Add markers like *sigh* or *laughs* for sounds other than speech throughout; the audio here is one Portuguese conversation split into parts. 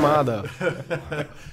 nada.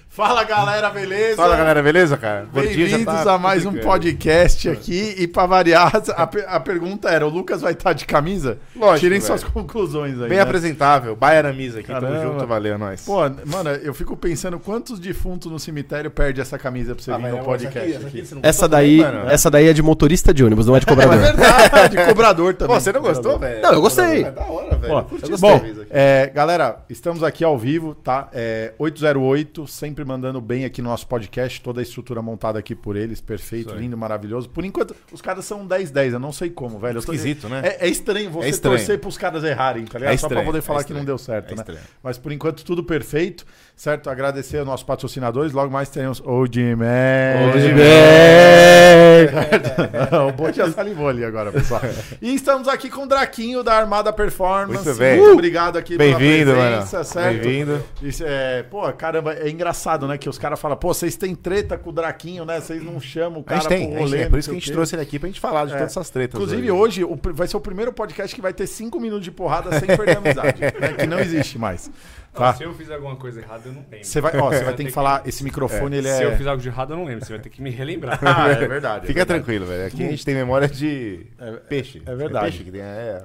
Fala galera, beleza? Fala galera, beleza, cara? Gordinho já Bem-vindos tá É. a mais um ficando. podcast aqui. E pra variar, a, pe- a pergunta era: o Lucas vai estar de camisa? Lógico, Tirem velho. suas conclusões aí. Bem né? apresentável. Baiana Misa aqui, Caramba. tamo junto, valeu, nós. Pô, mano, eu fico pensando quantos defuntos no cemitério perde essa camisa Ah, Tá, pra você vir é um no podcast aqui. Essa daí, mano. essa daí é de motorista de ônibus, não é de cobrador. *laughs* Verdade, cobrador Pô, também. você não gostou, velho? Não, eu gostei. É da hora, velho. Ó, Eu curti essa bom, camisa aqui. é, galera, estamos aqui ao vivo, tá? É, 808, sempre mandando bem aqui no nosso podcast, toda a estrutura montada aqui por eles, perfeito, lindo, maravilhoso. Por enquanto, os caras são 10-10, eu não sei como, velho. Eu tô- Esquisito, né? É, é estranho você É estranho. torcer pros caras errarem, tá ligado? É Só pra estranho, poder é falar que estranho, não deu certo, é né? estranho. Mas por enquanto, tudo perfeito, certo? Agradecer aos nossos patrocinadores, logo mais teremos o É. Jimé. Old *laughs* o Boi já salivou ali agora, pessoal. E estamos aqui com o Draquinho da Armada Performance. Muito bem. Muito obrigado aqui Bem-vindo, mano. certo? Bem-vindo. Isso é, pô, caramba, é engraçado, né? Que os caras falam, pô, vocês têm treta com o Draquinho, né? Vocês não chamam o A cara gente pro tem, a gente rolê. tem. É não por isso que sei a o gente quê. trouxe ele aqui pra gente falar de É. todas essas tretas. Inclusive, *laughs* hoje o pr- vai ser o primeiro podcast que vai ter cinco minutos de porrada sem perder a *laughs* amizade. né? Que não existe mais. Tá? Se eu fizer alguma coisa errada, eu não lembro. Você vai, ó, você *laughs* vai Eu ter que tenho falar, esse microfone, ele é. Se eu fizer algo de errado, eu não lembro. Você vai ter que me relembrar. assim, Ah, é verdade. Fica é verdade. tranquilo, velho. Aqui a gente tem memória de peixe. é verdade. peixe que tem. É.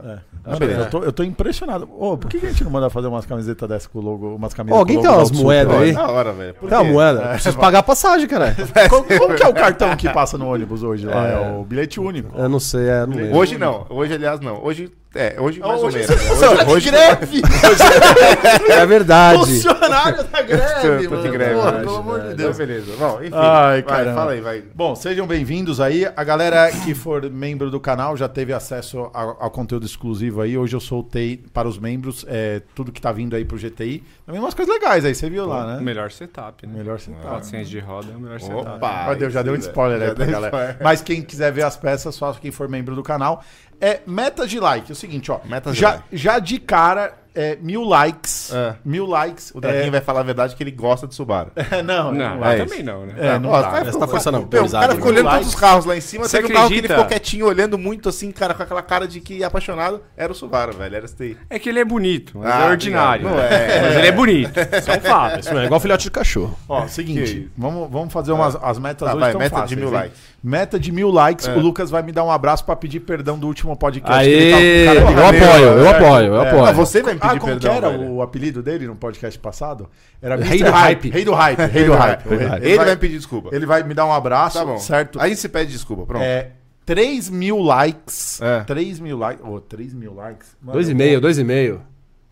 Mano, beleza. eu, tô, eu tô impressionado. Ô, por que, que a gente não manda fazer umas camisetas dessa com o logo? Umas camisetas Ô, alguém com o tem logo umas do Alto Sul, moedas tá? aí? é Da hora, velho. Por Tá, quê? moeda. Preciso pagar a passagem, cara. *laughs* Como, como que é o cartão que passa no ônibus hoje lá? É, o bilhete único. Eu não sei, é, não lembro. Hoje não. Hoje, aliás, não. Hoje, é, hoje mais hoje *laughs* ou menos. Tá de greve! *laughs* É verdade. Funcionário *laughs* da greve, Tô- tô de mano. greve, Porra, né? pelo amor de Deus. beleza. Bom, enfim. Ai, vai, caramba. fala aí, vai. Bom, sejam bem-vindos aí. A galera que for membro do canal já teve acesso ao, ao conteúdo exclusivo aí. Hoje eu soltei para os membros é, tudo que tá vindo aí pro GTI. Também umas coisas legais aí, você viu lá, né? melhor setup, né? Melhor Ah, sentar. 400 de roda é o melhor setup. Opa! Meu Deus, já isso, deu um velho. spoiler Já aí pra deu galera. spoiler. Mas quem quiser ver as peças, só quem for membro do canal. É meta de like. É o seguinte, ó. Meta de já, like. já de cara, é, mil likes. É. Mil likes. O Draguinho vai falar a verdade que ele gosta de Subaru. é, *laughs* não, Não, é. é também isso. não, né? É, não Ó, dá. vai- Você tá forçando a Meu, o cara amizade, ficou né? olhando Like. todos os carros lá em cima. Você Teve um carro que ele acredita? ficou quietinho, olhando muito assim, cara, com aquela cara de que apaixonado. Era o Subaru, velho. Era esse daí. É que ele é bonito, mas Ah, é ordinário. não é. Mas ele é bonito. Isso é um fato. *laughs* Isso não é igual filhote de cachorro. Ó, Que seguinte, isso. vamos, vamos fazer umas as metas Tá, hoje vai, tão meta de fáceis, mil hein? likes. É. Meta de mil likes. O Lucas vai me dar um abraço pra pedir perdão do último podcast. que Aê! ele tá- tava- tá- Eu Caramba, apoio, meu, eu velho. apoio, eu É. apoio. Ah, você vai me Ah, pedir como perdão, que era velho. o apelido dele no podcast passado? Era Rei Mr. do Hype. Rei do hype. Rei do hype. Rei do Hype. Ah, Ele, vai... me pedir desculpa. Ele vai me dar um abraço, Tá bom. certo? Aí se pede desculpa, pronto. É, 3 mil likes. É. 3 mil likes. Ô, 3 mil likes. Mano, Dois e eu- meio, dois e meio.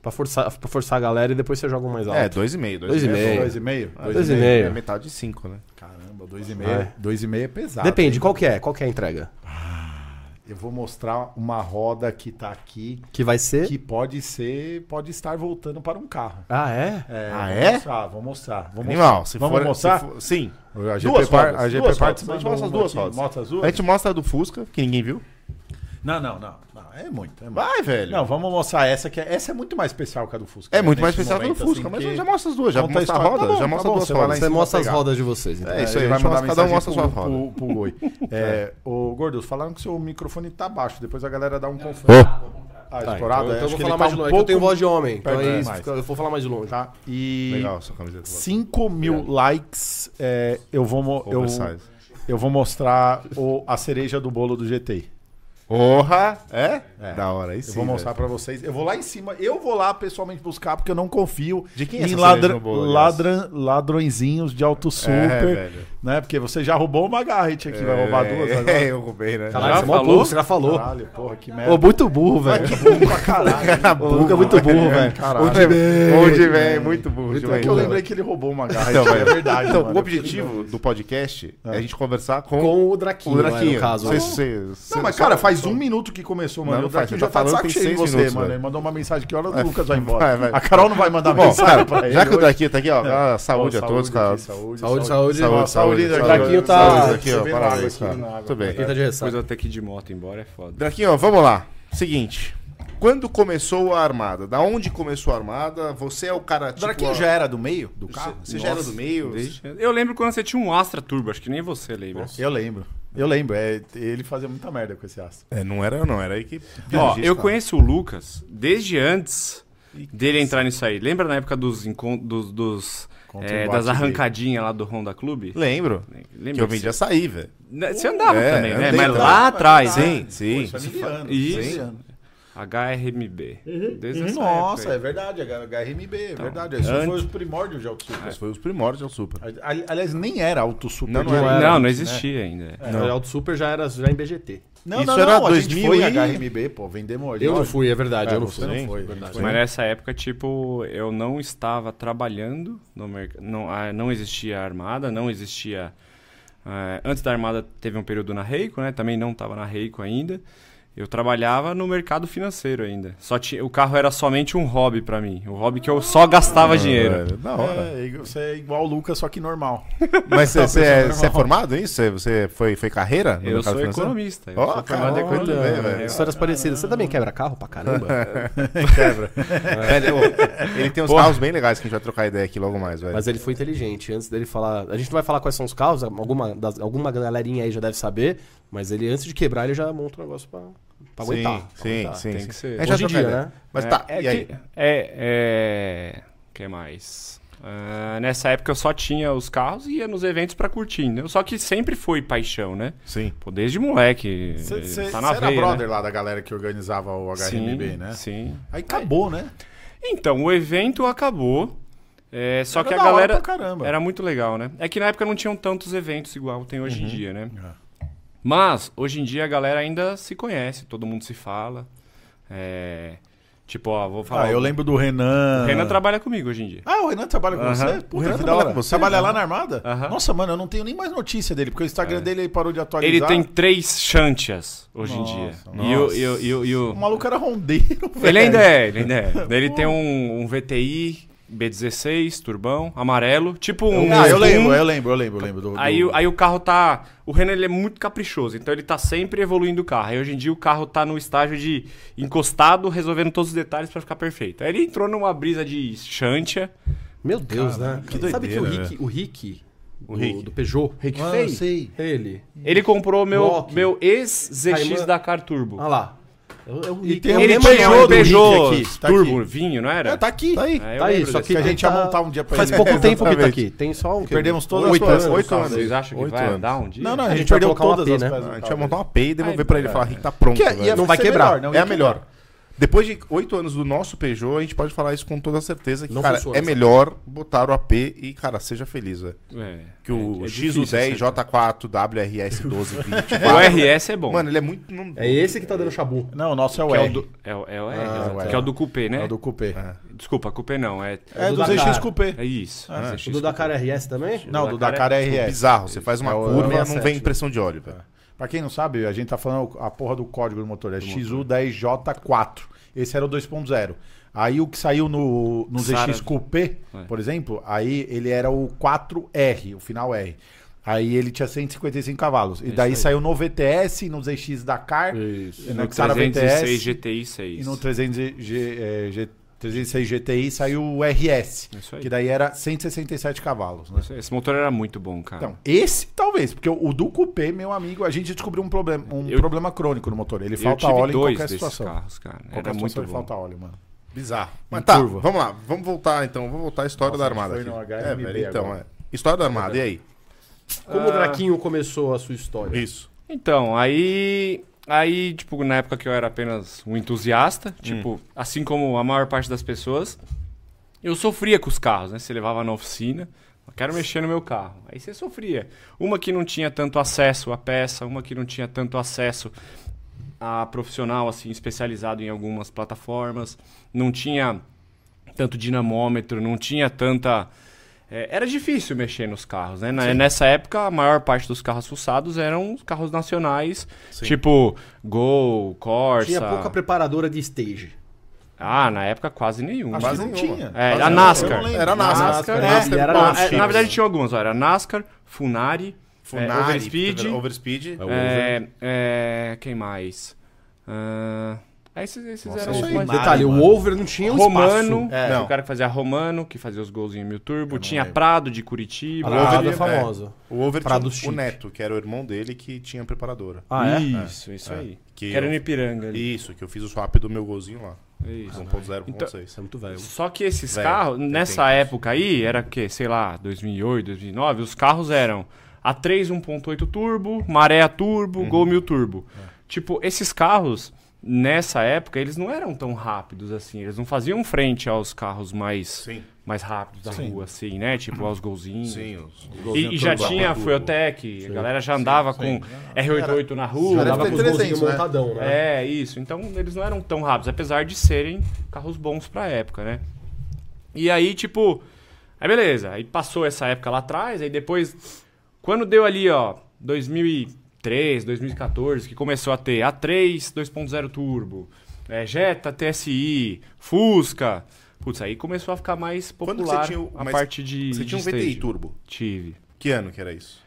Pra forçar, pra forçar a galera e depois você joga um mais alto. É, dois e meio. Dois e meio. Dois e meio? né? Ah, dois Dois e e meio. meio. Ah, É metade de cinco, né? Caramba, dois e meio. Dois e meio é pesado. Depende, qual que é? Qual que é a entrega? Eu vou mostrar uma roda que tá aqui Que vai ser... que pode ser, pode estar voltando para um carro. Ah, é? É, Ah, vou é? Mostrar, vou mostrar. Vou Animal, se Vamos for... mostrar? se for- sim. mostrar. A GP Duas Par- rodas, a GP duas Parts rodas. mandou A gente mostra as uma duas aqui. rodas. Mostra as A duas? gente mostra a do Fusca, que ninguém viu. Não, não, não, não. É muito, é muito. Vai, velho. Não, vamos mostrar essa que é, essa é muito mais especial que a do Fusca. né? É muito mais Nesse especial que o momento, Fusca, assim, mas que- já mostra as duas. Já Conta a mostra a história. roda, Tá bom, já tá mostra bom, duas você rodas. vai- em Você cima mostra as pegar. rodas de vocês, então. É isso aí, ele a vai gente mandar mostra cada mensagem um mostra a sua pro, roda. pro, pro *laughs* Goi. É, o Gordos, falaram que seu microfone tá baixo, depois a galera dá um conforto. Ah, estourado? Então é, eu acho vou que falar ele mais tá de um longe. pouco... Eu tenho voz de homem, então perto é demais. isso. fica- Eu vou falar mais de longe. Tá? E Legal sua camiseta. 5 mil likes, é, eu, vou, mo- eu, Oversize. eu vou mostrar o- a cereja do bolo do GT. Porra! É? É. Da hora, aí sim. Eu vou mostrar pra vocês. Eu vou lá em cima, eu vou lá pessoalmente buscar, porque eu não confio De quem é em essa ladra cereja no bolo, aliás? É, ladra ladrõezinhos de alto super. velho. né? Porque você já roubou uma garrete aqui, vai roubar duas É, agora. *laughs* eu roubei, né? Caralho, Já você é mó falou? burro, você já falou. Caralho, porra, que merda. Ô, muito burro, *laughs* velho. burro pra caralho. Cara, Tá burro, né? Luca é muito burro, velho. Caralho. Onde vem? Onde vem? Muito burro. É que eu lembrei que ele roubou uma garra. Então, é verdade. Então, mano. o objetivo do podcast é a gente conversar com, Com o Draquinho, o né, Draquinho. no caso. Cê- cê- cê- Não, mas só- cara, faz só- um minuto que começou, mano. Não, o faz, Draquinho você já tá tá de saco falando, tem cheio de seis você, minutos, mano. velho. Ele mandou uma mensagem que hora o Lucas vai embora. Vai, vai. A Carol não vai mandar *laughs* Bom, mensagem cara, pra ele. já que o hoje. É. Draquinho tá aqui, ó. ah, saúde a Ó, todos, cara. aqui, Saúde, Saúde, saúde. Ó, saúde, saúde. Draquinho tá- Saúde, Draquinho, Bebendo parabéns, água aqui, cara. bebendo água. Muito bem. Quem tá de Depois ressaca? eu ter que ir de moto embora é foda. Draquinho, vamos lá. Seguinte. Quando começou a armada? Da onde começou a armada? Você é o cara O tipo... Draquinho ó, já era do meio do você- carro? Você já era do meio? Desde- Eu lembro quando você tinha um Astra Turbo, acho que nem você lembra. Eu lembro. Eu lembro. É, ele fazia muita merda com esse aço. É, não era eu não, era aí que... Ó, eu conheço o Lucas desde antes dele entrar nisso aí. Lembra na época dos encon- dos, dos, Contra eh, o bate das dele. arrancadinhas lá do Honda Clube? Lembro. Lembra? Que eu Né? que vendi você- açaí, velho. Né, Você andava É, também, né? andei Mas também. lá atrás, hein? Sim, sim. Pô, isso é miliano, Isso. isso é miliano. HRMB. Desde essa Uhum. Nossa, época é aí. verdade, HRMB, é verdade. Isso antes- foi os primórdios de Auto Super. Mas foi os primórdios do Super. Ali- Aliás, nem era Auto Super. É. Não, não de era. época, Não, não né? existia ainda. O Auto Super já era já em BGT. Não, Isso não, era não, a gente 2000 foi e- HRMB, pô, vendemos. Eu não lógico. fui, é verdade. É, eu não fui. você não foi, Verdade. verdade. Mas nessa época, tipo, eu não estava trabalhando no mercado. Não, ah, não existia armada, não existia. ah, antes da armada teve um período na Reiko, né? Também não estava na Reiko ainda. Eu trabalhava no mercado financeiro ainda. Só tinha, o carro era somente um hobby pra mim. O hobby que eu só gastava dinheiro. Era Da hora. É, e você é igual o Lucas, só que normal. Mas você- você é, normal. você é formado nisso? Você- Você foi, foi carreira no Eu mercado sou financeiro? economista. Eu Ó, sou formado em caralho, economia, olha, velho. né? Histórias parecidas. Você também quebra carro pra caramba? Quebra. Velho, ô, ele tem uns carros bem legais que a gente vai trocar ideia aqui logo mais, velho. Mas ele foi inteligente. Antes dele falar. A gente não vai falar quais são os carros, alguma, das- alguma galerinha aí já deve saber. Mas ele, antes de quebrar, ele já monta um negócio pra, pra sim, aguentar. pra sim, aguentar. sim, Tem sim. que ser. A gente vai Hoje em trocar dia, ideia. né? Mas tá, É, e aí? Que, é, é... que mais? Ah, nessa época eu só tinha os carros e ia nos eventos pra curtir. né? Só que sempre foi paixão, né? Sim. Pô, desde moleque. eh, Você tá na era veia, brother né? lá da galera que organizava o HRMB, sim, né? Sim. Aí acabou, né? Então, o evento acabou. é, só Era que a da hora galera. pra caramba. Era muito legal, né? É que na época não tinham tantos eventos igual tem Uhum. hoje em dia, né? É. Mas, hoje em dia a galera ainda se conhece, todo mundo se fala. É, Tipo, ó, vou falar. Ah, eu lembro do Renan. O Renan trabalha comigo hoje em dia. Ah, o Renan trabalha com Aham. você? Puta, O Renan que da trabalha hora. com você? Trabalha lá na Armada? Aham. Nossa, mano, eu não tenho nem mais notícia dele, porque o Instagram dele ele parou de atualizar. Ele tem três chanchas hoje em dia. E o. E o, e o, e o- O maluco era rondeiro, velho. Ele ainda é, ele *laughs* ainda é. Daí Ele tem um, um VTI B16, turbão, amarelo. Tipo um. Ah, eu um- lembro, eu lembro, eu lembro, eu lembro. Do, do- Aí, o- aí o carro tá. O Renan ele é muito caprichoso, então ele tá sempre evoluindo o carro. Aí hoje em dia o carro tá no estágio de encostado, resolvendo todos os detalhes pra ficar perfeito. Aí ele entrou numa brisa de chancha. Meu Deus, né? que Sabe que o doideira, Rick, o Rick, do, Rick. do Peugeot, Rick Ah, eu Fay, sei. ele. Ele comprou meu, Loki. meu ex-ZX Cayman. da Car Turbo. Olha lá. É o E Rick. tem é o ele Ah, lembro tinha do um Rick Peugeot aqui, tá Turbo aqui. vinho, não era? É, tá aqui. Tá aí. É, eu Tá aí, lembro só desse que que a gente ia tá- montar um dia pra Faz ele. pouco tempo que tá Exatamente. aqui. Tem só um... Perdemos todas oito as anos. peças. oito Oito anos. anos. Vocês acham que Oito vai anos. Ah, dar um dia? Não, não, a A gente, gente vai perdeu colocar uma todas P, as né? peças. A do gente vai carro. montar uma P e devolver Ai, pra ele e falar, Rick, tá pronto. Que é- velho." ia Não vai ser quebrar. melhor, né? não é ia a melhor. Depois de oito anos do nosso Peugeot, a gente pode falar isso com toda certeza que, Não cara, funciona, é sabe? melhor botar o AP e, cara, seja feliz, velho. É, Que o é difícil, X10, sabe? J4, WRS 12, 20. O RS é bom. Mano, ele é muito. não- É esse que tá dando chabu. Não, o nosso é o que é o R. do, é, o- é o R, o R. que é o do Coupé, né? Ah, É o do Coupé. Ah, Desculpa, Coupé não, é... É, do do ZX Dakar. Coupé. É isso. é O do Dakar RS também? Não, do Dakar é- é RS. Bizarro, você faz uma É o- é o curva e não 67, vem né? impressão de óleo, velho. É. Pra quem não sabe, a gente tá falando a porra do código do motor. É XU10J4. Esse era o 2.0. Aí o que saiu no, no Sara. ZX Coupé, por exemplo, aí ele era o 4R, o final R. Aí ele tinha 155 cavalos. E daí saiu no VTS, no ZX Dakar, Isso. no No Xara VTS 306 GTI 6. E no 300 e G, eh, G- 306 GTI saiu o RS, Isso aí. que daí era 167 cavalos, né? Esse motor era muito bom, cara. Então, esse talvez, porque o o do Coupé, meu amigo, a gente descobriu um problema, um Eu- problema crônico no motor. Ele eu falta tive óleo em dois qualquer desses situação. carros, cara. Qualquer Era situação muito ele bom. falta óleo, mano. Bizarro. Em Mas tá, curva. vamos lá, vamos voltar então, vamos voltar à história Nossa, da a gente armada. foi aqui. no é, HRMB velho, então, agora. é. História da armada, e aí? Como o Ah. Draquinho começou a sua história? Isso. Então, aí. Aí, tipo, na época que eu era apenas um entusiasta, Hum. tipo, assim como a maior parte das pessoas, eu sofria com os carros, né? Você levava na oficina, "Eu quero mexer no meu carro. Aí você sofria. Uma que não tinha tanto acesso à peça, uma que não tinha tanto acesso a profissional, assim, especializado em algumas plataformas, não tinha tanto dinamômetro, não tinha tanta. é, era difícil mexer nos carros, né? Na- nessa época, a maior parte dos carros fuçados eram os carros nacionais, tipo Gol, Corsa. Tinha pouca preparadora de stage. Ah, na época quase nenhuma. Acho que não nenhuma. tinha. É, Quase a nenhuma. Eu NASCAR. não lembro. Era a NASCAR. NASCAR, Era é. a NASCAR, Era Bom, a- Ah, os é, times. na verdade tinha algumas, ó, era NASCAR, Funari, Funari, é, Overspeed, Overspeed. é, é, quem mais? Ah, esses, esses eram É isso os aí, mais... Mari, Detalhe, mano. o over não tinha um Romano, espaço. é, Não. o cara que fazia Romano, que fazia os gols em mil turbo, tinha lembro. Prado de Curitiba, A Over- Prado é é. famosa. O Over Prado tinha o Chique. Neto, que era o irmão dele que tinha a preparadora. Ah, é? isso, isso aí. Que Que era eu- no Ipiranga. ali. Isso, que eu fiz o swap do meu golzinho lá. Isso. 1.0, Então- 1.6. Isso é muito velho. Só que esses Velho, carros, tem nessa tempo. época aí, era o quê? Sei lá, 2008, 2009, os carros eram A3 1.8 turbo, Maré turbo, Uhum. Gol 1000 turbo. É. Tipo, esses carros, nessa época, eles não eram tão rápidos assim. Eles não faziam frente aos carros mais, Sim, mais rápidos da Sim. rua, assim, né? Tipo, aos golzinhos. sim. Os, E, e já turbo, tinha a turbo. Fueltec, a galera já andava sim. com R88 na rua, Já deve andava ter com os 300, golzinhos né? montadão, né? é, isso. Então eles não eram tão rápidos, apesar de serem carros bons pra época, né? E aí, tipo. Aí beleza, aí passou essa época lá atrás, aí depois. Quando deu ali, ó, 2003, 2014, que começou a ter A3 2.0 Turbo, é, Jetta TSI, Fusca. Putz, aí começou a ficar mais Quando que popular você tinha o- a mas parte de. Você de tinha um stage. VTI turbo. Tive. Que ano que era isso?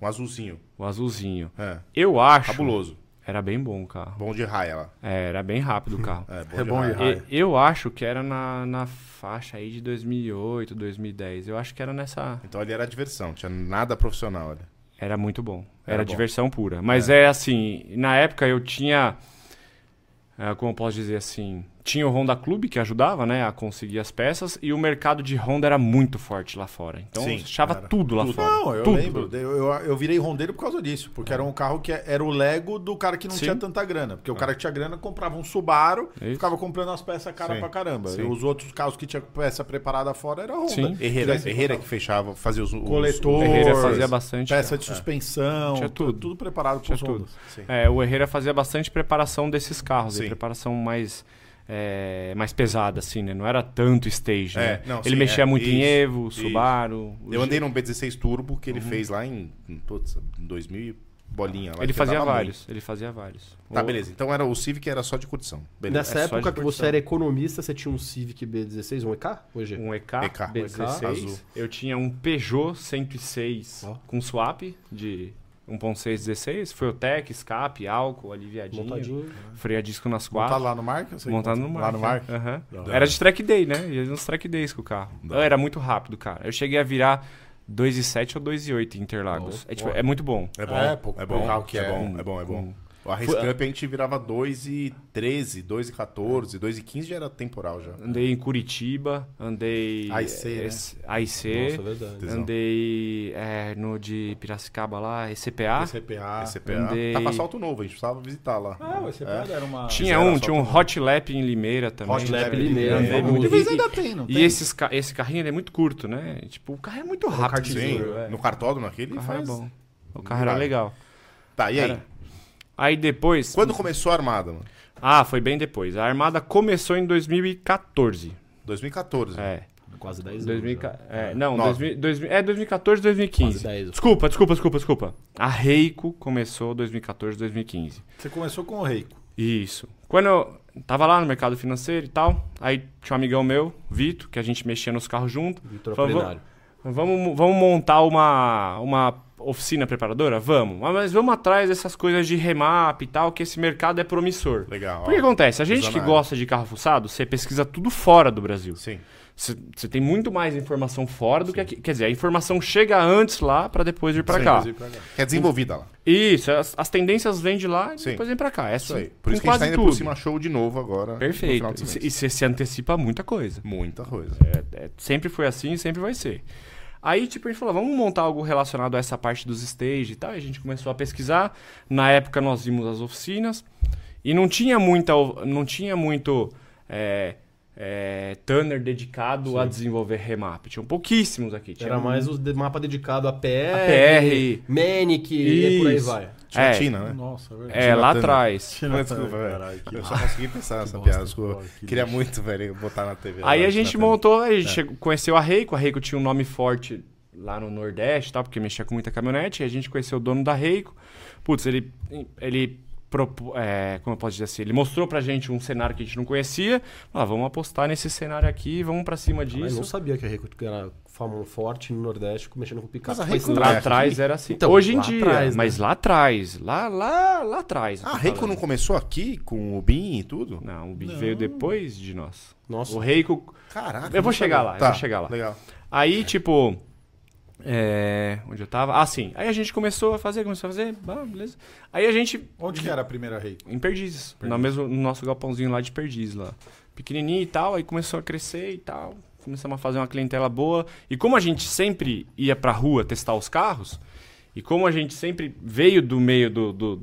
Um azulzinho. O azulzinho. É. Eu acho. Cabuloso. Era bem bom o carro. Bom de raia lá. É, era bem rápido o carro. É, É de bom de raia. raia. E- eu acho que era na, na faixa aí de 2008, 2010. Eu acho que era nessa. Então ali era diversão, tinha nada profissional ali. Era muito bom. Era, Era bom. diversão pura. Mas é. assim, na época eu tinha. ah, Como eu posso dizer assim? Tinha o Honda Clube que ajudava, né, a conseguir as peças. E o mercado de Honda era muito forte lá fora. Então Sim, eu achava era. tudo lá fora. Não, eu tudo. lembro. Eu, eu, eu virei rondeiro por causa disso, porque era um carro que era o Lego do cara que não Sim. Ah. É tinha tanta grana. Porque o cara que tinha grana comprava um Subaru, Isso. ficava comprando as peças cara Sim, pra caramba. sim. E os outros carros que tinha peça preparada fora era Honda. Sim. Herreira, Quisesse Herreira que botar fechava, fazia os... os Coletor. O Herrera fazia bastante. É. Peça de suspensão, Tinha tudo. tudo. tudo preparado Tinha pros Hondas. É, o Herrera fazia bastante preparação desses carros, e Sim. preparação mais é, mais pesada, assim, né? Não era tanto stage, É, né? não, ele sim, mexia é, muito em isso, Evo, isso. Subaru. o Eu G- andei num B16 turbo que ele fez lá em, em putz, 2000 e bolinha. Lá, Ele fazia andava vários, ele fazia vários. muito. Tá, O- beleza. Então era o Civic era só de curtição. Beleza. Nessa é só época de que curtição. você era economista, você tinha um Civic B16, um EK? Hoje? Um EK, EK, B16. azul. Eu tinha um Peugeot 106 Ó. com swap de 1.616, Fueltec, escape, álcool, aliviadinho, Montadinho. freio a disco nas Montado quatro. Tá lá no Mark? eu sei que Montado no monta- mar. Lá no Mark. Aham. Da Era de track day, né? Ia nos track days com o carro. Da Era muito rápido, cara. Eu cheguei a virar 2,7 ou 2,8 em Interlagos. Nossa, é, tipo, boa. é muito bom. É bom, É, é, pô, bom, pro carro que é, é. bom, é bom, é bom. O Arriscamp a gente virava 2 e 13, 2 e 14, 2 e 15 já era temporal já. Andei em Curitiba, andei... é, AIC, né? es- AIC. Nossa, verdade. Tesão. andei é, no de Piracicaba lá, Ah. ECPA. é SCPA. SCPA. andei- Tá pra asfalto novo, a gente precisava visitar lá. Ah, o SCPA É. era uma... Tinha Mas era um, só tinha um Hot Lap em Limeira também. Hot Lab Lab Limeira. Limeira, famoso. De famoso. vez E- ainda tem, não E tem? esses, ca- esse carrinho ele é muito curto, né? Tipo, o carro é muito rápido. Sim, Tesouro, é. no cartódromo aquele o carro faz... é bom. O carro era Vai. legal. Tá, e aí? Era- Aí depois... Quando começou a Armada, mano? Ah, foi bem depois. A Armada começou em 2014. 2014. É. Quase 10 anos. 2000, já. é não, Nove. 2000, 2000, é 2014, 2015. Quase dez. Desculpa, desculpa, desculpa, desculpa. A Reiko começou 2014, 2015. Você começou com o Reiko. Isso. Quando eu tava lá no mercado financeiro e tal, aí tinha um amigão meu, Vitor, que a gente mexia nos carros junto. Vitor é Falou, "Vamos- Apolinário. Vamos, vamos montar uma, uma oficina preparadora? Vamos. Ah, Mas- Mas vamos atrás dessas coisas de remap e tal, que esse mercado é promissor. Legal. Porque acontece, a gente que visionário. gosta de carro fuçado, você pesquisa tudo fora do Brasil. Sim. Você você tem muito mais informação fora do que aqui. Quer dizer, a informação chega antes lá pra depois vir pra cá. Que é desenvolvida lá. Isso, as, as tendências vêm de lá e Sim. depois vêm pra cá. É Isso assim, aí. Por com isso que a gente tá quase indo tudo. por cima show de novo agora. no Perfeito. final de E cê- semana. E você se antecipa a muita coisa. Muita coisa. É, é, sempre foi assim e sempre vai ser. Aí, tipo, a gente falou, vamos montar algo relacionado a essa parte dos stage e tal. E a gente começou a pesquisar. Na época, nós vimos as oficinas. E não tinha muita, o- não tinha muito é, é, Tanner dedicado a desenvolver remap. Tinham pouquíssimos aqui. Tinha Era um- mais o de- mapa dedicado a PR, PR. Manic e por aí Isso. vai. Tinha É. Tina, né? Nossa, é verdade. É, lá Tanner. atrás. Tina desculpa, Turner, velho. caralho, que Eu só consegui pensar nessa bosta, piada, desculpa. que bosta. Queria muito, velho, botar na TV. Aí lá, a gente na TV. montou, aí a gente chegou- conheceu a Reiko, a Reiko tinha um nome forte lá no Nordeste, e tal, porque mexia com muita caminhonete, aí a gente conheceu o dono da Reiko. Putz, ele. ele propo- é, como eu posso dizer assim? Ele mostrou pra gente um cenário que a gente não conhecia. Ah, vamos apostar nesse cenário aqui, vamos pra cima Mas eu não disso. sabia que a Rico era famoso forte no Nordeste, mexendo com picape. Mas a com Rico- Lá estrada. É, atrás era assim. Então, Hoje em lá dia, atrás, né? mas lá atrás, lá, lá, lá atrás. eu Ah, tô a Reiko falando. não começou aqui com o BIM e tudo? Não, o Bi veio depois de nós. Nossa. O Reiko. Caraca. Tá, Eu vou não chegar sabia. lá, eu vou chegar lá. Legal. Aí, tipo, É, onde eu tava? Ah, sim. Aí a gente começou a fazer, começou a fazer, ah, beleza. Aí a gente Onde que era a primeira rei? em Perdizes, Na mesmo, no nosso galpãozinho lá de Perdiz, lá. Pequenininho e tal, aí começou a crescer e tal. Começamos a fazer uma clientela boa. E como a gente sempre ia pra rua testar os carros, e como a gente sempre veio do meio do, do-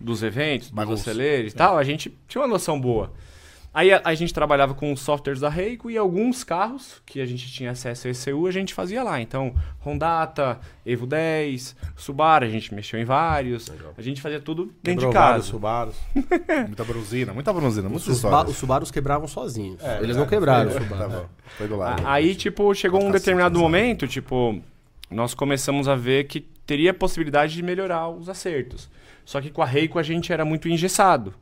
dos eventos, dos Bagunça. aceleres e tal, a gente tinha uma noção boa. Aí a, a gente trabalhava com os softwares da Reiko e alguns carros que a gente tinha acesso a ECU a gente fazia lá. Então, Rondata, Evo 10, Subaru, a gente mexeu em vários. A gente fazia tudo dentro de vários casa. Subarus. Muita bronzina, muita bronzina, muitas Os, ba- histórias. é os Subarus quebravam sozinhos. É, Eles verdade. não quebraram o Tá Subaru. bom. Foi do A- lado. Aí, tipo, Tá chegou um Cacete, determinado sabe? momento, tipo, nós começamos a ver que teria possibilidade de melhorar os acertos. Só que com a Reiko a gente era muito engessado.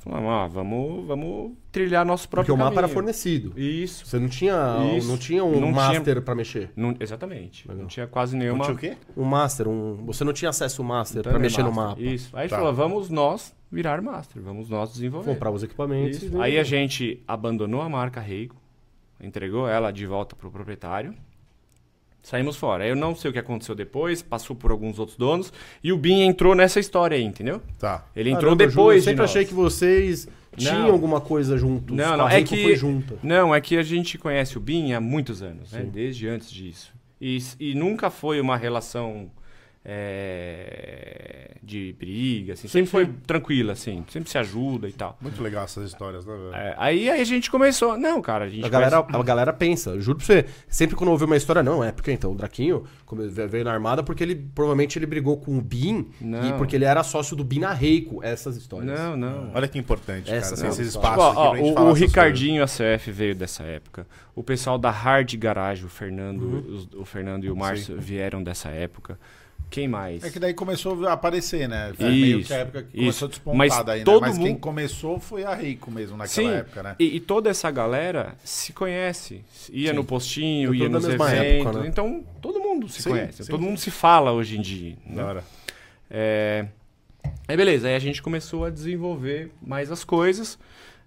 Falamos, ah, vamos, vamos trilhar nosso Porque próprio o mapa era caminho. fornecido. Isso. Você não tinha, Isso. não tinha um Não tinha- master pra mexer. Não- exatamente. Não Legal. tinha quase Não nenhuma... tinha o quê? Um master, um, você não tinha acesso ao master Então, pra né, mexer no master. mapa. Isso. Aí a gente Tá. falou, vamos nós virar master, vamos nós desenvolver. Comprar os equipamentos. Isso. Aí a gente abandonou a marca Reigo, entregou ela de volta pro proprietário, saímos fora. Eu não sei o que aconteceu depois, passou por alguns outros donos, e o Bin entrou nessa história aí, entendeu? Tá. Ele entrou Caramba, Ju, depois Ah, Eu sempre de nós. achei que vocês tinham alguma coisa juntos. Não, a não, é Rico que- foi junta. Não, é que a gente conhece o Bin há muitos anos, né? desde antes disso. E, s- e nunca foi uma relação é, de briga, assim. sempre foi tranquila, assim. sempre se ajuda e tal. Muito legal essas histórias, né, velho? É, aí, aí a gente começou, não, cara, a gente A galera, a galera pensa, juro pra você, sempre quando ouve uma história, não, é porque então o Draquinho come- veio na armada porque ele provavelmente ele brigou com o Bin Não. e porque ele era sócio do Bin na Reiko, essas histórias. Não, não. Olha que importante, Essa cara. não, Assim, esses só- espaços Ó, aqui ó, pra gente o- falar o essas Ricardinho, a CF, veio dessa época. O pessoal da Hard Garage, o Fernando, Uhum. os- o Fernando e o Márcio vieram dessa época. Quem mais? É que daí começou a aparecer, né? Foi meio Isso, que a época que isso. começou a despontar Mas daí, né? todo Mas quem mundo- começou foi a Reiko mesmo naquela Sim, época, né? e, e toda essa galera se conhece. Ia no postinho, Foi ia tudo da nos mesma eventos. época, né? Então, todo mundo se Sim, conhece. sim, todo sim. mundo se fala hoje em dia. coisas. né? Da hora. É... Aí beleza, aí a gente começou a desenvolver mais as coisas.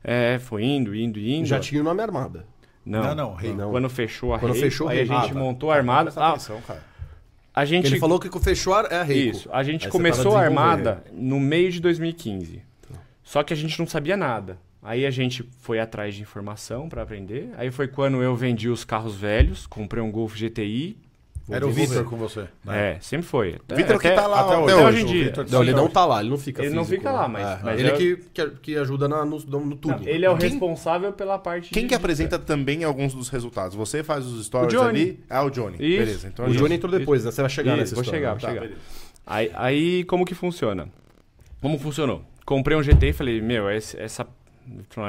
É, foi indo, indo, indo. Já tinha o nome armada. Não, Não, não, Reiko. Não. Quando fechou a Quando rede, fechou a aí rede. a gente Ah, tá. montou a armada. Presta Ah, atenção, cara. a gente Ele falou que fechou a- é a Reiko. Isso. A gente Aí você começou a tava desenvolvendo. armada no meio de 2015. Só que a gente não sabia nada. Aí a gente foi atrás de informação pra aprender. Aí foi quando eu vendi os carros velhos, comprei um Golf GTI. Era o desenvolver. Vitor com você. né? É, sempre foi. Até- Vitor que até- tá lá até ó, hoje. até Até hoje. hoje em o dia. Vitor- Não, ele não tá lá, ele não fica Ele não físico, fica né? lá, mas- É, mas ele eu- é que, que, que ajuda na- no, no, no tudo. Ele é o Quem- responsável pela parte Quem de- que apresenta também alguns dos resultados? Você faz os stories O Johnny. ali? Ah, o Johnny. Isso. Beleza, então é O Johnny Johnny. entrou depois, né? Você vai chegar Isso, nessa vou história. chegar, né? vou chegar. Tá. Aí, aí, como que funciona? Como funcionou? Comprei um GT e falei, meu, esse- essa,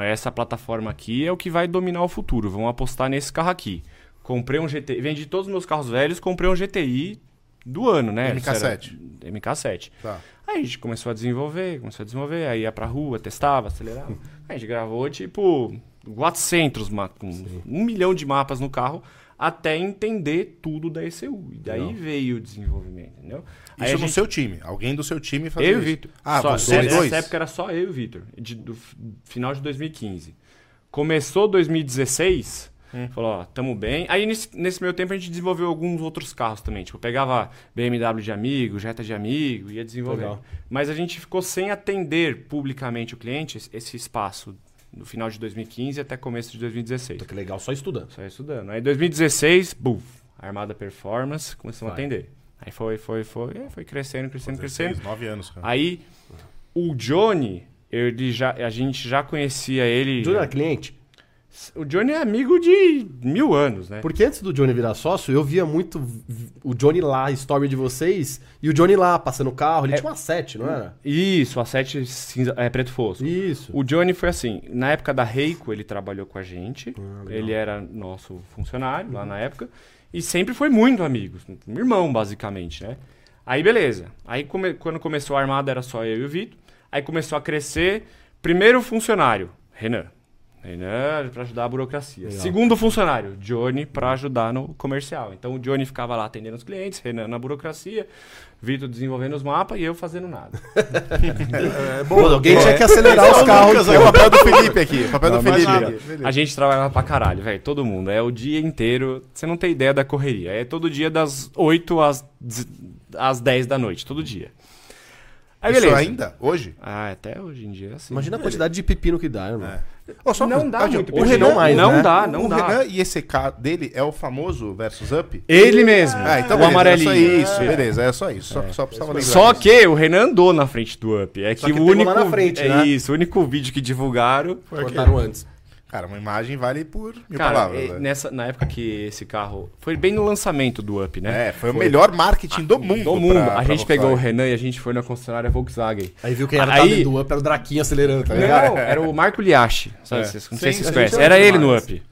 essa plataforma aqui é o que vai dominar o futuro. Vamos apostar nesse carro aqui. Comprei um GT, vendi todos os meus carros velhos, comprei um GTI do ano, né? MK7. Era- MK7. Tá. Aí a gente começou a desenvolver, começou a desenvolver, aí ia pra rua, testava, acelerava. Uhum. Aí a gente gravou tipo 400, ma- com um milhão de mapas no carro, até entender tudo da ECU. E daí veio o desenvolvimento, entendeu? Aí Isso a no seu time. Alguém do seu time fazia eu e o isso. Vitor. Ah, só, é, você nessa dois? época era só eu e o Vitor, de- do f- final de 2015. Começou 2016, Hum. falou, ó, tamo bem. Aí nesse, nesse meio tempo a gente desenvolveu alguns outros carros também. Tipo, pegava BMW de amigo, Jetta de amigo, ia desenvolvendo. Legal. Mas a gente ficou sem atender publicamente o cliente esse- esse espaço no final de 2015 até começo de 2016. Puta, Que legal, só estudando. Só estudando. Aí em 2016, buf, Armada Performance, começamos a Vai. atender. Aí foi, foi, foi, é, foi crescendo, crescendo, crescendo. 16, 9 anos, cara. Aí o Johnny, ele já, a gente já conhecia ele. Johnny era cliente? O Johnny é amigo de mil anos, né? Porque antes do Johnny virar sócio, eu via muito v- o Johnny lá, a story de vocês, e o Johnny lá passando o carro. É. Ele tinha uma 7, não era? Isso, a sete cinza, é preto fosco. Isso. O Johnny foi assim, na época da Reiko ele trabalhou com a gente, ele era nosso funcionário lá na época, e sempre foi muito amigo, um irmão basicamente, né? Aí beleza, aí come- quando começou a Armada era só eu e o Vitor, aí começou a crescer, primeiro funcionário, Renan. Ele é pra ajudar a burocracia. Segundo funcionário, Johnny pra ajudar no comercial. Então o Johnny ficava lá atendendo os clientes, Renan na burocracia, Vitor desenvolvendo os mapas e eu fazendo nada. É Pô, alguém tinha que acelerar os carros. É o papel do Felipe aqui. Papel do Mas, Felipe. cara, Beleza. a gente trabalhava pra caralho, velho. Todo mundo. É o dia inteiro. Você não tem ideia da correria. É todo dia das 8 às, dez- às 10 da noite. Todo dia. Aí Isso beleza. ainda? Hoje? Ah, até hoje em dia é assim. Imagina a quantidade de pepino que dá, É. irmão. Ó, só uma Não coisa. dá Ah, muito o pepino. Renan- mais, não né? dá, não o dá. Renan e esse K dele é o famoso versus up? Ele mesmo. Ah, então beleza, era o só amarelinho. isso, beleza, é só isso. Só, só precisava lembrar. Só disso. que o Renan andou na frente do Up. É que, que o pegou lá único. na frente, é né? isso, o único vídeo que divulgaram. Cortaram antes. Cara, uma imagem vale por mil Cara, palavras. né? é, velho. nessa, na época que esse carro. Foi bem no lançamento do Up, né? É, foi, o melhor marketing do mundo. Ah, Do mundo. pra- a pra gente pegou o Volkswagen. Renan e a gente foi na concessionária Volkswagen. Aí viu quem era Aí- aí... do Up, era o Draquinha acelerando, tá ligado? Não, era o Marco Liachi. Sabe, É. vocês, não sei se Sim, vocês a conhecem. gente Era ama ele no demais. Up.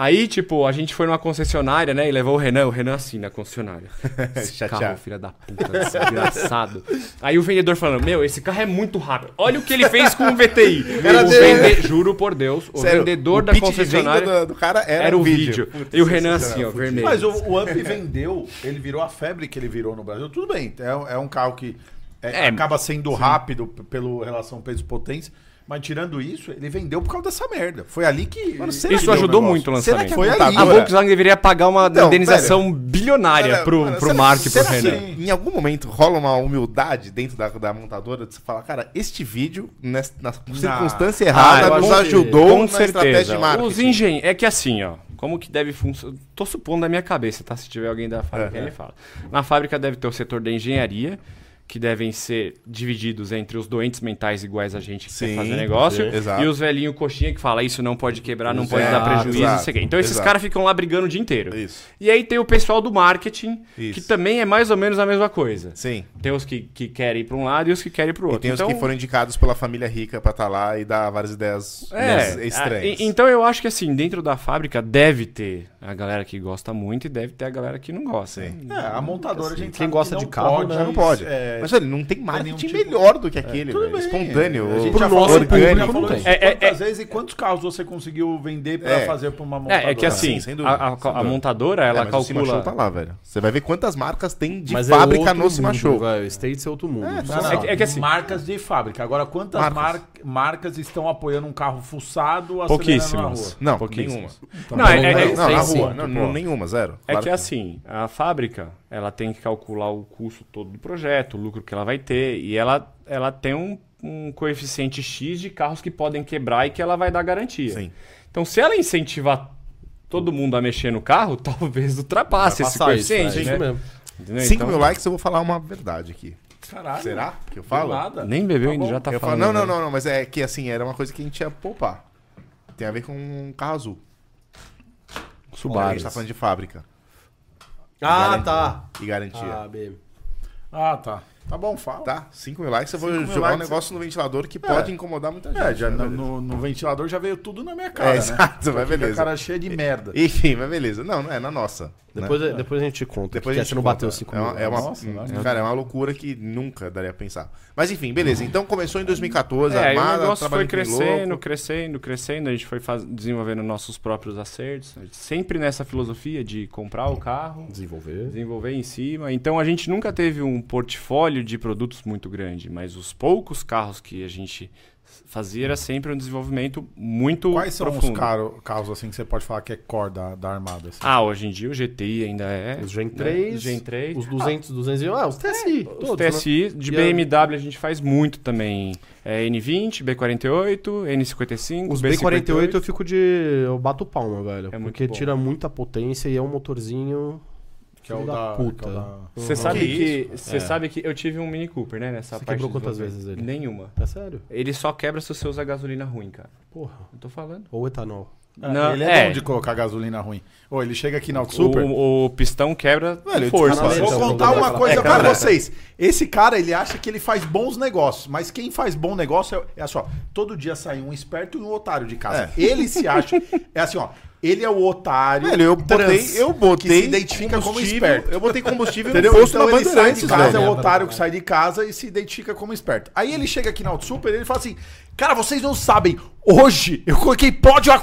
Aí, tipo, a gente foi numa concessionária, né? E levou o Renan, o Renan assim na concessionária. Esse *laughs* Chateado. carro, filha da puta, desgraçado. Aí o vendedor falando: Meu, esse carro é muito rápido. Olha o que ele fez com o VTI. *laughs* Era o dele. vende- Juro por Deus, o Sério, vendedor o da pitch de concessionária venda do, do cara era, era o um vídeo. Puta, é E o Renan assim, sensacional, ó, fudido. vermelho. Mas o, o Amp vendeu, ele virou a febre que ele virou no Brasil. Tudo bem, é, um- é um carro que é, É, acaba sendo rápido p- pelo relação peso-potência. Mas tirando isso, ele vendeu por causa dessa merda. Foi ali que. Mano, será que Isso deu ajudou o negócio? muito o Será lançamento. que foi ali? Tá, A Volkswagen deveria pagar uma Então, indenização bilionária Cara, pro, mano, pro será- Mark e pro será Renan. que Em algum momento rola uma humildade dentro da, da montadora de você falar, cara, este vídeo, nessa, na circunstância Ah, eu errada, acho nos que- Ah, ajudou Com na estratégia de certeza. marketing. Os engenheiros. É que assim, ó. Como que deve funcionar? Tô supondo da minha cabeça, tá? Se tiver alguém da fábrica, aí ele fala. Na fábrica deve ter o setor da engenharia, que devem ser divididos entre os doentes mentais iguais a gente que quer Sim, fazer negócio, sim. Exato. e os velhinhos coxinha que fala isso não pode quebrar, não pode Exato, dar prejuízo, não sei o quê. Então esses exato. caras ficam lá brigando o dia inteiro. Isso. E aí tem o pessoal do marketing, que Isso. também é mais ou menos a mesma coisa. Sim. Tem os que, que querem ir pra um lado e os que querem ir pro outro. E tem os Então- que foram indicados pela família rica pra estar lá e dar várias ideias É, né, a- e- estranhas. então eu acho que assim, dentro da fábrica deve ter a galera que gosta muito e deve ter a galera que não gosta. né? Sim. É, a montadora, a gente Quem sabe que gosta não de carro, pode, né? não pode. é, Mas olha, não tem marketing nenhum tipo- melhor do que aquele, tudo velho. bem. espontâneo. A gente Pro já nosso falou isso, público, já falou não tem. isso É, é, quantas vezes e quantos carros você conseguiu vender pra É. fazer pra uma montadora? É, é que assim, Sim, sem a, dúvida, a- sem a dúvida. montadora, ela É, mas o Cima Show calcula. tá lá, velho. Você vai ver quantas marcas tem de Mas é fábrica outro no Cima mundo, Show. velho. States é outro mundo. tá Não, não. É que- é que assim- marcas de fábrica. Agora, quantas Marcas. mar- marcas estão apoiando um carro fuçado acelerando Pouquíssimas. na rua? Não, pouquíssimas. nenhuma. Não, é, é- é- Não, na tem rua. sim, não, tipo, não, nenhuma, zero. é Claro que assim, a fábrica, ela tem que calcular o custo todo do projeto, o lucro que ela vai ter, e ela, ela tem um, um coeficiente X de carros que podem quebrar e que ela vai dar garantia. Sim. Então se ela incentivar todo mundo a mexer no carro, *laughs* talvez ultrapasse esse Passar isso, coeficiente. é isso né? mesmo. Entendeu? 5 Então- mil likes, eu vou falar uma verdade aqui. Caralho. Será que eu Do falo? nada. Nem bebeu Tá ainda, bom. já tá eu falo, falando. não, não, né? não, não, mas é que assim, era uma coisa que a gente ia poupar. Tem a ver com um carro azul. A Subaru. gente tá falando de fábrica Ah, É Garantia. tá. e garantia. Né? Ah, baby. Ah, tá. Tá bom, fala. Tá? 5 mil likes, eu vou Cinco mil jogar um likes, negócio no ventilador que pode incomodar muita gente. É, já né, no, beleza. no- no ventilador já veio tudo na minha É, cara, né? exato, mas Fica a beleza. cara cheia de merda. Enfim, mas beleza. Não, não é na nossa. Depois, né? depois a gente conta. Depois que a gente você não conta. bateu 5 é mil. né? uma, é uma- Nossa, hum, né? nossa. Cara, é uma loucura que nunca daria a pensar. Mas enfim, beleza. Então começou em 2014, É, aí armada, o negócio trabalhando foi em crescendo, louco. crescendo, crescendo. A gente foi faz- desenvolvendo nossos próprios acertos. A gente Sempre nessa filosofia de comprar o carro, Desenvolver. desenvolver em cima. Então a gente nunca teve um portfólio de produtos muito grande, mas os poucos carros que a gente fazia era sempre um desenvolvimento muito Quais são profundo. os caro- carros assim que você pode falar que é core da, da armada? assim? Ah, hoje em dia o GTI ainda é. Os Gen né? 3, Gen 3. Os 200, 200 e... Ah, os É, TSI. Os todos, né? TSI, de E a- BMW a gente faz muito também. É, N20, B48, N55, Os B58. B48 eu fico de... Eu bato palma, velho. É muito porque bom. tira muita potência e é um motorzinho... que é o filho da. da puta. que é o da- Uhum. Você sabe Que que você sabe que eu tive um Mini Cooper, né? Nessa É. Você parte quebrou de quantas desenvolver. vezes ele? Nenhuma. É sério? Ele só quebra se você usar gasolina ruim, cara. Porra. Eu tô falando. Ou etanol. Ah, Não, ele é, é. bom de colocar gasolina ruim. Ou ele chega aqui na Super. O, o pistão quebra Velho, eu com força. desculpa, Vou Então, contar vamos uma lá. coisa É, pra cara. vocês. Esse cara, ele acha que ele faz bons negócios, mas quem faz bom negócio é, é só, todo dia sai um esperto e um otário de casa. Ele se acha, é assim, ó, ele é o otário. Velho, eu trans botei, eu botei que se identifica como combustível- esperto. Eu *laughs* botei combustível Entendeu? no posto Então da ele sai de Bandeirantes, casa, é velho. o otário que sai de casa e se identifica como esperto. Aí ele chega aqui na Auto Super e ele fala assim: Cara, vocês não sabem. Hoje eu coloquei pódio a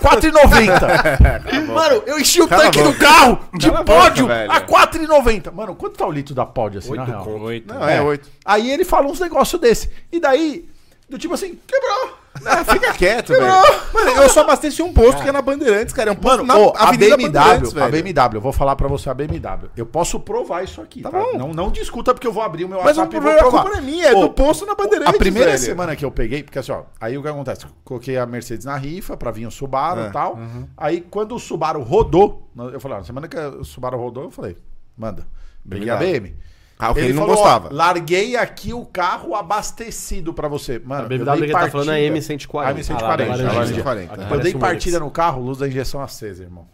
*laughs* 4,90. Mano, eu enchi o Cala tanque a do boca. carro de Cala a boca, pódio velho. a 4,90. Mano, quanto tá o litro da pódio assim, na real? Oito. Não, é oito. Aí ele fala uns negócios desse. E daí, do tipo assim, quebrou. né? Ah, fica quieto, velho. Mano, eu só abasteci um posto que é na Bandeirantes, cara. É um posto Mano, na ô, a Avenida BMW, Bandeirantes, a velho. BMW, eu vou falar pra você a BMW. Eu posso provar isso aqui, tá? bom. Não, não discuta porque eu vou abrir o meu Mas o WhatsApp e vou problema a provar. culpa não é minha, é Ô, do posto na Bandeirantes, A primeira velho. semana que eu peguei, porque assim, ó, aí o que acontece? Coloquei a Mercedes na rifa pra vir o Subaru e É, tal. Aí quando o Subaru rodou, eu falei, ó, na semana que o Subaru rodou, eu falei, manda. Peguei a BMW. BM. Ah, o que ele não falou, ó, gostava. larguei aqui o carro abastecido pra você. Mano, A eu BMW dei que ele tá falando é partida. M140. M140, Ah, lá, laranja. laranja. Laranja. Ah, Eu dei parece um partida no carro, luz da injeção acesa, irmão.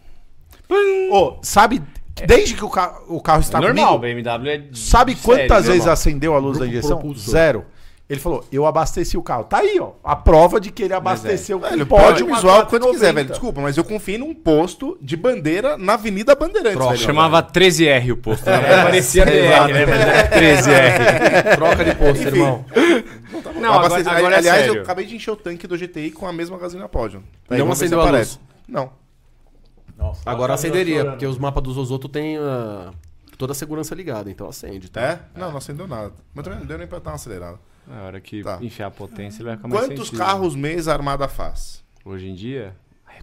Ô, sabe, desde que o, ca o carro Tá está É Hum, normal, comigo, BMW é. sabe sério, quantas normal. vezes acendeu a luz da injeção? propulsor. Zero. Ele falou, eu abasteci o carro. Tá aí, ó. A prova de que ele abasteceu com é. Velho, pódio um pode uma usar o é quanto 490. quiser, velho. Desculpa, mas eu confio num posto de bandeira na Avenida Bandeirantes, Troca. velho. Chamava 13R o posto. É, né? Parecia DR, né? Mas era *laughs* 13R. Troca de *laughs* posto, irmão. Não, Eu agora, abasteci- agora é aliás, eu sério. acabei de encher o tanque do GTI com a mesma gasolina pódio. Não vamos ver se acendeu a aparece. Não. Nossa, Agora tá acenderia, chorando. porque os mapas dos Osoto tem ah, toda a segurança ligada, então acende, tá? É? Não, não acendeu nada. Mas também não deu nem pra dar uma acelerada. Na hora que Tá. enfiar a potência, ele vai ficar mais Quantos sensível. carros mês a Armada faz? Hoje em dia,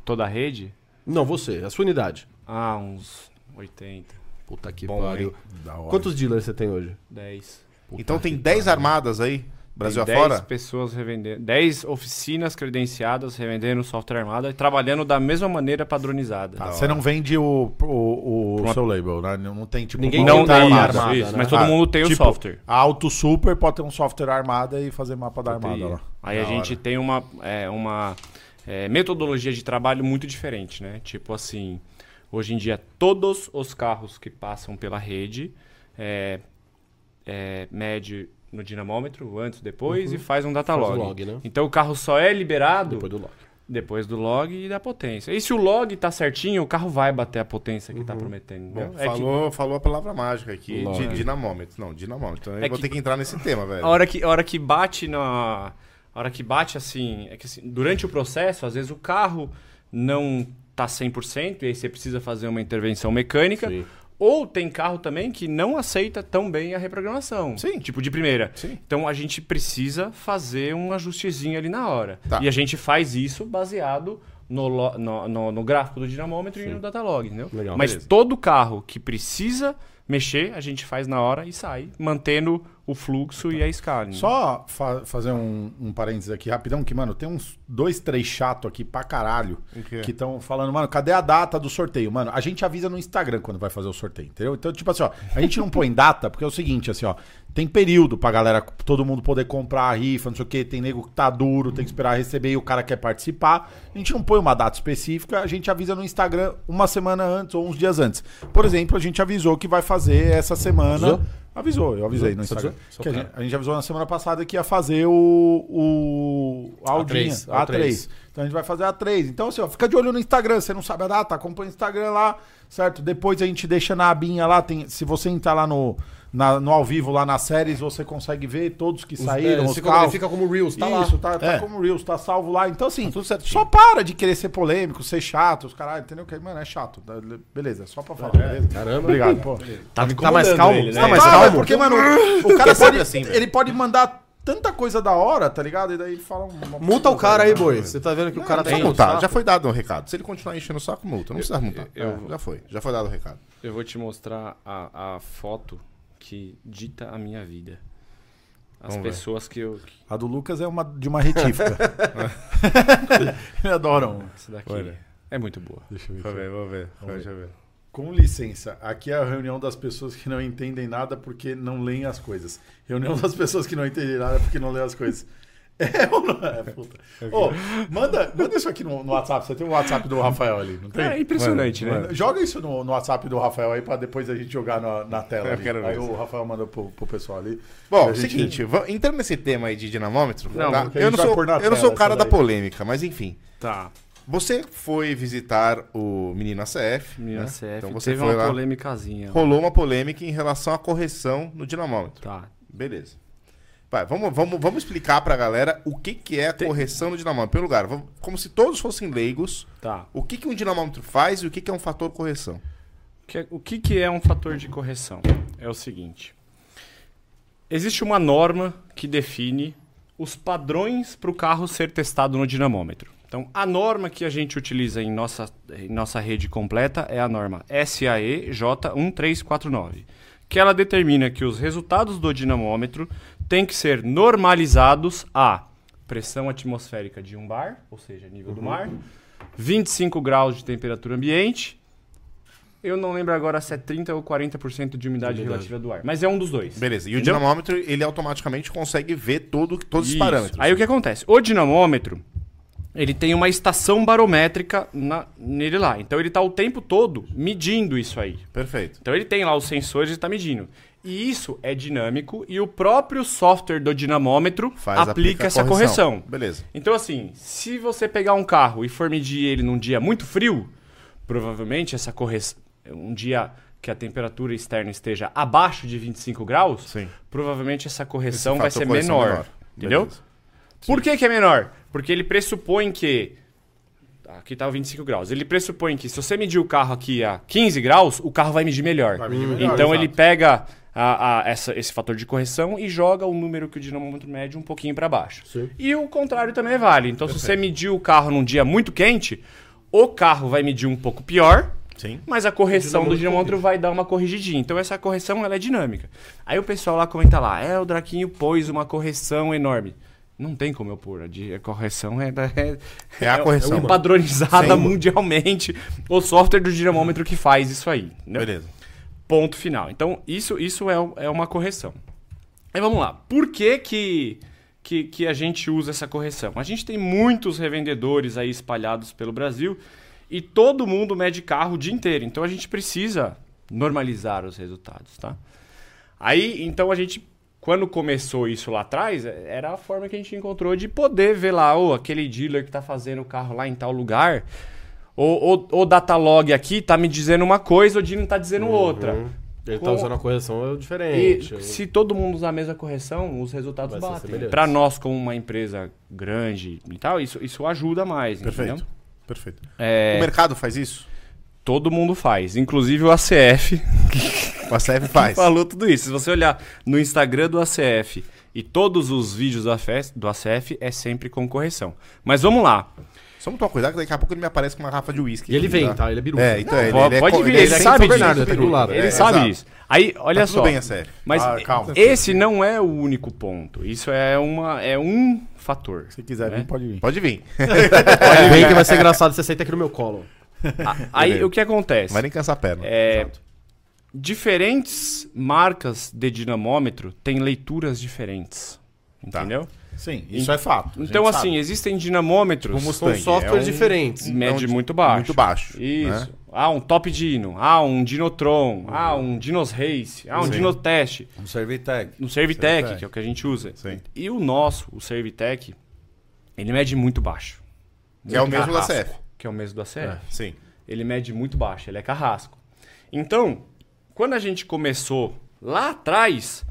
toda a rede? Não, você, a sua unidade. Ah, uns 80, Puta que Bom, pariu. hein? Quantos dealers você tem hoje? 10. então tem 10 armadas aí, Brasil Tem afora? pessoas revendendo, 10 oficinas credenciadas revendendo software armado e trabalhando da mesma maneira padronizada. Tá, você não vende o, o, o seu label, né? Não tem tipo. Ninguém uma não outra tem tem armada. isso, armada, isso, né? mas todo Ah, mundo tem o tipo, software. A Auto Super pode ter um software armada e fazer mapa da armada lá. Aí a Da gente tem uma, é, uma é, metodologia de trabalho muito diferente, né? Tipo assim, hoje em dia todos os carros que passam pela rede é, é, mede no dinamômetro, antes, depois, e faz um data Faz o log. log, né? Então o carro só é liberado Depois do lock. depois do log e da potência. E se o log tá certinho, o carro vai bater a potência que tá prometendo. Bom, um entendeu? É que falou, falou a palavra mágica aqui, de dinamômetro. Não, dinamômetro. Então eu É vou que- ter que entrar nesse tema, velho. A hora que, a hora que bate na. A hora que bate, assim, é que assim, durante o processo, às vezes o carro não tá 100% e aí você precisa fazer uma intervenção mecânica. Sim. Ou tem carro também que não aceita tão bem a reprogramação. Sim. Tipo de primeira. Sim. Então a gente precisa fazer um ajustezinho ali na hora. Tá. E a gente faz isso baseado no, lo- no, no- no gráfico do dinamômetro e no datalog, entendeu? Legal. Mas Beleza. todo carro que precisa mexer, a gente faz na hora e sai, mantendo o fluxo e a Hum. escala. Só fa- fazer um, um parênteses aqui rapidão, que, mano, tem uns dois, três chato aqui pra caralho O quê? que estão falando, mano, cadê a data do sorteio? Mano, a gente avisa no Instagram quando vai fazer o sorteio, entendeu? Então, tipo assim, ó, a gente não põe data, porque é o seguinte, assim, ó, tem período pra galera, todo mundo poder comprar a rifa, não sei o quê, tem nego que tá duro, tem que esperar receber e o cara quer participar. A gente não põe uma data específica, a gente avisa no Instagram uma semana antes ou uns dias antes. Por exemplo, a gente avisou que vai fazer essa semana. Avisou? Avisou, eu avisei no Você Instagram. avisou? Só Que a, pra- gente, a gente avisou na semana passada que ia fazer o. o a Aldinha, A3, a A3. A3. Então a gente vai fazer a 3. Então, assim, ó, fica de olho no Instagram. Você não sabe a data, acompanha o Instagram lá, certo? Depois a gente deixa na abinha lá. Tem, se você entrar lá no, na- no ao vivo, lá nas séries, você consegue ver todos que saíram. é, os você carros. fica como Reels, tá lá. Isso, tá, tá É. como Reels, tá salvo lá. Então, assim, tudo certinho. só para de querer ser polêmico, ser chato, os caralho, entendeu? Que, mano, é chato. Tá, Beleza, só pra falar, beleza? Caramba. Obrigado, pô. É, Tá, incomodando mais calmo? ele, né? Tá mais Tá, calmo? velho, *laughs* Porque, mano, o é cara Porque pode, sabe assim, velho. ele pode mandar tanta coisa da hora, tá ligado? E daí ele fala... uma- Multa o cara aí, boi. Você tá vendo que o cara Só tá multar, já foi dado o recado. Se ele continuar enchendo o saco, multa. Não precisa multar. eu- É, já foi, já foi dado o recado. Eu vou te mostrar a, a foto que dita a minha vida. As Vamos ver. pessoas que eu. que- A do Lucas é uma de uma *laughs* retífica. Eles adoram. Essa daqui Olha. é muito boa. Vou ver, vou ver. Deixa eu ver. Com licença, aqui é a reunião das pessoas que não entendem nada porque não leem as coisas. Reunião das pessoas que não entendem nada porque não leem as coisas. *laughs* É ou não é, puta? Ô, manda, manda isso aqui no, no WhatsApp. Você tem o WhatsApp do Rafael ali, não tem? É impressionante, né? Joga isso no, no WhatsApp do Rafael aí pra depois a gente jogar na, *laughs* na tela. Eu ali. quero ver Aí isso. o Rafael manda pro, pro pessoal ali. Bom, A gente- seguinte, va- entrando nesse tema aí de dinamômetro, Não, tá? porque a eu, gente não vai sou, pôr na eu não tela sou o cara essa da daí. polêmica, mas enfim. Tá. Você foi visitar o Menino ACF. Minha né? CF. Então você teve foi uma lá. polêmicazinha. Rolou uma polêmica em relação à correção no dinamômetro. Tá. Beleza. Vai, vamos, vamos, vamos explicar pra galera o que, que é a correção do dinamômetro. Pelo lugar, vamos- como se todos fossem leigos, Tá. o que, que um dinamômetro faz e o que, que é um fator correção. Que- o que, que é um fator de correção? É o seguinte: existe uma norma que define os padrões para o carro ser testado no dinamômetro. Então, a norma que a gente utiliza em nossa, em nossa rede completa é a norma SAE J1349, que ela determina que os resultados do dinamômetro têm que ser normalizados a pressão atmosférica de um bar, ou seja, nível do mar, 25 graus de temperatura ambiente eu não lembro agora se é 30 ou 40% de umidade relativa do ar. Mas é um dos dois. Beleza, e o Entendeu? dinamômetro, ele automaticamente consegue ver todo, todos Isso. os parâmetros. Aí o que é- acontece? O dinamômetro, ele tem uma estação barométrica na- nele lá. Então ele está o tempo todo medindo isso aí. Perfeito. Então ele tem lá os sensores e está medindo. E isso é dinâmico e o próprio software do dinamômetro Faz, aplica essa correção. Beleza. Então, assim, se você pegar um carro e for medir ele num dia muito frio, provavelmente essa correção. Um dia que a temperatura externa esteja abaixo de 25 graus, Sim. provavelmente essa correção Esse Então vai fator ser correção menor. menor. Entendeu? Beleza. Por que, que é menor? Porque ele pressupõe que. Aqui tá 25 graus. Ele pressupõe que se você medir o carro aqui a 15 graus, o carro vai medir melhor. Vai medir melhor, então ele exato. pega a- a- essa- esse fator de correção e joga o número que o dinamômetro mede um pouquinho para baixo. Sim. E o contrário também vale. Então se você medir o carro num dia muito quente, o carro vai medir um pouco pior. Sim. Mas a correção do dinamômetro vai dar uma corrigidinha. Então essa correção ela é dinâmica. Aí o pessoal lá comenta lá, é, o Draquinho pôs uma correção enorme. Não tem como eu pôr, a, di- a correção é, da- é, É a correção. é padronizada Sim. mundialmente. O software do dinamômetro que faz isso aí. né? Beleza. Ponto final. Então isso, isso é, o- é uma correção. Aí vamos lá. Por que que, que que a gente usa essa correção? A gente tem muitos revendedores aí espalhados pelo Brasil e todo mundo mede carro o dia inteiro. Então a gente precisa normalizar os resultados, tá? Aí, então a gente, quando começou isso lá atrás, eh, era a forma que a gente encontrou de poder ver lá, ô, aquele dealer que tá fazendo o carro lá em tal lugar, ou o datalog aqui tá me dizendo uma coisa, o Dino tá dizendo outra. Ele tá Com- usando a correção E diferente. se todo mundo usar a mesma correção, os resultados Vai ser batem. semelhante. Para nós, como uma empresa grande e tal, isso, isso ajuda mais, Perfeito. entendeu? Perfeito. O É, mercado faz isso? todo mundo faz, inclusive o *laughs* ACF, O ACF faz. falou tudo isso. Se você olhar no Instagram do ACF e todos os vídeos do ACF, do ACF é sempre com correção. Mas vamos lá. Só não tomar cuidado que daqui a pouco ele me aparece com uma garrafa de uísque. E ele aqui, vem, tá? Ele é biruta. É, então ele, pode- é pode co- vir, é ele sem sabe São disso, Bernardo, ele tá biruta. do lado. Ele É, sabe exato. disso. Aí, olha Tá só. Tudo bem, ACF. Mas Ah, calma. esse não é o único ponto. Isso é, uma, é um fator. Se quiser vir, É. pode vir. Pode vir. Pode ver que vai ser engraçado, você senta aqui no meu colo. Aí o que acontece? Vai nem cansar a perna. É, diferentes marcas de dinamômetro têm leituras diferentes. Tá. Entendeu? Sim, isso é fato. a gente Então, sabe. assim, existem dinamômetros Como que os São Tipo Mustang, softwares é um- diferentes. mede Não, muito baixo. Muito baixo. Isso. né? Ah, um Top Dino. Ah, um Dinotron. Ah, um Dinos Race. Ah, um Sim. Dinotest. Um survey tag. No Servitec, que é o que a gente usa. Sim. E o nosso, o Servitec, ele mede muito baixo. Que é o mesmo da carrasco, CF. Que é o mesmo do ACF. Sim. ele mede muito baixo, ele é carrasco. Então, quando a gente começou lá atrás,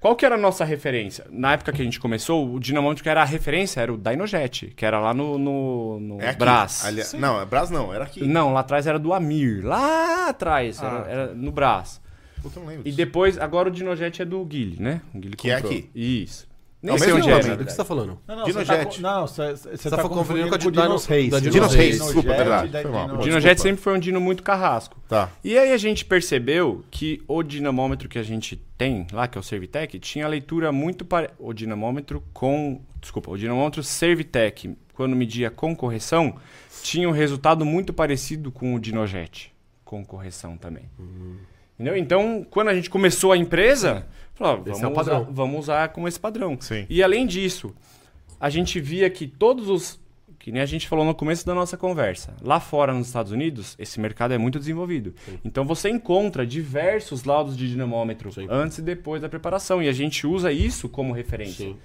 qual que era a nossa referência? Na época que a gente começou, o dinamômetro que era a referência era o Dynojet, que era lá no, no, no É aqui. Brás. Ali- Não, é Brás não. Era aqui. Ah, tá. Não, lá atrás era do Amir, lá atrás, era, era no Brás. Puta, eu não lembro. E disso. depois, agora o Dinojet é do Guile, né? O Guile Que é comprou. aqui. Isso. É Nem o sei mesmo onde é, na dinamômetro Do que você verdade. tá falando? Não, não, Você Dinojet. tá, co- não, você, você tá tá, confundindo com confundindo a com o Dino- Dinos Reis. da Dinos Dinos Reis, Reis, desculpa, Jet, verdade, da foi mal. Dino- O Desculpa. Dinojet sempre foi um dino muito carrasco. Tá. E aí a gente percebeu que o dinamômetro que a gente tem lá, que é o Servitec, tinha leitura muito para o dinamômetro com, desculpa, o dinamômetro Servitec, quando media com correção, tinha um resultado muito parecido com o Dinojet, com correção também. Uhum. Entendeu? Então, quando a gente começou a empresa, falou, ó, vamos, Esse é o padrão. usar, vamos usar como esse padrão. Sim. E além disso, a gente via que todos os. Que nem a gente falou no começo da nossa conversa. Lá fora, nos Estados Unidos, esse mercado é muito desenvolvido. Então você encontra diversos laudos de dinamômetro antes e depois da preparação. E a gente usa isso como referência. Sim.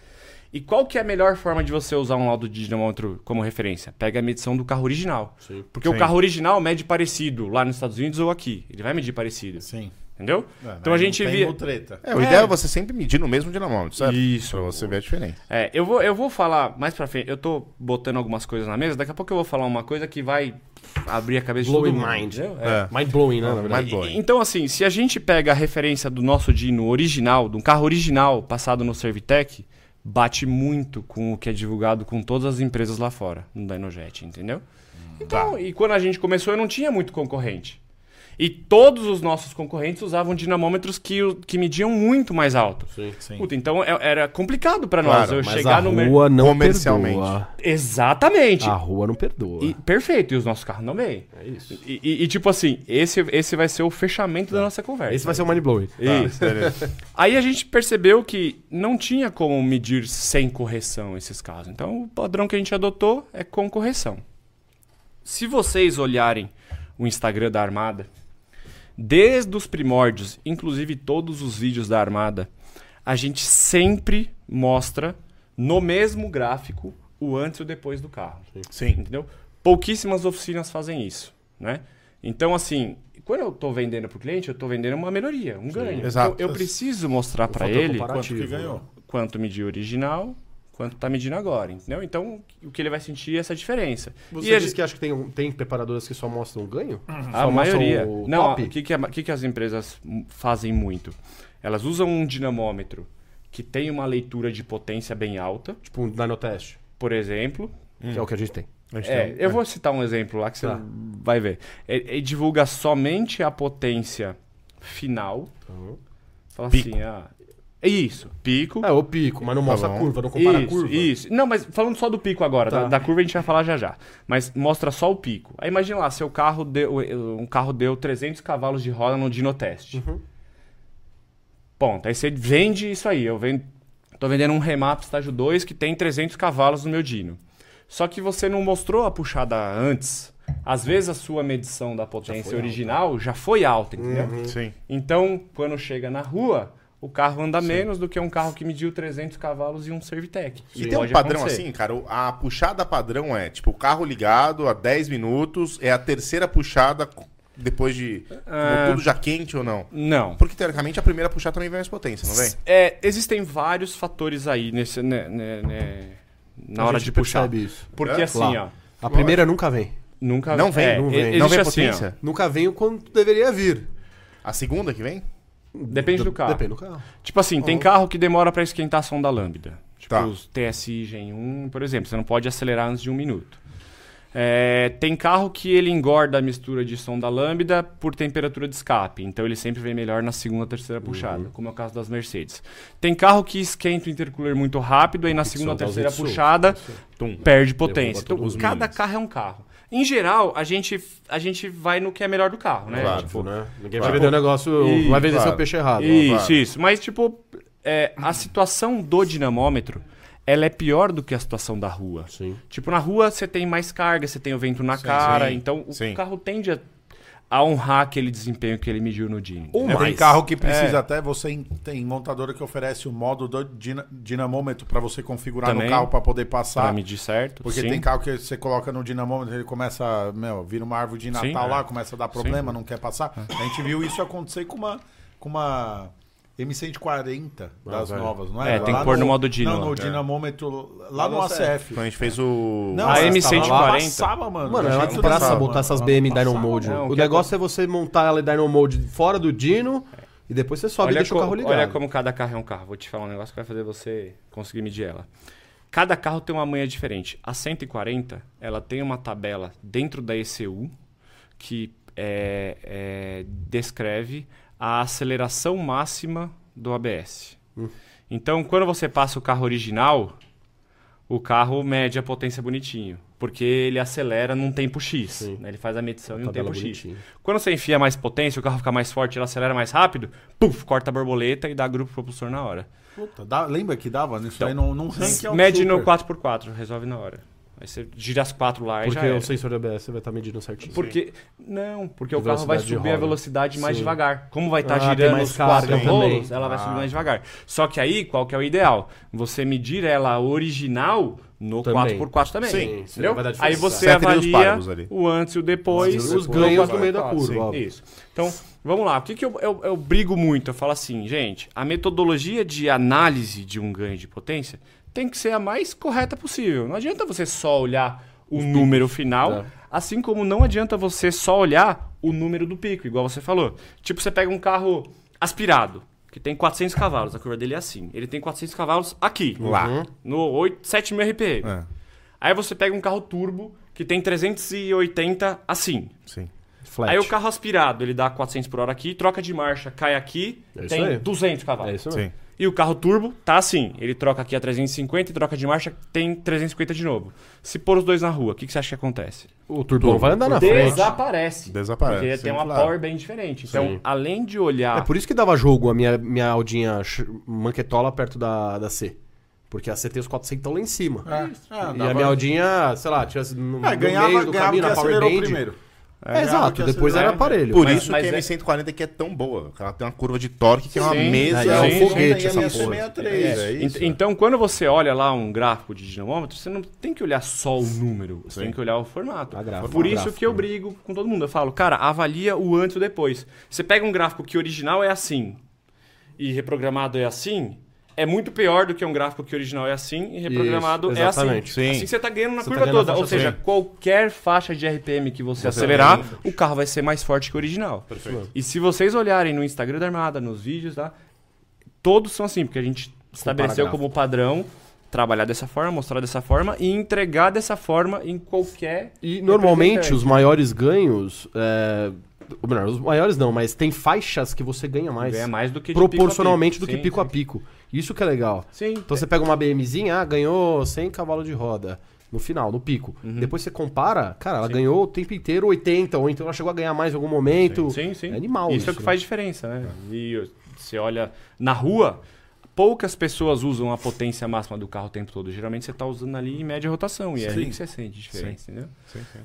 E qual que é a melhor forma de você usar um laudo de dinamômetro como referência? Pega a medição do carro original. Sim. Porque o Sim. carro original mede parecido lá nos Estados Unidos ou aqui. Ele vai medir parecido. Sim. Entendeu? Entendeu? É, então a mas gente não tem via. o treta. É, o ideal é você sempre medir no mesmo dinamômetro, certo? Isso. Pra você ver a diferença. É, eu vou, eu vou falar mais pra frente. Eu tô botando algumas coisas na mesa, daqui a pouco eu vou falar uma coisa que vai abrir a cabeça Blow de in todo mundo. mind. entendeu? É. É. Mind blowing, né? Na Mind verdade. blowing. E- Então, assim, se a gente pega a referência do nosso Dino original, de um carro original passado no Servitec, bate muito com o que é divulgado com todas as empresas lá fora, no Dynojet, entendeu? Hum, tá. Então, e quando a gente começou, eu não tinha muito concorrente. E todos os nossos concorrentes usavam dinamômetros que, o- que mediam muito mais alto. Sim. Puta, então é- era complicado pra nós Claro, eu Mas chegar a no mer- rua não Comercialmente. perdoa. Exatamente. A rua não perdoa. E- perfeito, e os nossos carros também. Ah, É isso. E, e- e, tipo assim, esse, esse vai ser o fechamento da nossa conversa. Esse vai ser o mind blowing. Tá. então. Isso. *laughs* Aí a gente percebeu que não tinha como medir sem correção esses casos. Então o padrão que a gente adotou é com correção. Se vocês olharem o Instagram da Armada, desde os primórdios, inclusive todos os vídeos da Armada, a gente sempre mostra no mesmo gráfico o antes e o depois do carro. Sim. Entendeu? Pouquíssimas oficinas fazem isso, né? Então, assim, quando eu estou vendendo para o cliente, eu estou vendendo uma melhoria, um ganho. exato. Então, eu preciso mostrar para fator ele comparativo. Quanto que ganhou? quanto mediu original, quanto está medindo agora, entendeu? Então, o que ele vai sentir é essa diferença. Você e a diz gente- que acha que tem, um, tem preparadoras que só mostram o ganho? Uhum. a Só mostram maioria. o Não, o top? que, que, a- o que que as empresas m- fazem muito? Elas usam um dinamômetro que tem uma leitura de potência bem alta, Tipo um nanoteste, por exemplo, que é o que a gente tem. É, eu vou citar um exemplo lá que você Tá. vai ver. Ele, ele divulga somente a potência final. Fala assim, ah, é isso, pico. É, o pico, mas não mostra bom. a curva, não compara isso, a curva. isso. Não, mas falando só do pico agora, Tá. da, da curva a gente vai falar já já. Mas mostra só o pico. Aí imagina lá, seu carro deu, um carro deu 300 cavalos de roda no dinoteste. Uhum. Ponto. Aí você vende isso aí. Eu vendo, tô vendendo um remap estágio 2 que tem 300 cavalos no meu Dino. Só que você não mostrou a puxada antes. Às vezes a sua medição da potência original já foi alta, entendeu? Uhum. Sim. Então, quando chega na rua, o carro anda menos do que um carro que mediu 300 cavalos e um Servitec. E tem um Pode padrão acontecer. assim, cara. o- A puxada padrão é, tipo, o carro ligado há 10 minutos, é a terceira puxada c- depois de Ah. tudo já quente ou não. Não. Porque, teoricamente, a primeira puxada também vem mais potência, não vem? É, existem vários fatores aí nesse, né, né, né, na A hora gente de puxar. percebe isso. Porque É? assim, Lá. ó. A primeira nunca vem. Nunca Não vem, é, não e- vem. Existe Não vem assim, ó, potência? Nunca vem o quanto deveria vir. A segunda que vem? Depende do carro. Depende do carro. Tipo assim, tem carro que demora pra esquentar a sonda lambda. Tipo Tá. os TSI Gen 1, por exemplo. Você não pode acelerar antes de um minuto. É, tem carro que ele engorda a mistura de sonda lambda por temperatura de escape. Então ele sempre vem melhor na segunda, terceira puxada, Uhum. como é o caso das Mercedes. Tem carro que esquenta o intercooler muito rápido, aí na segunda, são das terceira Ritsu. puxada Tum. perde potência. Então, todos os cada mínimos. carro é um carro. Em geral, a gente, a gente vai no que é melhor do carro, né? Claro. Tipo, né? Ninguém claro. vai vender o negócio, Ih, vai vender claro. seu peixe errado. Isso, claro. isso. Mas, tipo, é, a situação do dinamômetro, ela é pior do que a situação da rua. Sim. Tipo, na rua você tem mais carga, você tem o vento na cara, sim, então o sim. carro tende a, a honrar aquele desempenho que ele mediu no Dino. É, Tem carro que É. precisa até, você em- tem montadora que oferece o modo do dina- dinamômetro pra você configurar Também. no carro pra poder passar. Pra medir certo, tá Porque sim. tem carro que você coloca no dinamômetro, ele começa, meu, vira uma árvore de Natal Sim. é. lá, começa a dar problema, não quer passar. A gente viu isso acontecer com uma, com uma M140 das velho. novas, não é? É, tem que pôr no modo dino Não, lá. no É. dinamômetro, lá Lá no no ACF. Quando a gente fez o... Não, A essa M140. tava lá, Passava, mano. Mano, é Tinha uma que desgraça passar, botar mano. essas BM em Dyno Passava, Mode. não, o que negócio é você montar ela em Dyno Mode fora do Dino e depois você sobe e deixa co- o carro ligado. olha como cada carro é um carro. Vou te falar um negócio que vai fazer você conseguir medir ela. Cada carro tem uma manha diferente. A 140, ela tem uma tabela dentro da ECU que é, é, descreve a aceleração máxima do ABS. Então, quando você passa o carro original, o carro mede a potência bonitinho. Porque ele acelera num tempo X. né? Ele faz a medição em um tabela tempo X. bonitinha. Quando você enfia mais potência, o carro fica mais forte, ele acelera mais rápido, puf, corta a borboleta e dá grupo propulsor na hora. Puta, dá- lembra que dava nisso aí? Não, não ranking é o Mede super. Então, no 4x4, resolve na hora. Aí você gira as quatro lá e já Porque era. o sensor do ABS vai estar medindo certinho. Porque não, porque o De carro vai velocidade de subir a roda. velocidade mais Sim. devagar. Como vai estar Ah, tem girando mais Ah. os quatro carga rolos, também. ela vai subir mais devagar. Só que aí, qual que é o ideal? Você medir ela original no Também. 4x4 também. Sim, Sim, sim, entendeu? vai dar diferença. Aí você Seta e os avalia parvos ali. o antes e o Antes depois, e o os depois, ganhos no meio da curva, óbvio. Isso. Então, vamos lá. O que, que eu, eu, eu brigo muito? Eu falo assim, gente, a metodologia de análise de um ganho de potência tem que ser a mais correta possível. Não adianta você só olhar o número final, Tá. assim como não adianta você só olhar o número do pico, igual você falou. Tipo, você pega um carro aspirado, que tem 400 cavalos, a curva dele é assim. Ele tem 400 cavalos aqui, lá, no 8, 7000 RPM. Aí você pega um carro turbo, que tem 380 assim. Sim. Flat. Aí o carro aspirado, ele dá 400 por hora aqui, troca de marcha, cai aqui, É isso tem aí. 200 cavalos. É isso mesmo. Sim. E o carro turbo tá assim, ele troca aqui a 350 e troca de marcha, tem 350 de novo. Se pôr os dois na rua, o que, que você acha que acontece? O turbão vai andar na frente. Desaparece. Desaparece, Porque sim, tem uma claro. power bem diferente. Então, além de olhar... É por isso que dava jogo a minha, minha Aldinha ch- manquetola perto da, da C. Porque a C tem os 400 lá em cima. Ah, e a minha Aldinha, sei lá, tinha assim, no, É, Ah, no ganhava, meio do ganhava caminho, que na Power acelerou Band. primeiro. É, exato, depois era aparelho. Por Mas- isso mas que a é- M140 que é tão boa. Ela tem uma curva de torque que é uma Sim, mesa. aí é um Sim, foguete Tem essa MS porra. 63, é Ent- isso. Então, quando você olha lá um gráfico de dinamômetro, você não tem que olhar só o número, você tem que olhar o formato. A gráfica. Por O isso gráfico, né? que eu brigo com todo mundo. Eu falo, cara, avalia o antes e o depois. Você pega um gráfico que original é assim e reprogramado é assim, é muito pior do que um gráfico que original é assim e reprogramado Isso, é assim. exatamente. Sim. Assim você tá ganhando na Você tá curva ganhando na toda. Ou faixa seja, toda. qualquer faixa de RPM que você, acelerar, o carro vai ser mais forte que o original. Perfeito. E se vocês olharem no Instagram da Armada, nos vídeos, tá? Todos são assim, porque a gente estabeleceu gráfico. como padrão trabalhar dessa forma, mostrar dessa forma e entregar dessa forma em qualquer. E normalmente representante. os maiores ganhos. É... Ou melhor, os maiores não, mas tem faixas que você ganha mais. Ganha mais do que de proporcionalmente do que Sim, pico a pico. Isso que é legal. Sim. Então você pega uma BMzinha, ah, ganhou 100 cavalos de roda no final, no pico. Uhum. Depois você compara, cara, ela ganhou o tempo inteiro 80, ou então ela chegou a ganhar mais em algum momento. Sim, sim. É animal Isso, é o que né? faz diferença, né? E você olha na rua, poucas pessoas usam a potência máxima do carro o tempo todo. Geralmente você tá usando ali em média rotação. E é ali que você sente a diferença, entendeu?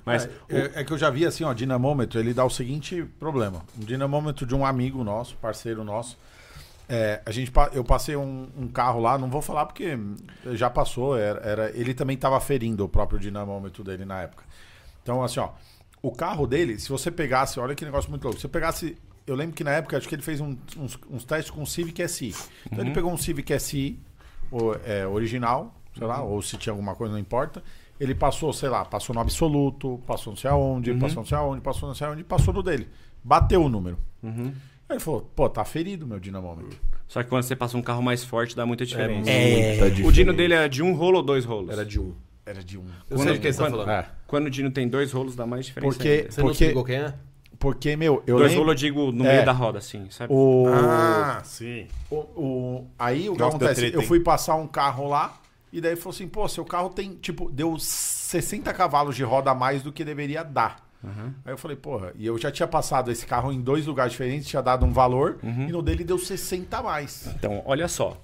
Mas É, é que eu já vi assim, ó, dinamômetro, ele dá o seguinte problema. Um dinamômetro de um amigo nosso, parceiro nosso. é, a gente, pa- eu passei um, um carro lá, não vou falar porque já passou, era, era- ele também estava ferindo o próprio dinamômetro dele na época. Então, assim, ó, o carro dele, se você pegasse, olha que negócio muito louco, se você pegasse, eu lembro que na época, acho que ele fez um- uns, uns testes com o Civic SI. Então ele pegou um Civic SI o- é, original, sei lá, ou se tinha alguma coisa, não importa. Ele passou, sei lá, passou no absoluto, passou não sei aonde, passou não sei aonde, passou não sei aonde, passou no dele. Bateu o número. Aí ele falou, pô, tá ferido meu dinamômetro. só que quando você passa um carro mais forte, dá muita diferença. É Muita O diferença. dino dele era de um rolo ou dois rolos? era de um. Era de um. Eu sei de quem você tá quando- falando. É. Quando o Dino tem dois rolos, dá mais diferença. Porque, ainda. Você porque, não pegou quem é? porque, meu, eu dois rolos lembro... eu digo no É. meio da roda, assim, sabe? O... Ah, sim. O, o- aí o que Nossa, deu acontece? treta, eu hein? fui passar um carro lá e daí falou assim: pô, seu carro tem, tipo, deu 60 cavalos de roda a mais do que deveria dar. Aí eu falei, porra, e eu já tinha passado esse carro em dois lugares diferentes, tinha dado um valor, e no dele deu 60 a mais. Então, olha só.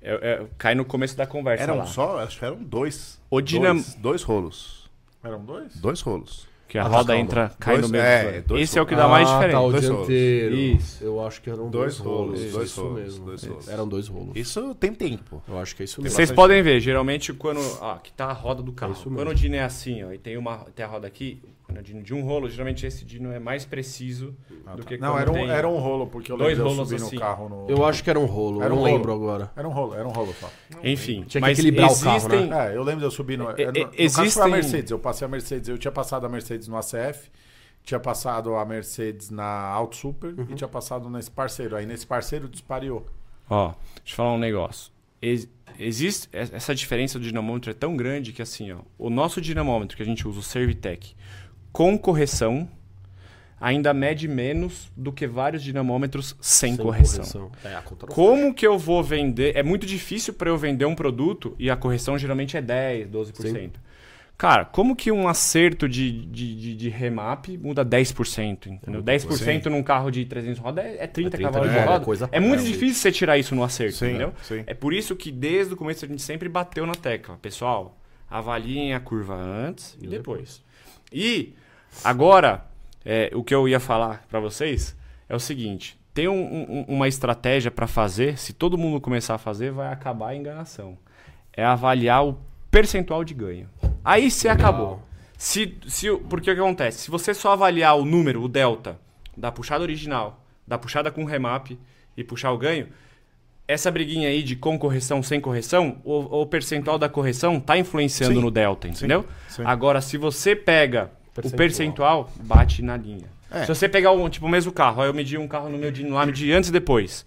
É- é- cai no começo da conversa Eram lá. um só, acho que eram dois. O dinam- Dois, dois rolos. Eram dois? Dois rolos. Que a roda calma. entra, cai Dois- no meio. é, da roda. dois Esse é o que Ah, dá mais Tá, o diferença. Dois dianteiro. rolos. Isso. Eu acho que eram Dois dois, rolos, rolos. dois isso rolos, mesmo. dois rolos. Eram dois rolos. Isso tem tempo. Eu acho que é isso mesmo. Vocês podem ver, geralmente quando. Ah, aqui tá a roda do carro. isso mesmo. quando o Dino é assim, ó, e tem, uma, tem a roda aqui, quando o Dino de um rolo, geralmente esse Dino é mais preciso do que Não, quando era um, tem- era um rolo, porque eu dois lembro de eu rolos subi assim. no carro. No... Eu acho que era um rolo. Era eu um não rolo. lembro agora. Era um rolo, era um rolo só. Enfim, Tinha que mas equilibrar o carro, existem, É, eu lembro de eu subir no. né? É, no- é, no caso foi a existem- Mercedes, eu passei a Mercedes, eu tinha passado a Mercedes no ACF, tinha passado a Mercedes na Auto Super Uhum. e tinha passado nesse parceiro. Aí nesse parceiro dispariou. Ó, deixa eu falar um negócio. Ex- existe es- essa diferença do dinamômetro é tão grande que assim, ó, o nosso dinamômetro que a gente usa o Servitec com correção ainda mede menos do que vários dinamômetros sem, correção. É, a conta não Como que eu vou vender? É muito difícil para eu vender um produto e a correção geralmente é 10, 12%. Cara, como que um acerto de, de, de, de remap muda 10%? Entendeu? 10% num carro de 300 rodas é, é 30 É 30 cavalos de é, roda. coisa é muito pra difícil você tirar isso no acerto, Sim, entendeu? sim. É por isso que desde o começo a gente sempre bateu na tecla. Pessoal, avaliem a curva antes e depois. E agora, é, o que eu ia falar pra vocês é o seguinte: tem um- um- uma estratégia pra fazer, se todo mundo começar a fazer, vai acabar a enganação. É avaliar o percentual de ganho. Aí você acabou. Se, se, o- porque o que acontece? Se você só avaliar o número, o delta, da puxada original, da puxada com remap e puxar o ganho, essa briguinha aí de com correção, sem correção, o, o percentual da correção tá influenciando no delta, entendeu? Agora, se você pega o percentual, bate na linha. É. Se você pegar um, tipo, o mesmo carro, aí eu medi um carro no meu DIN lá, medi antes e depois.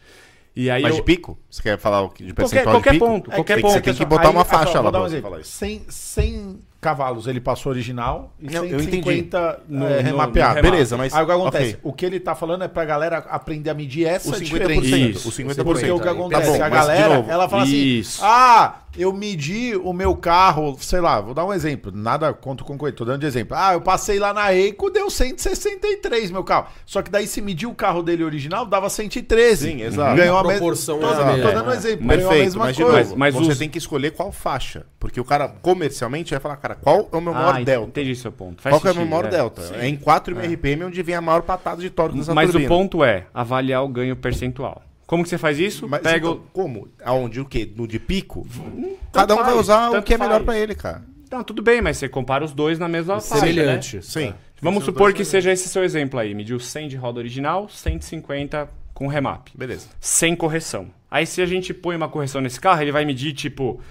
E aí Mas eu, de pico? Você quer falar o que- de Qualquer- percentual qualquer de pico? É ponto, qualquer tem que- ponto. Você tem que Pessoal, botar aí, uma ah, só, faixa vou lá dar pra um você exemplo. falar isso. 100, 100 cavalos ele passou original e Não, eu entendi. 150 No- é, no- remapeado. no remap. Beleza, mas... Aí o que acontece? ok. O que ele tá falando é pra galera aprender a medir essa Os diferença. 50%. Isso. Os 50%. Porque o que aí. acontece? Tá bom, a mas de galera, novo, ela fala Isso. assim: ah, eu medi o meu carro, sei lá, vou dar um exemplo, nada contra o concorrente, tô dando de exemplo. Ah, eu passei lá na Eico, deu 163 meu carro. Só que daí se medir o carro dele original, dava 113. Sim, exato. Ganhou a A mes- proporção Tô, é a dando- mesma. tô dando um exemplo, Mas ganhou a Perfeito, mesma mas, de coisa. novo, Mas você os- tem que escolher qual faixa. Porque o cara, comercialmente, vai falar, cara, qual é o meu maior Ah, delta? Entendi seu ponto. Faz Qual que é o meu sentido, maior é. delta? É em 4 RPM onde vem a maior patada de torque nessa Mas o turbina. ponto é avaliar o ganho percentual. Como que você faz isso? Mas, Pega Hum, então, como? Aonde? O quê? No de pico? tanto Cada um vai faz, usar o tanto que é melhor faz. pra ele, cara. o... Não, tudo bem, mas você compara os dois na mesma faixa, né? Semelhante. Sim. Vamos supor que seja esse seu exemplo aí. Mediu 100 de roda original, 150 com remap. Beleza. Sem correção. Aí se a gente põe uma correção nesse carro, ele vai medir tipo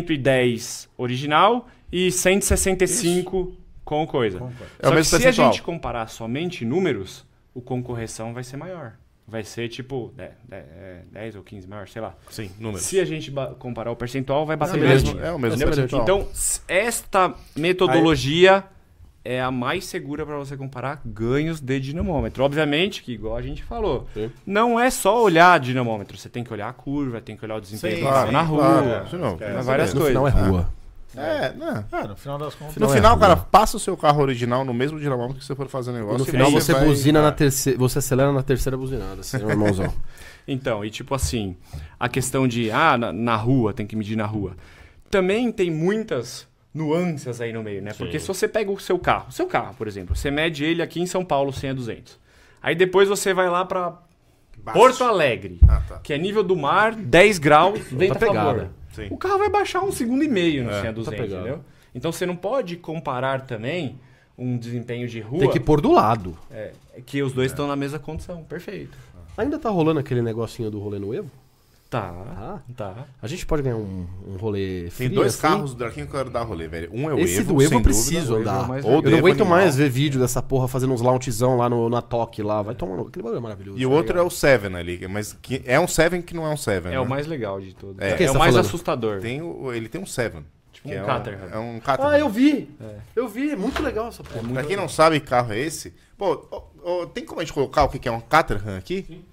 110 original e 165 com coisa. É o Só que mesmo se a percentual. gente comparar somente números, o com correção vai ser maior. Vai ser tipo de- de- é, 10 ou 15 maior, sei lá. Sim, números. Se a gente ba- comparar o percentual, vai bater É o mesmo. mesmo, é o mesmo Entendeu? percentual. Então, s- esta metodologia é a mais segura para você comparar ganhos de dinamômetro. Obviamente que, igual a gente falou, Sim. não é só olhar dinamômetro. Você tem que olhar a curva, tem que olhar o desempenho Sim, do carro sim, na rua. claro, de novo, tem mas várias beleza. coisas. Não é rua. Ah, É, né? Ah, no final das contas. No Não é final, ruim. cara, passa o seu carro original no mesmo dinamômetro que você for fazer o negócio. No e final aí você vai- buzina na terceira. Você acelera na terceira buzinada, assim, *laughs* irmãozão. Então, e tipo assim, a questão de, ah, na, na rua, tem que medir na rua. Também tem muitas nuances aí no meio, né? Porque se você pega o seu carro, seu carro, por exemplo, você mede ele aqui em São Paulo 100 a 200. Aí depois você vai lá pra Porto Alegre, que é nível do mar, 10 graus, vento a Tá pegada. É, tá favor. Sim. O carro vai baixar um segundo e meio no 100 a 200, pegada. entendeu? Então você não pode comparar também um desempenho de rua Tem que pôr do lado. é, que os dois estão na mesma condição. Perfeito. Ainda tá rolando aquele negocinho do rolê no Evo? Ah. Tá, tá. A gente pode ganhar um, um rolê Tem frio, dois assim? carros do Draquinho que eu quero dar rolê, velho. Um é o Esse Evo, do Evo sem eu preciso dúvida. andar. mais legal. eu não aguento Evo mais animal. ver vídeo dessa porra fazendo uns launchzão lá no, na Toque lá. Vai tomar no. Aquele bagulho é maravilhoso. E o tá outro é ligado? o Seven ali, mas que é um Seven que não é um Seven. É o né? mais legal de todos. É. É, O que o você tá mais falando? assustador. Tem o- ele tem um Seven. Tipo que um é Caterham. É um Caterham. Ah, eu vi! Eu vi, é muito legal essa porra. Pra quem não sabe que carro é esse, pô, ô, ô, tem como a gente colocar o que que é um Caterham aqui?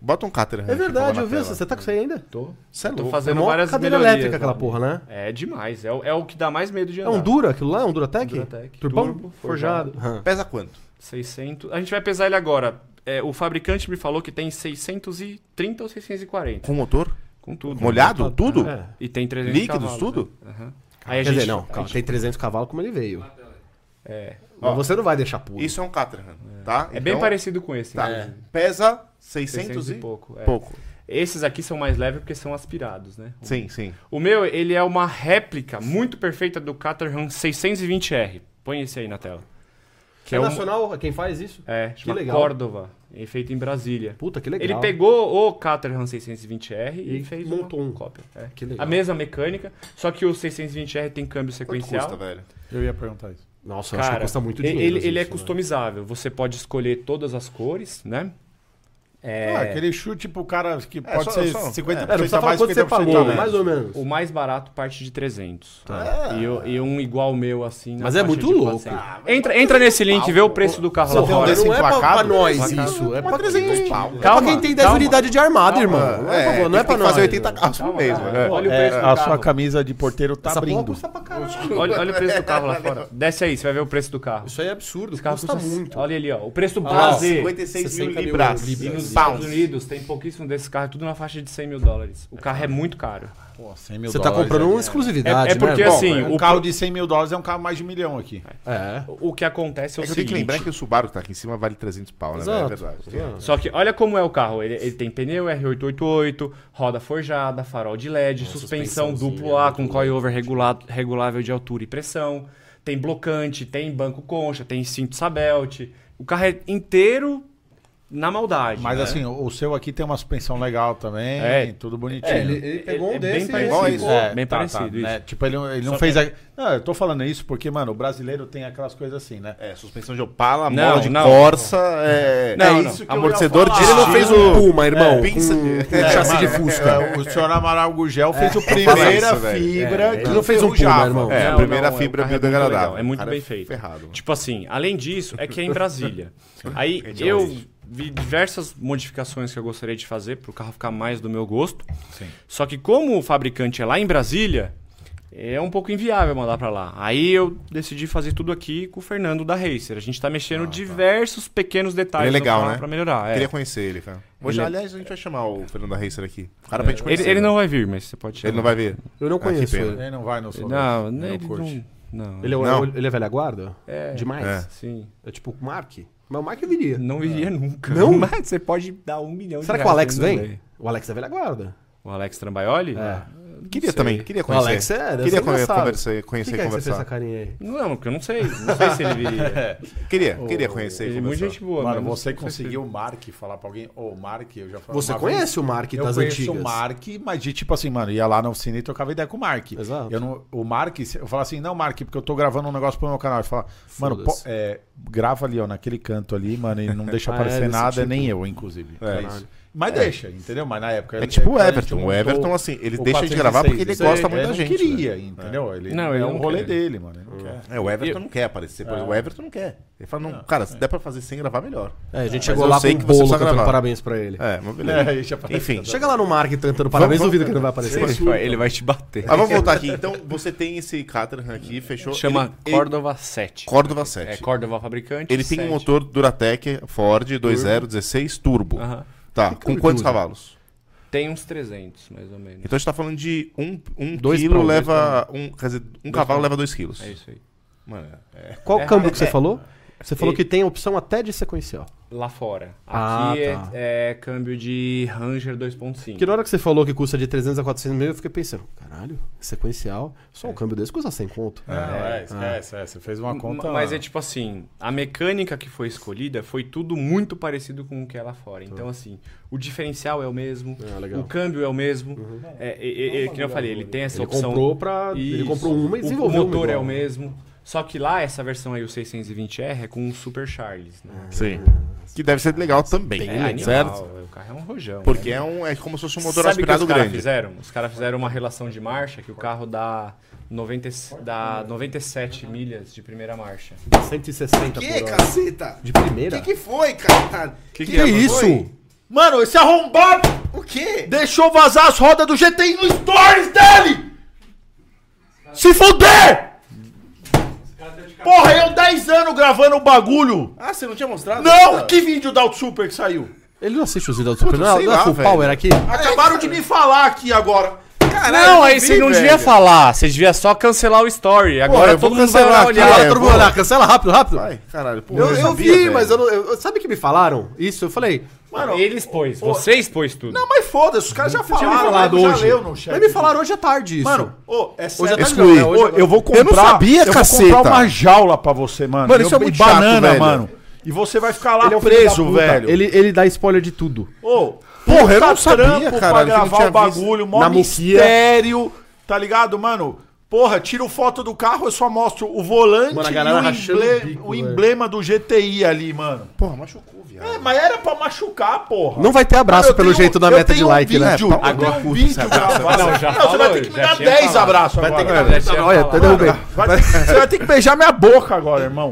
Bota um Caterham É aqui, verdade, pô, eu na vi. tela. Você tá com isso aí ainda? Tô, Você é tô louco. fazendo é mó várias cadeira melhorias, elétrica aquela mano. porra, né? É demais. É o, é o que dá mais medo de É andar. um Dura aquilo lá? É um Duratec? Duratec, Turbão? turbo, forjado. Aham. Pesa quanto? 600. A gente vai pesar ele agora. É, o fabricante me falou que tem 630 ou 640. Com motor? Com tudo. né? Molhado? Tudo? É. E tem 300 Líquidos, cavalos, tudo? né? Aham. Aí a Quer gente, dizer, não, a calma, gente- tem 300 cavalos como ele veio. é, Ó, Mas você não vai deixar puro. Isso é um Caterham, tá? é bem Então, parecido com esse. É. Tá. né? Pesa 600 600 e e pouco. é. pouco. Esses aqui são mais leves porque são aspirados, né? Sim, sim. O meu, ele é uma réplica muito perfeita do Caterham 620R. Põe esse aí na tela. Que é é, um, nacional quem faz isso? é Que chama legal. Córdoba, é feito em Brasília. Puta, que legal. Ele pegou o Caterham 620R e, E fez montou uma um. cópia. É. Que legal. A mesma mecânica, só que o 620R tem câmbio Quanto sequencial. custa, velho? Eu ia perguntar isso. Nossa, eu acho Cara, que custa muito ele- dinheiro. ele, assim, ele é isso, né? customizável. Você pode escolher todas as cores, né? É, Ah, aquele chute pro cara que pode só- ser só- 50% É, não precisa a falar mais, quanto você 50% a pagou, menos. mais ou menos. O mais barato parte de 300. Tá. E, o- e um igual meu, assim. na Mas é faixa muito de louco. é 400. Entra, entra nesse link, vê o preço do carro lá tem um fora. desse não é pra, pra emplacado? nós Emplacado. isso. É pra, Mas 300 pau. é Calma, pra quem tem 10 calma. unidades de armado, irmão. Não é, pra- É, não é tem pra que nós. fazer 80 carros por mês, Calma, velho. Olha o É, preço do a sua carro. camisa de porteiro tá Essa porra abrindo. custa pra caralho. Olha, olha o preço do carro *laughs* lá fora. Desce aí, você vai ver o preço do carro. Isso aí é absurdo. Esse carro custa muito. Olha ali, ó. O preço do Ah, Blazer. 56 60 mil mil libras. libras. E um nos nos Estados Unidos tem pouquíssimo desses carros, tudo na faixa de 100 mil dólares. O carro é muito caro. Pô, 100 mil Você tá comprando uma exclusividade, É- é porque né? assim- Sim, Bom, o o Um carro pro- de 100 mil dólares é um carro mais de milhão aqui. É. O que acontece é o É que eu tenho seguinte. que lembrar que o Subaru que tá aqui em cima vale 300 pau, né? velho? É verdade. Exato. Só que olha como é o carro. Ele, ele tem pneu R888, roda forjada, farol de LED, suspensão duplo né, A com coilover regulado, regulável de altura e pressão. Tem blocante, tem banco concha, tem cinto sabelte. O carro é inteiro na maldade. Mas né? assim, o o seu aqui tem uma suspensão legal também, É. tudo bonitinho. pegou um desse e igual a É, isso. bem parecido isso. né? Tipo, ele, ele não fez... a- Não, eu tô falando isso porque, mano, o brasileiro tem aquelas coisas assim, né? É, suspensão de Opala, Não, mola de não. Corsa, é... Não, é não. isso que eu ia Amortecedor falar. de Ele não fez o... Puma, irmão. pinça com- de- com chassi de mano, Fusca. é, o senhor Amaral Gugel fez o falar primeira É. isso, velho. fibra. ele não fez um enferrujava. Puma, irmão. É, a Não, primeira não, é, fibra o carro é muito biodegradável. legal, é muito O cara bem feito. Ferrado. Tipo assim, além disso, é que é *laughs* em Brasília. Aí É eu vi diversas modificações que eu gostaria de fazer para o carro ficar mais do meu gosto. Só que como o fabricante é lá em Brasília, é um pouco inviável mandar para lá. Aí eu decidi fazer tudo aqui com o Fernando da Racer. A gente tá mexendo diversos pequenos detalhes Ah, Ele é legal, do carro né? para melhorar. é. Queria conhecer ele, cara. Hoje, Ele é- aliás, a gente vai chamar o Fernando da Racer aqui. O cara pra gente conhecer. Ele, ele né? não vai vir, mas você pode chamar. Ele não vai ver. Eu não Ah, que conheço pena. ele. Ele não vai no seu. Não, não não, É ele curte. não, não. Ele é, o- Não. ele é velha guarda? É. Demais. É. Sim. É tipo o Mark. Mas o Mark viria. Não viria nunca. Não? *laughs* Mas você pode dar um milhão Será de que o reais Alex pra ele vem? não O Alex é velha guarda. O Alex Trambaioli? Queria sei. também, queria O conhecer. Alex é, deve Queria ser conhe- engraçado. conversar, conhecer Por e que, é que você fez essa conversar. carinha aí? Não, porque eu não sei. Não sei *laughs* se ele viria. Queria, queria conhecer ele e é muito conversar. gente boa, Mano, mas- você conseguiu o Mark falar pra alguém? Ô, Mark, eu já falei. Você uma vez- conhece o Mark Eu das conheço antigas? o Mark, mas de tipo assim, mano, ia lá na oficina e trocava ideia com o Mark. Exato. Eu não, o Mark, se- eu falava assim, não, Mark, porque eu tô gravando um negócio pro meu canal. Ele fala, mano, Foda-se. pô, é, grava ali, ó, naquele canto ali, mano, *laughs* e não deixa Ah, aparecer é desse nada, tipo. nem eu, inclusive. É, isso. Mas deixa, entendeu? Mas na época. É ele- tipo o quando a gente Everton. O montou Everton, assim, ele o deixa de gravar porque ele 406, gosta muito da não gente, né? queria, entendeu? Ele, Não, não, ele é um não rolê quer. dele, mano. Ele não quer. É, o Everton não quer aparecer. por exemplo, O Everton não quer. Ele fala, não, cara, se der pra fazer sem gravar, melhor. É, a gente chegou eu lá com sei um que você bolo precisa cantando gravar. parabéns pra ele. É, mas beleza. É, deixa pra- Enfim. Chega lá no Mark cantando parabéns, vamos- duvido que ele não vai aparecer. Ele vai- Ele vai te bater. Mas vamos voltar aqui. Então, você tem esse Caterham aqui, fechou. Chama ele, ele- Córdova 7. Córdova 7. É Córdova fabricante. ele tem um 7. motor Duratec Ford 2016 Turbo. Aham. Tá, com quantos cavalos? Tem uns 300, mais ou menos. Então a gente tá falando de um, um Dois quilo pra um, leva. Um, quer dizer, um cavalo leva dois quilos. É isso aí. Mano, é. Qual É, câmbio que você falou? Você falou E- que tem a opção até de sequencial. Lá fora. Ah, Aqui é- tá. é, câmbio de Ranger 2.5. Porque na hora que você falou que custa de 300 a 400 mil, eu fiquei pensando, caralho, sequencial, só um câmbio desse custa 100 conto. Não, é, esquece, é, você fez uma conta. Mas é tipo assim, a mecânica que foi escolhida foi tudo muito parecido com o que é lá fora. Então, assim, o diferencial é o mesmo, Tá. Ah, legal. Uhum. o câmbio é o mesmo. É, é, é, é, que nem eu falei, ele tem essa Ele opção. comprou pra. Ele Isso. comprou uma e O- desenvolveu O motor uma é igual. o mesmo. Só que lá, essa versão aí, o 620R, é com um Super Charles. Ah. Né? Sim. Que deve ser legal também. né? É animal, certo? o carro é um rojão. Porque né? é, um, é como se fosse um motor Sabe o que aspirado os caras grande. fizeram? Os caras fizeram uma relação de marcha que o carro dá, 90, e- dá 97 milhas de primeira marcha. 160 por hora. caceta? De primeira? foi, cara? Que que é isso? Mano, esse arrombado O quê? deixou vazar as rodas do GTI no stories dele! Se fuder! Porra, eu 10 anos gravando o bagulho! Ah, você não tinha mostrado? Não! Que vídeo da Super que saiu? Ele não assiste os vídeos do Super, Puta, não, sei não é lá, full velho. power aqui? Acabaram de me falar aqui agora. não, aí você não devia falar, você devia só cancelar o story. Agora eu vou todo mundo vai cancelar lá aqui, olhar. ó. Fala, eu todo vou mundo lá. É, lá, cancela rápido, rápido. Ai, caralho, porra, eu, eu sabia, vi, velho. mas eu não. eu- sabe que me falaram? Isso, eu falei. Mano, Ele expôs, você expôs tudo. não, mas foda-se, os caras já Você tinha me falaram. Tá falado nego já hoje. leu no chat. Mas me falaram hoje à tarde isso. Mano, ô, é sério. tarde Excluí. não, né? Hoje Ô, agora- eu vou comprar. Eu não sabia, eu caceta. vou comprar uma jaula pra você, mano. Mano, Eu- isso é muito e banana, chato, velho. mano. E você vai ficar lá Ele é um filho da preso, puta. velho. Ele, ele dá spoiler de tudo. Ô, Porra, eu puta não sabia, trampo Pra caralho, que eu não gravar o tinha visto. bagulho, mó Na muquia. mistério, tá ligado, mano? Porra, tiro foto do carro, eu só mostro o volante Mano, a galera e o, rachando emble- o bico, o velho. emblema do GTI ali, mano. Porra, machucou, viado. É, mas era pra machucar, porra. Não vai ter abraço Eu pelo tenho- jeito da eu meta de tenho um like, né? vídeo, Pau- Eu tenho um vídeo gravado. Não, já você vai falou, ter que me já dar tinha 10 falado. abraços Vai ter agora. que dar velho. Deixa eu Olha, falar. até derrubei. Vai- você vai ter que beijar minha boca agora, irmão.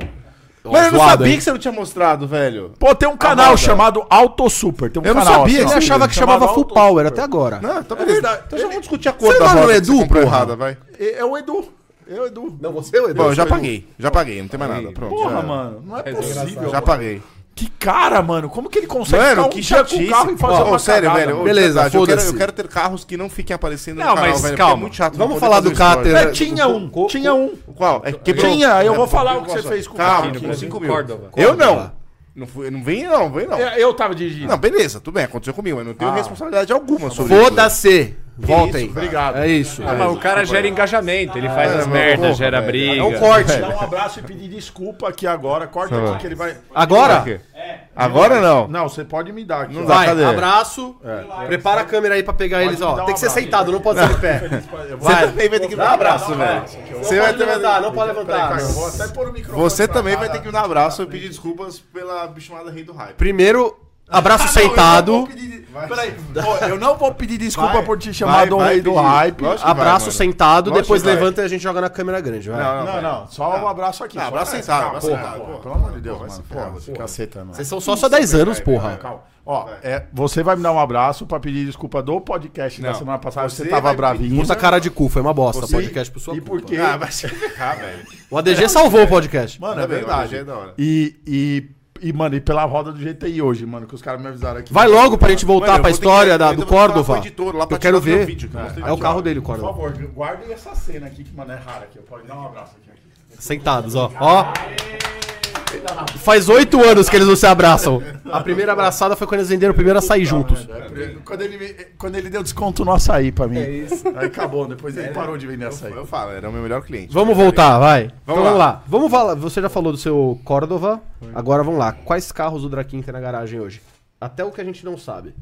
Mas eu não Zoado, sabia hein? que você não tinha mostrado, velho. Pô, tem um canal chamado Auto Super. Tem um Eu não canal, sabia assim, Ele ó. Sim, achava que Chamado chamava full Auto power até agora. Não, tá beleza. então já vamos discutir a cor Você da lá no roda que Edu, você comprou porra? errada, vai. É é o Edu. É o Edu. Não, você, Bom, eu já paguei. Já paguei, não tem mais nada. Pronto. Porra, já- mano, não é É possível. Já paguei. Que cara, mano. Como que ele consegue Mano, ficar um que dia com chatice. o carro e fazer Ó, uma sério, cagada, velho. mano? ô, Beleza, de verdade, eu quero, foda-se. eu quero ter carros que não fiquem aparecendo Não, no canal, mas velho, calma. porque é muito chato. não Vamos poder falar fazer do story. cáter. É, tinha um. tinha um. Qual? É, quebrou. Tinha. Eu vou É, falar o que eu você gosto. fez com o Calma, carro. aqui, no Brasil, 5 mil. Córdoba. Eu não. Não, fui- não vem não, vem não. Eu, É, eu tava dirigindo. Ah. Não, beleza, tudo bem, aconteceu comigo, mas não tenho responsabilidade alguma sobre isso. Foda-se. Voltem. isso, obrigado. É isso. Ah, mas o cara gera engajamento, ele Ah, faz as mas porra, merdas, gera velho. briga. É um corte. Dá um abraço e pedir desculpa aqui agora. Corta aqui que ele vai. Agora? Agora não. Não, você pode me dar aqui. Não ó. dá. Vai, cadê? abraço. Prepara a câmera aí pra pegar eles, me ó. dar um Tem que ser abraço. sentado, não pode ser de *laughs* pé. Eu vou- Você também vai ter que dar um abraço, velho. Você vai ter- não pode levantar. Eu vou até pôr o microfone. Você pra também cá, vai ter tá? que dar um abraço e pedir desculpas pela chamada Rei do Hype. Primeiro, abraço Eu não sentado. vou pedir- Peraí, pô, eu não vou pedir desculpa Vai, por te chamar vai, do vai rei do pedir. hype. Lógico que Abraço vai, mano. sentado, Lógico depois que vai. levanta e a gente joga na câmera grande, vai. Não, não, só um abraço aqui. Não, só- abraço é, sentado, calma, abraço porra, sentado, porra, porra. Pelo amor de Deus, Porra, mano. vai se Porra, é ferrar, caceta, mano. Vocês são só só 10 anos, porra. Calma. Ó, é, você vai me dar um abraço pra pedir desculpa do podcast da Não. semana passada. Você, Você tava vai bravinho. Puta cara de cu, foi uma bosta. Você- Podcast por sua E por culpa. quê? Ah, vai se ferrar, velho. O ADG salvou o podcast. Mano, é Tá bem, verdade. é da hora. E, e, e, mano, e pela roda do GTI hoje, mano, que os caras me avisaram aqui. Vai logo pra gente voltar Mano, eu pra vou ter história que- da- eu do vou falar com o Córdova. editor lá pra Eu quero tirar o ver. meu vídeo, que eu mostrei É o aqui, ó. carro dele, Por Córdova. favor, guardem essa cena aqui, que, mano, é rara aqui. Eu posso dar um abraço aqui. Sentados, ó. Ó. Faz oito anos que eles não se abraçam. A primeira abraçada foi quando eles venderam o primeiro açaí juntos. É, Quando ele, me- quando ele deu desconto no açaí pra mim. Aí acabou, depois ele parou de vender açaí. Eu falo, era o meu melhor cliente. Vamos voltar, vai. Então, Vamos Vamos, lá. lá. Vamos falar. Você já falou do seu Córdova. Agora vamos lá. Quais carros o Draquinho tem na garagem hoje? Até o que a gente não sabe.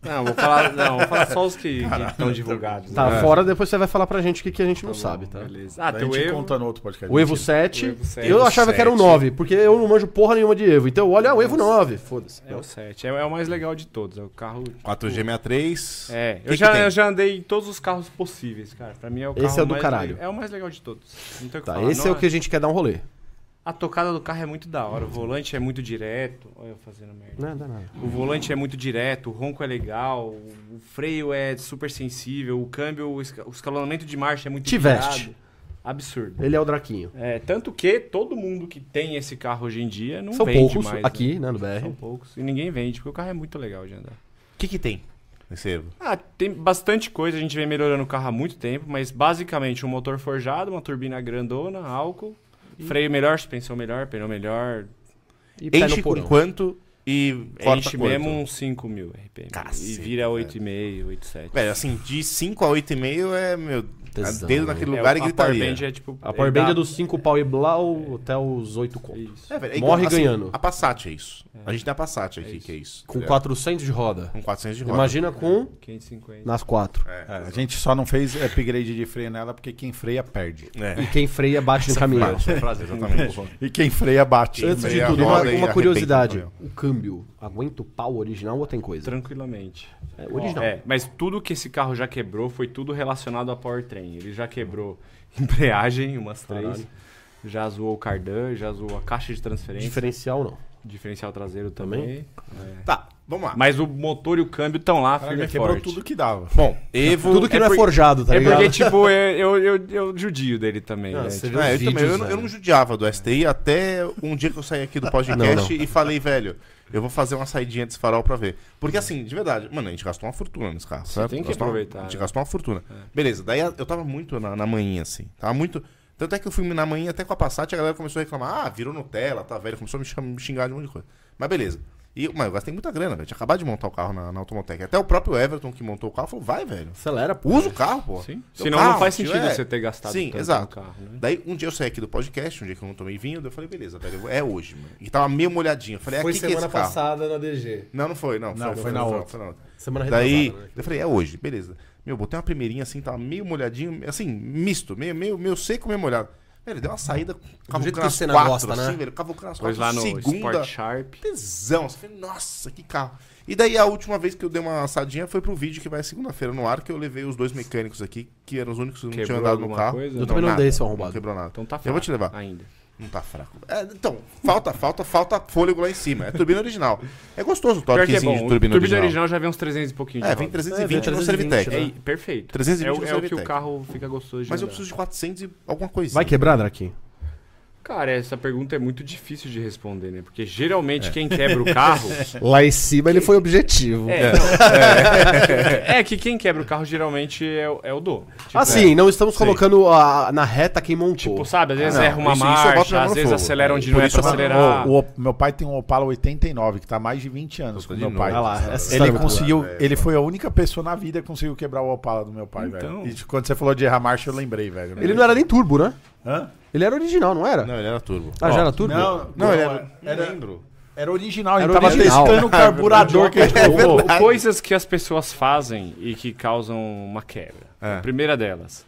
Não, vou falar, não, vou falar só os que que estão divulgados. Tá É. né? fora, depois você vai falar pra gente o que, que a gente não sabe, tá? Beleza. Ah, A tem o gente Evo. conta no outro podcast. O Evo Mentira. 7. O Evo 7. Eu achava que era o 9, porque eu não manjo porra nenhuma de Evo. Então olha, o Evo 9. Foda-se. É o 7. É, é o mais legal de todos. É o carro. 4G63. É, Que eu que já, tem? eu já andei em todos os carros possíveis, cara. Pra mim é o Esse carro. é o do mais caralho. le- É o mais legal de todos. Não tem o que Tá, falar, esse não é o que a gente quer dar um rolê. A tocada do carro é muito da hora. O volante é muito direto. Olha eu fazendo Não, merda. não, não. O volante é muito direto, o ronco é legal, o freio é super sensível, o câmbio, o esca- o escalonamento de marcha é muito Tiveste. equilibrado. Absurdo. Ele é o Draquinho. É, tanto que todo mundo que tem esse carro hoje em dia não São vende poucos mais. aqui, né? né, no BR. São poucos. E ninguém vende, porque o carro é muito legal de andar. O que que tem? Esse é Evo. Ah, tem bastante coisa, a gente vem melhorando o carro há muito tempo, mas basicamente um motor forjado, uma turbina grandona, álcool, freio melhor, suspensão melhor, pneu melhor, E pé Enche tá no com porão. quanto e corta enche quanto? mesmo um uns 5 mil RPM. Cacete, e vira 8,5, 8,7. Velho, assim, de 5 a 8,5 é, meu, Tesão, dedo né? naquele lugar e a gritaria. Powerband é tipo... A Powerband dá- é dos 5 pau e blau até os 8 conto. Isso. É, velho, é Morre ganhando. A Passat é isso. A gente tem a Passat aqui, que é isso. Com É. 400 de roda. Com 400 de roda. Imagina com 550. nas 4. É, a gente só não fez upgrade de freio nela porque quem freia perde. É. E quem freia bate no caminhão. frase, exatamente. *laughs* E quem freia bate. Quem Antes de freia tudo, roda uma, e uma arrebenta curiosidade. o O caminhão. câmbio aguenta o pau original ou tem coisa? Tranquilamente. É, original. É, mas tudo que esse carro já quebrou foi tudo relacionado a powertrain. Ele já quebrou *laughs* embreagem, umas três. Já zoou o cardan, já zoou a caixa de transferência. Diferencial não. Diferencial traseiro também. Tá, vamos lá. Mas o motor e o câmbio estão lá, firme e quebrou forte. tudo que dava. Bom, Evo... Tudo que não é por- forjado, tá É ligado? porque, tipo, eu, eu, eu, eu judio dele também. Ah, né? você Tipo, viu os É, eu, também, vídeos, eu, não- eu velho. não judiava do STI até um dia que eu *laughs* saí aqui do podcast e falei, velho, eu vou fazer uma saidinha desse farol pra ver. Porque assim, de verdade, mano, a gente gastou uma fortuna nesse carro, certo? tem que Gastou uma- aproveitar, a gente né? gastou uma fortuna. É. Beleza, daí eu tava muito na, na manhinha, assim. Tava muito. Tanto é que eu fui na manhã até com a Passat, a galera começou a reclamar, ah, virou Nutella, tá velho, começou a me cham- me xingar de um monte de coisa. Mas beleza. E, mano, eu gastei muita grana, velho. Tinha acabado de montar o carro na, na Automotec. Até o próprio Everton que montou o carro falou, vai, velho. Acelera, pô. Usa o carro, pô. Sim. Teu Senão carro, não faz tio, sentido é. você ter gastado Sim, tanto exato. no carro, né? Daí um dia eu saí aqui do podcast, um dia que eu não tomei vinho, daí eu falei, beleza, velho, é hoje, mano. E tava meio molhadinho. Eu falei, é, Foi que que é esse semana carro? passada na DG. Não, não foi, não. Não, foi na outra. foi na outra. Semana Daí, né? eu falei, é hoje, beleza. Meu, botei uma primeirinha assim, tava meio molhadinho, assim, misto, meio, meio, meio seco, meio molhado. Velho, deu uma saída, jeito que cavucando o as Senna quatro, gosta, assim, né? velho, cavucando as Pôs quatro, lá no segunda, Sport Sharp. tesão. Você fala, nossa, que carro. E daí a última vez que eu dei uma assadinha foi pro vídeo que vai segunda-feira no ar, que eu levei os dois mecânicos aqui, que eram os únicos que não tinham Quebrou andado no alguma carro. coisa? Eu também não nada. dei, seu arrombado. Não quebrou nada. Então tá fraco Eu vou te levar. Ainda. Não tá fraco. É, então, falta, falta, falta fôlego lá em cima. É turbina original. É gostoso o Pior que é torquezinho bom. de o turbina, original. já vem uns 300 e pouquinho. de É, vem roda. 320 É, vem no 320, Servitec. né? É, perfeito. 320 é no o, é o que Servitec. o carro fica gostoso de Mas eu andar. é. preciso de 400 e alguma coisinha. Vai quebrar, Draquinho? Cara, essa pergunta é muito difícil de responder, né? Porque É. geralmente quem quebra o *laughs* carro. Lá em cima ele foi objetivo. É, não, é, é que quem quebra o carro geralmente é, o- é o dono. Ah, Tipo, assim, não estamos Sim. colocando a- na reta quem montou. Tipo, sabe, às vezes Ah, não, erra uma isso- isso eu marcha, boto na mão às no vezes fogo. acelera onde Por não é isso pra eu- acelerar. *laughs* O- o- meu pai tem um Opala 89, que tá há mais de 20 anos com de meu novo. pai. Olha lá, essa história é Ele muito conseguiu, ele foi a única pessoa na vida que conseguiu quebrar o Opala do meu pai, Então. velho. E quando você falou de errar marcha, eu lembrei, velho. Ele não era nem turbo, né? Hã? Ele era original, não era? Não, ele era turbo. Ah, já era turbo? Não, Não, ele era, é, era. era, lembro. era original, Era ele tava original. testando o carburador é que a gente colocou. Ou É coisas que as pessoas fazem e que causam uma quebra. É. A primeira delas.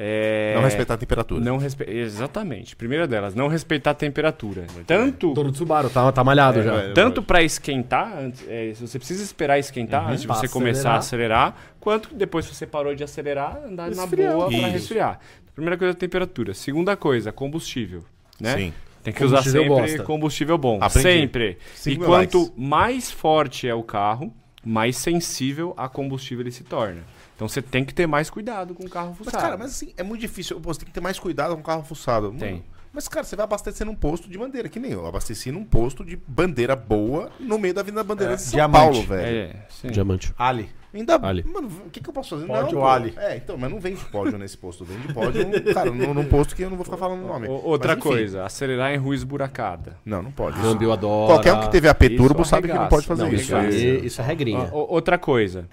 É... Não respeitar a temperatura. Não respe... Exatamente. Primeira delas, não respeitar a temperatura. Tanto, Dono do Subaru, tá, tá É, malhado já. vai. Uhum. tanto para esquentar, antes- é, se você precisa esperar esquentar antes de pra você começar a acelerar, quanto depois que você parou de acelerar, andar na boa para Isso. resfriar. Primeira coisa, temperatura. Segunda coisa, combustível. Né? Sim. Tem que usar Combustível sempre bosta. combustível bom. Aprendi. Sempre. Cinco e mil quanto likes. mais forte é o carro, mais sensível a combustível ele se torna. Então você tem que ter mais cuidado com o carro Mas, fuçado. cara, mas assim, é muito difícil. Pô, você tem que ter mais cuidado com o carro fuçado. Mano, Tem. Mas, cara, você vai abastecer num posto de bandeira, que nem eu. Abasteci num posto de bandeira boa no meio da Avenida Bandeira de São diamante. Paulo, velho. É, sim. Diamante. Ali. Ainda. Ali. Mano, o que, que eu posso fazer? Pódio não, pô. Ali. É, então, mas não vende pódio nesse posto. Vende pódio, cara, num, num posto que eu não vou ficar falando o nome. O- outra Mas, enfim. coisa, acelerar em rua esburacada. Não, não pode. Isso- Gambi, eu adoro. Qualquer um que teve AP Turbo Isso é sabe que não arregaça. pode fazer Não, isso. isso, Isso. aí- isso é regrinha. O- o- outra coisa,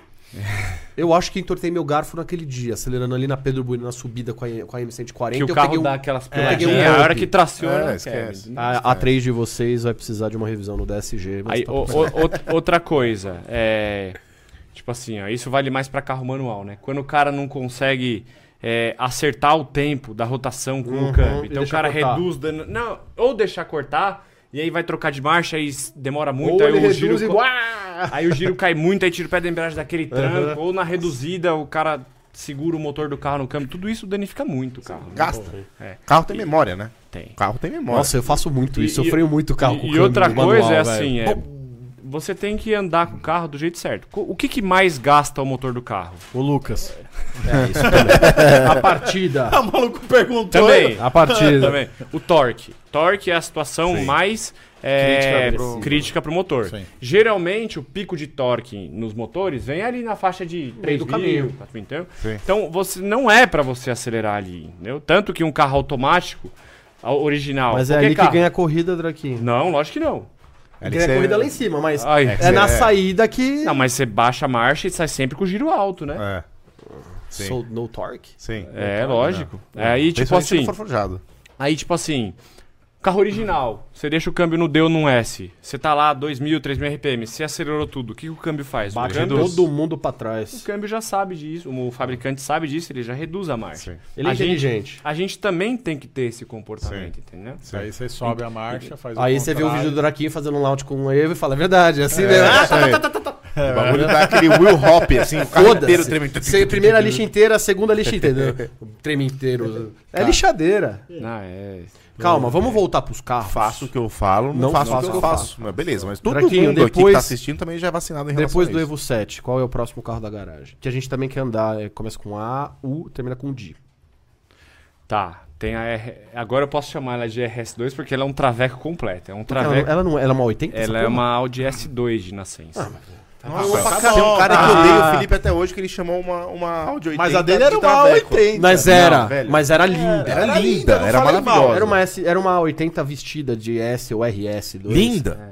Eu acho que entortei meu garfo naquele dia, acelerando ali na Pedro Bueno, na subida com a, com a M140. que o eu carro peguei um- dá aquelas eu peguei piladinhas, um a golpe. hora que traciona, É, esquece. Kevin. A, a 3 de vocês vai precisar de uma revisão no DSG. mas Aí, tá o- tudo o- out- outra coisa, é, tipo assim, ó, isso vale mais pra carro manual, né? Quando o cara não consegue é, acertar o tempo da rotação com o câmbio, Uhum. e então o deixar cara cortar. reduz, dano, não, ou deixar cortar e aí vai trocar de marcha e s- demora muito, Ou aí ele o reduz giro, e- co- aí o giro cai muito, aí tira o pé da embreagem daquele tranco, ou na reduzida o cara segura o motor do carro no câmbio, tudo isso danifica muito o carro. né? Gasta. É. Carro tem memória, né? Tem. Carro tem memória. Nossa, eu faço muito isso. eu E- freio muito o carro com o E, e câmbio outra manual, coisa velho. é assim, é, você tem que andar com o carro do jeito certo. Co- O que, que mais gasta o motor do carro? O Lucas. A partida. O maluco perguntou. Também. Ah, A partida. *laughs* também. O torque. Torque é a situação mais é, Crítica pro- crítica para o motor. Sim. Geralmente, o pico de torque nos motores vem ali na faixa de 3 do do caminho. caminho. Então, você, não é para você acelerar ali. Entendeu? Tanto que um carro automático, a- original. Mas é qualquer ali carro- que ganha a corrida, Draquinho. Não, lógico que não. Ali ganha cê- a é corrida lá em cima, mas Ai, é na é. saída que. Não, mas você baixa a marcha e sai sempre com o giro alto, né? É, sim. Sou no torque. sim. É, lógico. Aí, tipo Principalmente se não assim, for forjado. aí, tipo assim, carro original, você deixa o câmbio no D ou num S, você tá lá 2.000, 3.000 RPM, você acelerou tudo, o que que o câmbio faz? O Bate câmbio, todo mundo pra o trás. câmbio já sabe disso, o fabricante sabe disso, ele já reduz a marcha. Sim. Ele é a gente, inteligente. a gente também tem que ter esse comportamento, entendeu? Aí você sobe a marcha, faz Aí você vê o vídeo do Draquinho fazendo um launch com um Evo e fala, é verdade, é assim Ah, mesmo. tá, É, isso aí. O bagulho dá aquele will hop, assim, o carro inteiro Foda-se. tremendo. Você- Primeira lixa inteira, segunda lixa inteira. Treme inteiro. É lixadeira. Ah, é. Calma, vamos voltar pros carros. Faço o que eu falo, não, Não faço o faço que eu faço. Mas beleza, mas todo Draquinho, mundo aqui que depois- tá assistindo também já é vacinado em relação Depois a do isso. Evo 7, qual é o próximo carro da garagem? Que a gente também quer andar, é, começa com A, U, termina com D. Tá, tem a R... Agora eu posso chamar ela de RS2 porque ela é um traveco completo. É um Ela, traveco. ela não ela é uma 80? Ela é uma Audi S2 de nascença. Nossa, Tá tem um cara que odeia o Felipe até hoje que ele chamou uma, uma Audi 80 Ah. Mas a dele era de uma traveco. 80. Mas era, velho. é mas era linda. Era Era linda, linda, não era falei mal. maravilhosa. Era uma, S, era uma 80 vestida de S ou RS2. Linda,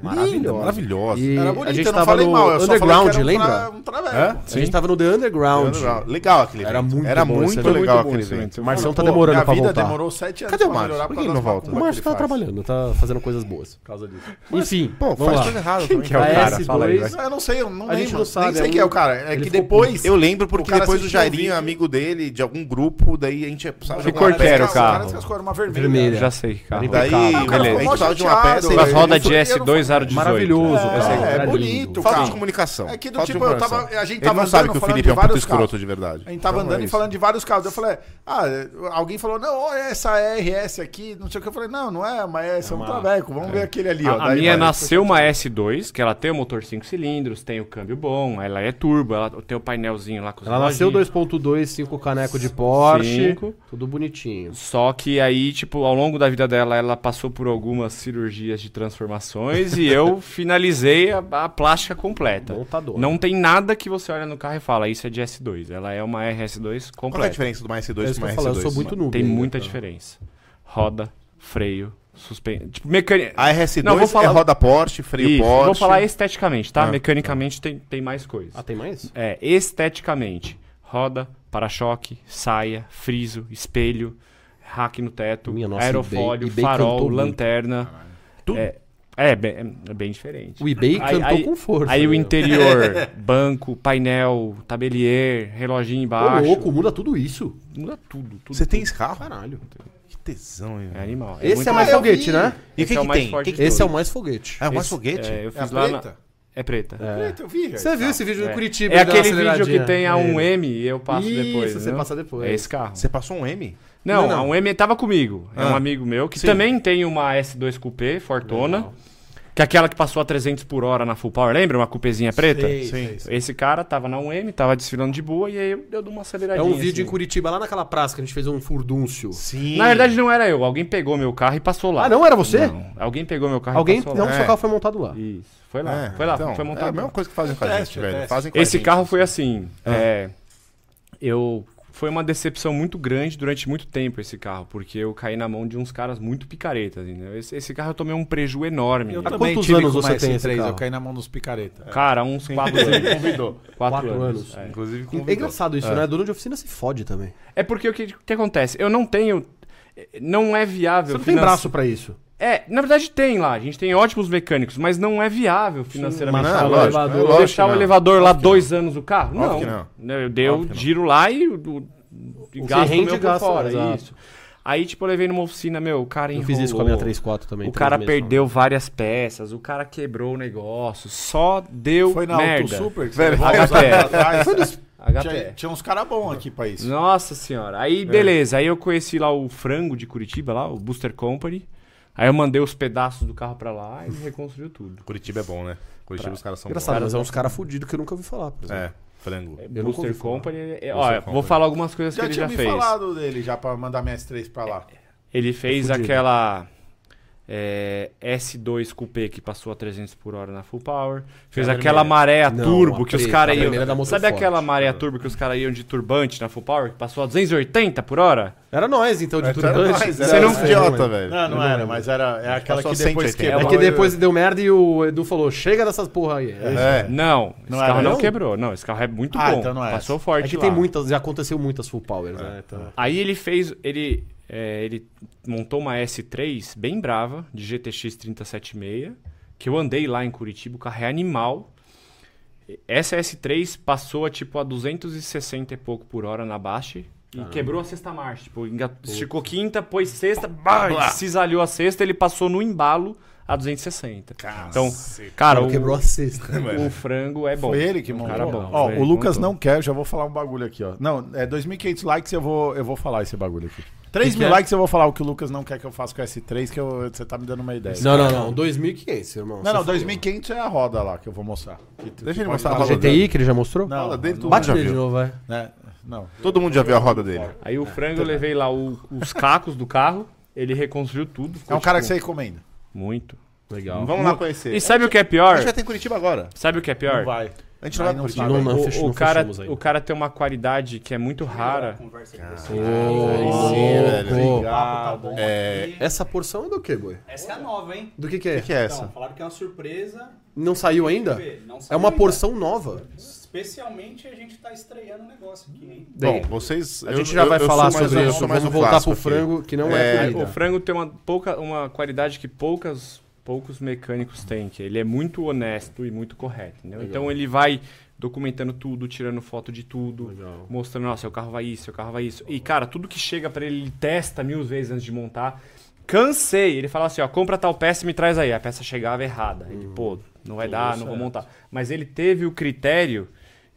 linda, Maravilhosa. maravilhosa. E Era a gente bonito, eu não tava falei no mal. Eu só falei Underground, que era um lembra? tra- Um traveco. A gente tava no The Era Underground. legal. Legal aquele Era evento. muito Era bom esse muito evento. legal Muito bom aquele esse evento. O Marção tá Pô, demorando minha pra vida voltar. demorou sete anos Cadê o pra Márcio? melhorar por Por que causa ele não das O volta? macumba que Márcio ele tá faz. trabalhando, tá fazendo coisas boas. Por causa disso. Enfim, Pô, vamos faz lá. coisa errada. Quem também. que é o A cara? S2 Fala aí, vai. Não, eu não sei, eu não A gente lembro. não sabe, Nem sei é quem é um- o cara. É ele que ficou depois. Eu lembro porque cara depois o assistiu o Jairinho, vídeo. amigo dele, de algum grupo, daí a gente sabe jogar Que cor que uma era o peça, carro? cara, essas cores, uma vermelha. Vermelha. Já sei, que carro. Daí, Ah, cara, beleza, a ficou mó gente precisava de uma chateado, peça. velho. e As daí- rodas Eu de não- S2 aro 18. Maravilhoso, É. o carro. é, era bonito, lindo. cara. Falta Carro. de comunicação. É que do Falta de tipo, eu tava- comunicação. a gente Ele tava não sabe andando, que o falando Felipe de é um puta vários carros. escroto de verdade. A gente tava Então é andando e isso. falando de vários carros. Eu falei, ah, alguém falou, não, olha essa RS aqui, não sei o que. Eu falei, não, não é uma S, é um traveco, vamos ver aquele ali, ó. A, a Daí minha vai. nasceu uma S2, que ela tem o motor 5 cilindros, tem o câmbio bom, ela é turbo, ela tem o painelzinho lá com os Ela nasceu reloginhos. 2.2, 5 caneco de Porsche, Cinco. tudo bonitinho. Só que aí, tipo, ao longo da vida dela, ela passou por algumas cirurgias de transformações e *laughs* eu finalizei a, a plástica completa. Montador. Não tem nada que você olha no carro e fala, isso é de S2. Ela é uma RS2 Qual que é a completa. diferença do uma É S2 isso pra que eu uma S2? falo, eu sou muito noob. Ah. tem ainda, muita então? cara. diferença. Roda, freio, suspensão. Tipo, mecânica. A RS2 Não, vou falar- é roda Porsche, freio Isso, Porsche. Vou falar esteticamente, tá? Ah, Mecanicamente tem, tem mais coisas. Ah, tem mais? É, esteticamente. Roda, para-choque, saia, friso, espelho, rack no teto, Minha nossa, aerofólio, eBay- eBay farol, cantou muito. lanterna. Tudo. É, é, bem, é bem diferente. O eBay Aí- cantou aí- com força. Aí o né? interior, banco, painel, tabelier, reloginho Ô, embaixo. louco, muda tudo isso. Muda tudo, tudo. Você tem esse Ah, carro? Caralho. Que tesão, hein? É velho. animal. Esse muito é mais legal. foguete, né? E o Esse que, é o que mais tem? forte Que que de Esse é o todos. mais foguete. Ah, é um mais Esse- foguete? É, eu É a fiz lá na... preta? É preta. Preta, eu vi. Você viu esse vídeo É. no Curitiba? É ele deu uma aquele vídeo que aceleradinha? tem a É. 1M e eu passo Isso, depois. você né? passa depois. É esse carro. Você passou um M? Não, Não, não. a 1M tava comigo. É um Ah. amigo meu que Sim. também tem uma S2 Coupé, Fortuna. Que é aquela que passou a 300 por hora na Full Power, lembra? Uma coupezinha preta? Sim. Esse cara tava na 1M, tava desfilando de boa e aí eu, eu dei É uma aceleradinha. um vídeo em assim. Curitiba, lá naquela praça que a gente fez um furdúncio. Sim. Na verdade não era eu, alguém pegou meu carro e passou lá. Ah, não era você? Não, alguém pegou meu carro Alguém. e passou Não, lá. seu carro foi montado lá. Isso, foi lá, foi Então, lá, então. foi É montado. a mesma coisa que fazem com a Teste, gente, velho. teste. Fazem com a Esse gente. Ah. carro foi assim. é, eu foi uma decepção muito grande durante muito tempo esse carro, porque eu caí na mão de uns caras muito picaretas. entendeu? Esse, esse carro eu tomei um preju enorme. Eu nele. também quantos tive anos com uma você tem esse S3, carro? Eu caí na mão dos picareta. Cara, *laughs* uns quatro anos. Convidou. Quatro, Quatro anos. anos. É. Inclusive É engraçado isso, né? Dono de oficina se fode também. É porque o que, o que acontece? Eu não tenho. Não é viável. Você não tem finance- braço pra isso. É, na verdade tem lá. A gente tem ótimos mecânicos, mas não é viável financeiramente. mas Não, Tá falando. lógico, elevador. é Vou lógico deixar que o não. elevador lá dois anos o carro? Óbvio Não. que não. Né, Eu dei, eu giro lá e, o- o- e O que gasto o rende, meu por gasta, fora. exato. Isso. Aí, tipo, eu levei numa oficina, meu, o cara Eu enrolou. fiz isso com a minha 3.4 também. O três cara meses, perdeu várias peças, o cara quebrou o negócio, só deu Foi na Auto é um merda. Super que Velho, levou uns HP. anos atrás. Tinha, HP. tinha uns caras bons aqui pra isso. Nossa senhora. É. Aí, beleza. Aí eu conheci lá o frango de Curitiba, lá, o Booster Company. Aí eu mandei os pedaços do carro pra lá e ele reconstruiu tudo. Curitiba é bom, né? Curitiba os caras são Engraçado, Cara, mas é uns caras fudidos que eu nunca ouvi falar, por bons. exemplo. É, frango. nunca Booster ouvi falar. Company, é- Booster olha, vou Company. falar algumas coisas que Já ele tinha já me fez. falado dele já pra mandar minha S3 pra lá. Ele fez Tá fudido. aquela é, S2 Coupé que passou a 300 por hora na Full Power. Fez a aquela vermelha. maré Não, turbo a que os preta, caras a iam. vermelha da motor Sabe forte. aquela maré turbo que os caras iam de turbante na Full Power que passou a 280 por hora? Era nós, então, de Era turbante. nós, Era era um nós, idiota, mano. velho. Não, não era, mas era é aquela Passou que depois 180. quebrou. tá É que depois deu merda e o Edu falou: chega dessas porra aí. É, É. Não, esse Não era carro não não? quebrou. Não, esse carro é muito Ah, bom. então não é passou essa. forte É que lá. tem muitas, já aconteceu muitas full powers, É, né? Então, Aí ele fez, ele, é, ele montou uma S3 bem brava, de GTX 376, que eu andei lá em Curitiba, o carro é animal. Essa S3 passou a tipo a 260 e pouco por hora na baixa e quebrou a sexta marcha. Tipo, enga- esticou quinta, pôs sexta, bah, cisalhou a sexta, ele passou no embalo a 260. Então, cara, o, quebrou a cesta. o frango é bom. Foi ele que montou. cara bom, Ó, foi o ele Lucas que não quer, já vou falar um bagulho aqui, ó. Não, é 2.500 likes eu vou, eu vou falar esse bagulho aqui. 3 mil é? likes eu vou falar o que o Lucas não quer que eu faça com o S3, que eu- você tá me dando uma ideia. Não, não, não. 2.500, irmão. não, não, Você 2.500 é a roda lá que eu vou mostrar. Que- que Deixa ele pode mostrar a dar- falou. roda GTI que ele já mostrou? Não, Fala dele, não, tu- Bate já nele de viu. novo, vai. né, não. Todo mundo já viu a roda dele. Aí o frango eu levei lá o- os cacos do carro, ele reconstruiu tudo. É ficou, um cara que tipo, você recomenda. Muito. Legal. Vamos lá conhecer. E sabe o que é A pior? gente vai ter em Curitiba agora. Sabe o que é pior? vai. A gente não Aí vai pra não Curitiba. sabe. Não, não, o, fech- o não cara, fechamos ainda. o cara tem uma qualidade que é muito rara. Ô, É velho. Ah, bom. É, Essa porção é do que, boi? Essa é a nova, hein? Do que que é? o que é Então, essa? falaram que é uma surpresa. Não saiu ainda? Vê, não É saiu uma ainda. porção nova. Especialmente a gente tá estreando o negócio aqui, hein? Bom, vocês. A eu- gente já eu- vai eu falar sou mais- sobre eu isso. sou mais Vamos um voltar clássico pro aqui. frango, que não é, É, comida. O frango tem uma, pouca, uma qualidade que poucas, poucos mecânicos têm, que ele é muito honesto e muito correto. entendeu? Então ele vai documentando tudo, tirando foto de tudo, mostrando, ó, seu carro vai isso, seu carro vai isso. E, cara, tudo que chega pra ele, ele testa mil vezes antes de montar. Cansei. Ele fala assim, ó, compra tal peça e me traz aí. A peça chegava errada. Ele, pô, não vai dar, não vou montar. Mas ele teve o critério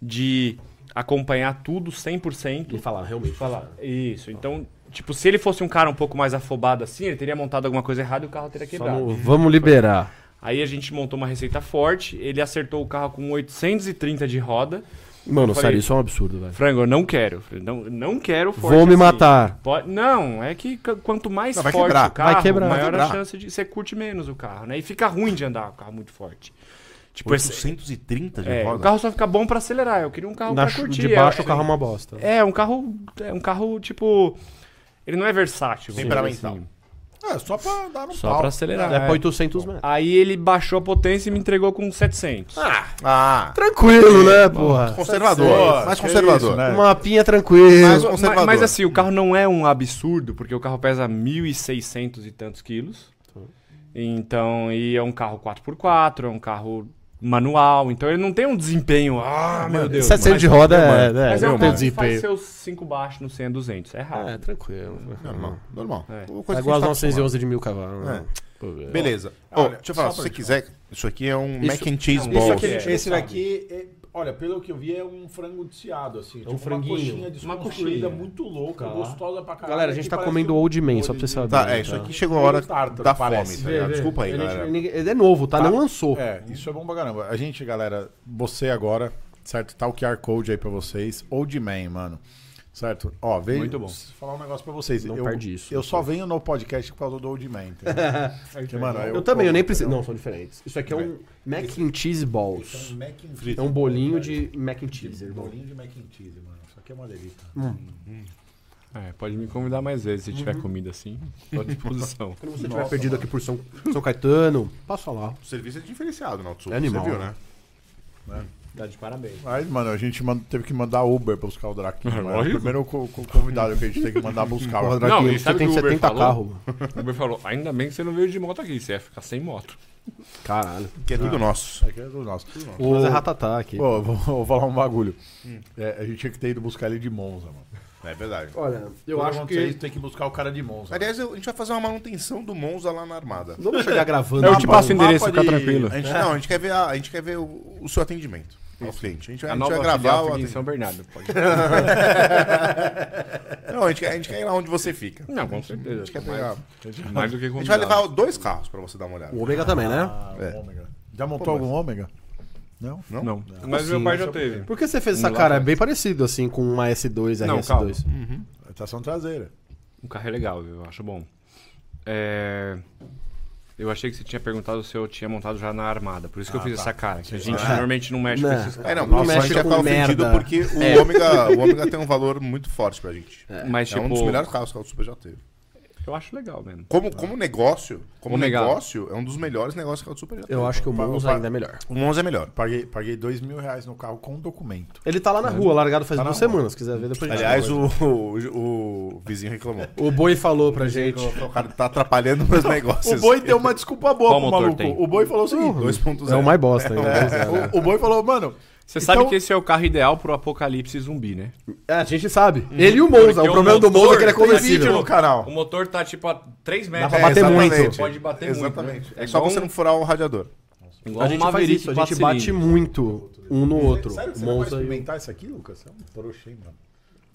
de acompanhar tudo 100%. E falar, realmente. Falar. Isso. Então, tipo, se ele fosse um cara um pouco mais afobado assim, ele teria montado alguma coisa errada e o carro teria Só quebrado. no- Vamos liberar. Aí a gente montou uma receita forte, ele acertou o carro com 830 de roda. Mano, Eu falei- sério, isso é um absurdo, velho. Frango, eu não quero. Falei, Não, não quero forte Vou me assim. matar. Pode- não, é que c- quanto mais Não, vai forte quebrar, o carro, vai quebrar. Vai maior a quebrar. chance de você curte menos o carro, né? E fica ruim de andar com o carro muito forte. Tipo, esse, 830 de é, o roda? carro só fica bom pra acelerar. Eu queria um carro Na pra chu- curtir. de baixo é, o carro é uma bosta. é um carro, é um carro tipo, ele não é versátil. vamos dizer Temperamental. assim. É, só pra dar um Só pau. pra acelerar. É pra é. 800 metros. Aí ele baixou a potência e me entregou com 700. Ah, Tranquilo, né, porra? conservador. Mais Que conservador. isso, né? Uma pinha tranquila. Mais Ma- conservador. é. mas, assim, o carro não é um absurdo, porque o carro pesa 1.600 e tantos quilos. Então, e é um carro 4x4, é um carro manual. Então, ele não tem um desempenho. Ah, meu Deus. 700 de roda é, é, Mas é não um tem carro que faz desempenho. seus 5 baixos no 100 a 200. É raro. É, tranquilo. Normal, normal. É. Uma É coisa que a igual gente as tá 911 de mil cavalos. né? acostumado. Beleza. Ô, Olha, deixa eu falar, só pra se você gente quiser, isso aqui é um Isso- mac and cheese não, ball. Isso Bom, aqui, é, esse sabe. daqui, é- olha, pelo que eu vi, é um frango desfiado, assim. tipo franguinho. Uma coxinha Uma desconstruída, coxinha. muito louca, Tá. gostosa pra caralho. Galera, a gente que tá parece comendo um Old Man, só pra bolinho. vocês saberem. Tá, é, isso aqui chegou a hora Meio tártaro, da parece. fome, tá ligado? Desculpa aí, galera. Ele, ele é novo, tá? Não lançou. É, isso é bom pra caramba. A gente, galera, você agora, certo? Tá o QR Code aí pra vocês. Old Man, mano. Certo? Ó, veio. Muito bom. preciso falar um negócio pra vocês. Não eu, perde isso. Eu só venho no podcast por causa do Old Man, entendeu? Porque, mano, Eu também, eu nem preciso. entendeu? Não, são diferentes. Isso aqui é um mac and cheese Isso balls. é um mac and É um bolinho de mac and cheese, cheese. irmão. Bolinho de mac and cheese, mano. Isso aqui é uma delícia. É, pode me convidar mais vezes se tiver comida assim. Tô à *laughs* disposição. Quando você estiver perdido aqui por São, São Caetano, passa lá. O serviço é diferenciado na Otsu. É animal. Você viu, né? Tá Dá de parabéns. Mas, mano, a gente mand- teve que mandar Uber pra buscar o Draquinho. mano. É o Lógico. primeiro co- co- convidado que a gente tem que mandar *laughs* buscar. Porra, né? mano. Draquinho, ele você sabe tem que o Uber 70 falou? carros. O Uber falou, ainda bem que você não veio de moto aqui, você ia ficar sem moto. Caralho. Que é tudo nosso. Aqui é do nosso. O... Mas é ratatá aqui. Pô, vou, vou falar um bagulho. É, a gente tinha que ter ido buscar ele de Monza, mano. É verdade. Olha, eu Todo acho mundo que. tem- tem que é- buscar o cara de né? Monza. Aliás, eu- a gente vai fazer uma manutenção do Monza lá na armada. Vamos *laughs* chegar gravando. tipo Eu te rapaz. passo o endereço, mapa fica de- tranquilo. A gente, não, a gente quer ver, a, a gente quer ver o, o seu atendimento ao cliente. A gente, vai- A a gente nova vai filial gravar o fica em atendimento. São Bernardo. *laughs* Pode. É, Não, a gente, quer, a gente quer ir lá onde você fica. Não, com A certeza. gente quer pegar. mais, mais do que A gente vai convidado. levar dois carros pra você dar uma olhada. O ômega também, né? Ah, É. ômega. Já montou Pô, mas- algum ômega? Não? Não? Não. Mas meu pai já teve. Por que você fez essa Lá cara? É atrás. bem parecido, assim, com uma S2, Não, RS2. É Estação traseira. Um carro é legal, eu acho bom. É, Eu achei que você tinha perguntado se eu tinha montado já na armada. Por isso que eu fiz essa cara. Que a gente normalmente não mexe Não. com esses carros. É, Ah, tá. não, Não porque a mexe gente vai com ficar ofendido merda. É. porque o ômega, o ômega tem um valor muito forte pra gente. É, Mas, tipo, um dos melhores carros que a Super já teve. eu acho legal mesmo. Como, Tá. como negócio, como Ômega. negócio, é um dos melhores negócios que a Super já teve. Eu acho que o Pago, Monza pago. ainda é melhor. O Monza é melhor. Paguei, paguei dois mil reais no carro com um documento. Ele tá lá na rua, largado faz Tá na duas rua. semanas. Se quiser ver, depois a gente Aliás, o, o, o vizinho reclamou. O Boi falou pra gente. O cara tá atrapalhando meus negócios. O boi um deu uma desculpa boa Qual pro motor maluco. tem? O boi falou o seguinte: 2.0. É o mais bosta ainda. né? *laughs* o, o boi falou, mano. Você então- sabe que esse é o carro ideal pro apocalipse zumbi, né? É, a gente sabe. Ele e o Monza. Porque um O problema do Monza é que ele é motor- tem conversível. vídeo no canal. O motor tá tipo a 3 Dá metros. pra bater muito. exatamente. Pode bater Exatamente. muito. né? É só igual você um- não furar o radiador. igual A um gente faz Maverick isso, a gente quatro bate cilindros. muito um no outro. Sério que você não vai Monza e o... experimentar isso aqui, Lucas? Você é um trouxa, hein, mano?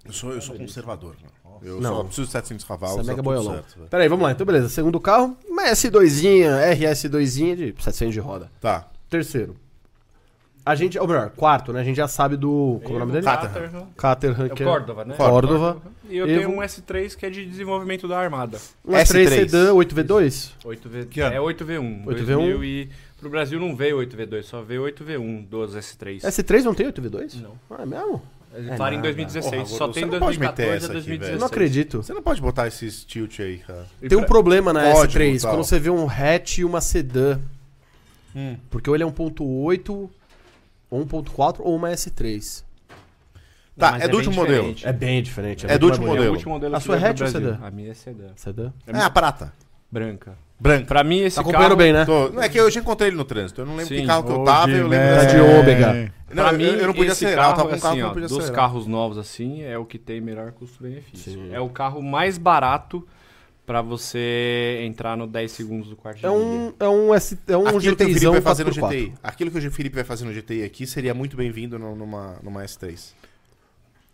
Eu sou, eu sou conservador. mano. Eu Não. só preciso de 700 cavalos. Isso é tá mega tudo boiolão. certo, velho. Peraí, vamos lá. Então, beleza. Segundo carro, uma S2zinha, RS2zinha de 700 de roda. Tá. Terceiro. A gente, ou melhor, quarto, né? A gente já sabe do. Como é o nome dele? Caterham. Caterham. É o que Córdova, né? Córdova. E eu Evo. tenho um S3 que é de desenvolvimento da armada. Um S3 S3. sedã 8V2. 8V... Que ano? É 8V1. 8V1. 2000 e... Pro Brasil não veio 8V2, só veio 8V1 dos S3. S3 não tem 8V2? Não. Ah, é mesmo? Ele para em 2016, Porra, só Gordo, você tem não pode 2014 meter a essa aqui, velho. 2016. Eu não acredito. Você não pode botar esses tilt aí, cara. E Tem um pra- problema na Código, S3, tal. quando você vê um hatch e uma sedã. Hum. Porque ou ele é 1.8, ou 1.4 ou uma S3. Tá, Mas é do bem último modelo. diferente. É bem diferente. É muito do mais bonito. último É o modelo. último modelo A que sua é veio pro hatch ou Brasil. sedã? A minha é sedã. Sedã? É a prata. Branca. Branca. Pra mim, esse Tá acompanhando carro... bem, né? Tô- Não, é que eu já encontrei ele no trânsito. Eu não lembro que Sim. carro que eu Ô, tava, eu lembro Gimé. Tá de ômega. Não, pra eu- mim, eu não podia esse acelerar, eu carro, tava com um carro assim, que ó, não podia Dos acelerar. carros novos, assim, é o que tem melhor custo-benefício. É o carro mais barato pra você entrar no 10 segundos do quarto de É milha. um, é um, S, é um Aquilo que o Felipe GTIzão vai fazer no 4x4. GTI. Aquilo que o Felipe vai fazer no GTI aqui seria muito bem-vindo no- numa, numa S3.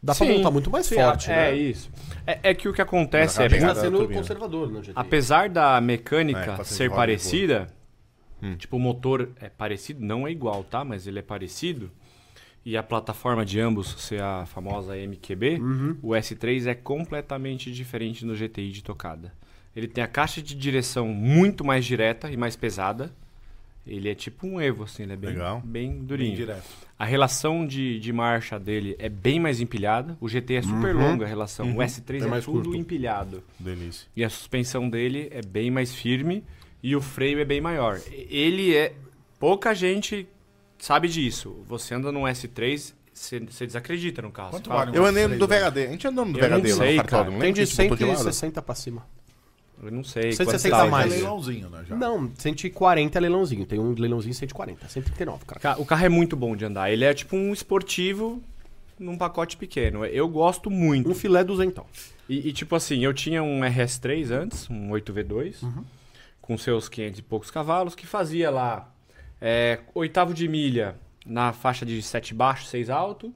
Dá pra Sim, montar muito mais sim, forte, é, né? É isso. É, é que o que acontece Mas a é, pegada- Tá sendo turbina. conservador no GTI. apesar da É, Hum. mecânica tá sendo ser roda, parecida, Tipo, o motor é parecido, não é igual, tá? Mas ele é parecido. E a plataforma de ambos ser a famosa MQB, Uhum. o S3 é completamente diferente do GTI de tocada. Ele tem a caixa de direção muito mais direta e mais pesada. Ele é tipo um Evo, assim, ele é bem, Legal. bem Bem durinho. direto. A relação de, de marcha dele é bem mais empilhada. O GT é super longa a relação. O S3 é, Uhum. mais tudo curto. empilhado. Delícia. E a suspensão dele é bem mais firme e o freio é bem maior. E- Ele é. Pouca gente sabe disso. Você anda num S3, você você desacredita no carro. Quanto Você fala, vale um Eu andei no S3 do hoje? VHD. A gente andou no do é. Eu não VHD lá sei, no cartódromo. cara. Lembra Tem que de a gente botou de lado? 160 pra cima. um Eu não sei. 160 quanto Mas tá, mais. é mas- leilãozinho, né? Já. Tá. Não, 140 é leilãozinho. Tem um leilãozinho 140, 139, cara. Ca- O carro é muito bom de andar. Ele é tipo um esportivo num pacote pequeno. Eu gosto muito. Um filé 200. E, e, tipo assim, eu tinha um RS3 antes, um 8V2, com seus 500 e poucos cavalos, que fazia lá é, oitavo de milha na faixa de 7 baixo, 6 alto,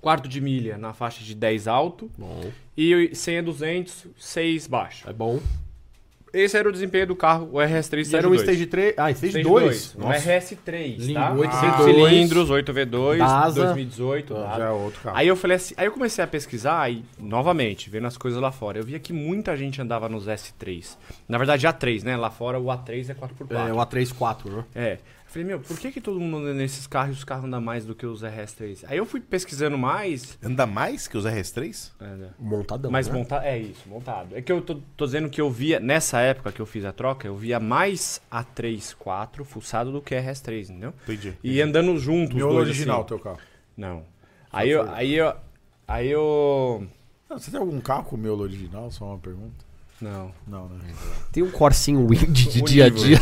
quarto de milha na faixa de 10 alto, Bom, e 100 a 200, 6 baixo. é bom. Esse era o desempenho do carro, o RS3 E era um dois. stage 3. Ah, stage Stage 2. dois, Um é RS3, tá? Lindo, 8 8V2, cilindros, 8V2, Asa. 2018, Ah. Já é outro carro. Aí eu falei assim, aí eu comecei a pesquisar e novamente, vendo as coisas lá fora, eu via que muita gente andava nos S3. Na verdade, A3, né? Lá fora o A3 é 4x4. É, É. o A34, né? Eu falei, meu, por que, que todo mundo anda nesses carros e os carros andam mais do que os RS3? Aí eu fui pesquisando mais. Anda mais que os RS3? É. Montadão. Mas né? monta é isso, montado. É que eu tô, tô dizendo que eu via, nessa época que eu fiz a troca, eu via mais A3, 4 fuçado do que RS3, entendeu? Entendi. E andando juntos. os Miolo dois, original, assim. teu carro. Não. Aí eu, aí eu. Aí eu. Não, você tem algum carro com miolo original? Só uma pergunta. Não. Não, né? Tem um corsinho wind de dia a dia.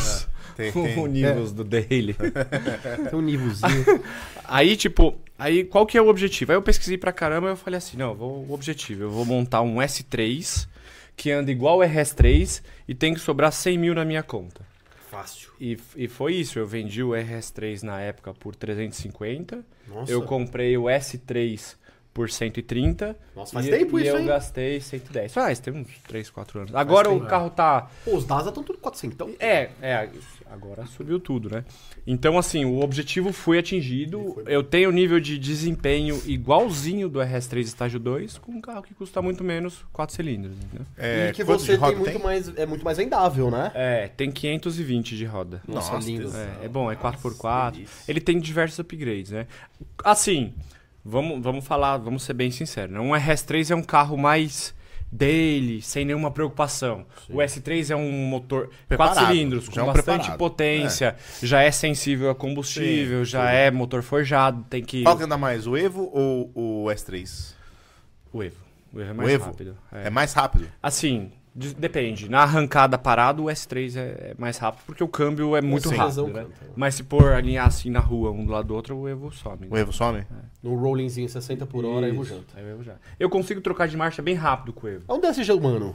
Tem, *laughs* O tem. É. Nivus do Daily. *laughs* Tem um nívelzinho. aí, tipo, aí qual que é o objetivo? Aí eu pesquisei pra caramba e eu falei assim, não, eu vou, o objetivo, eu vou montar um S3 que anda igual o RS3 e tem que sobrar 100 mil na minha conta. *laughs* Fácil. E, e foi isso, eu vendi o RS3 na época por 350, Nossa. eu comprei o S3 por 130 Nossa, faz e, tempo e isso, eu hein? gastei 110. Faz, Ah, tem uns 3, 4 anos. Agora o carro tá... Pô, os DASA estão tudo Então, 400. É, é, agora subiu tudo, né? Então, assim, o objetivo foi atingido. Eu tenho um nível de desempenho igualzinho do RS3 estágio 2, com um carro que custa muito menos 4 cilindros. entendeu? É, e que quanto você de tem roda muito mais. É muito mais vendável, né? É, tem 520 de roda. Nossa, lindo. É, é bom, é 4x4. Ele tem diversos upgrades, né? Assim, vamos, vamos falar, vamos ser bem sinceros. Né? Um RS3 é um carro mais dele, sem nenhuma preocupação. O S3 é um motor Preparado, quatro cilindros, com já é um bastante preparado. potência, já é sensível a combustível, já é motor forjado, tem que... Qual que anda mais, o Evo ou o S3? O Evo. O Evo é mais o Evo? rápido. É. mais rápido. Assim, de- depende. Na arrancada parado, o S3 é é mais rápido, porque o câmbio é muito Sim. rápido. Né? Mas se pôr alinhar assim na rua, um do lado do outro, o Evo some. O Evo some? No rollingzinho 60 por hora, eu vou janta. Aí o Evo já. Eu consigo trocar de marcha bem rápido com o *laughs* Evo. Onde é esse jogo, mano?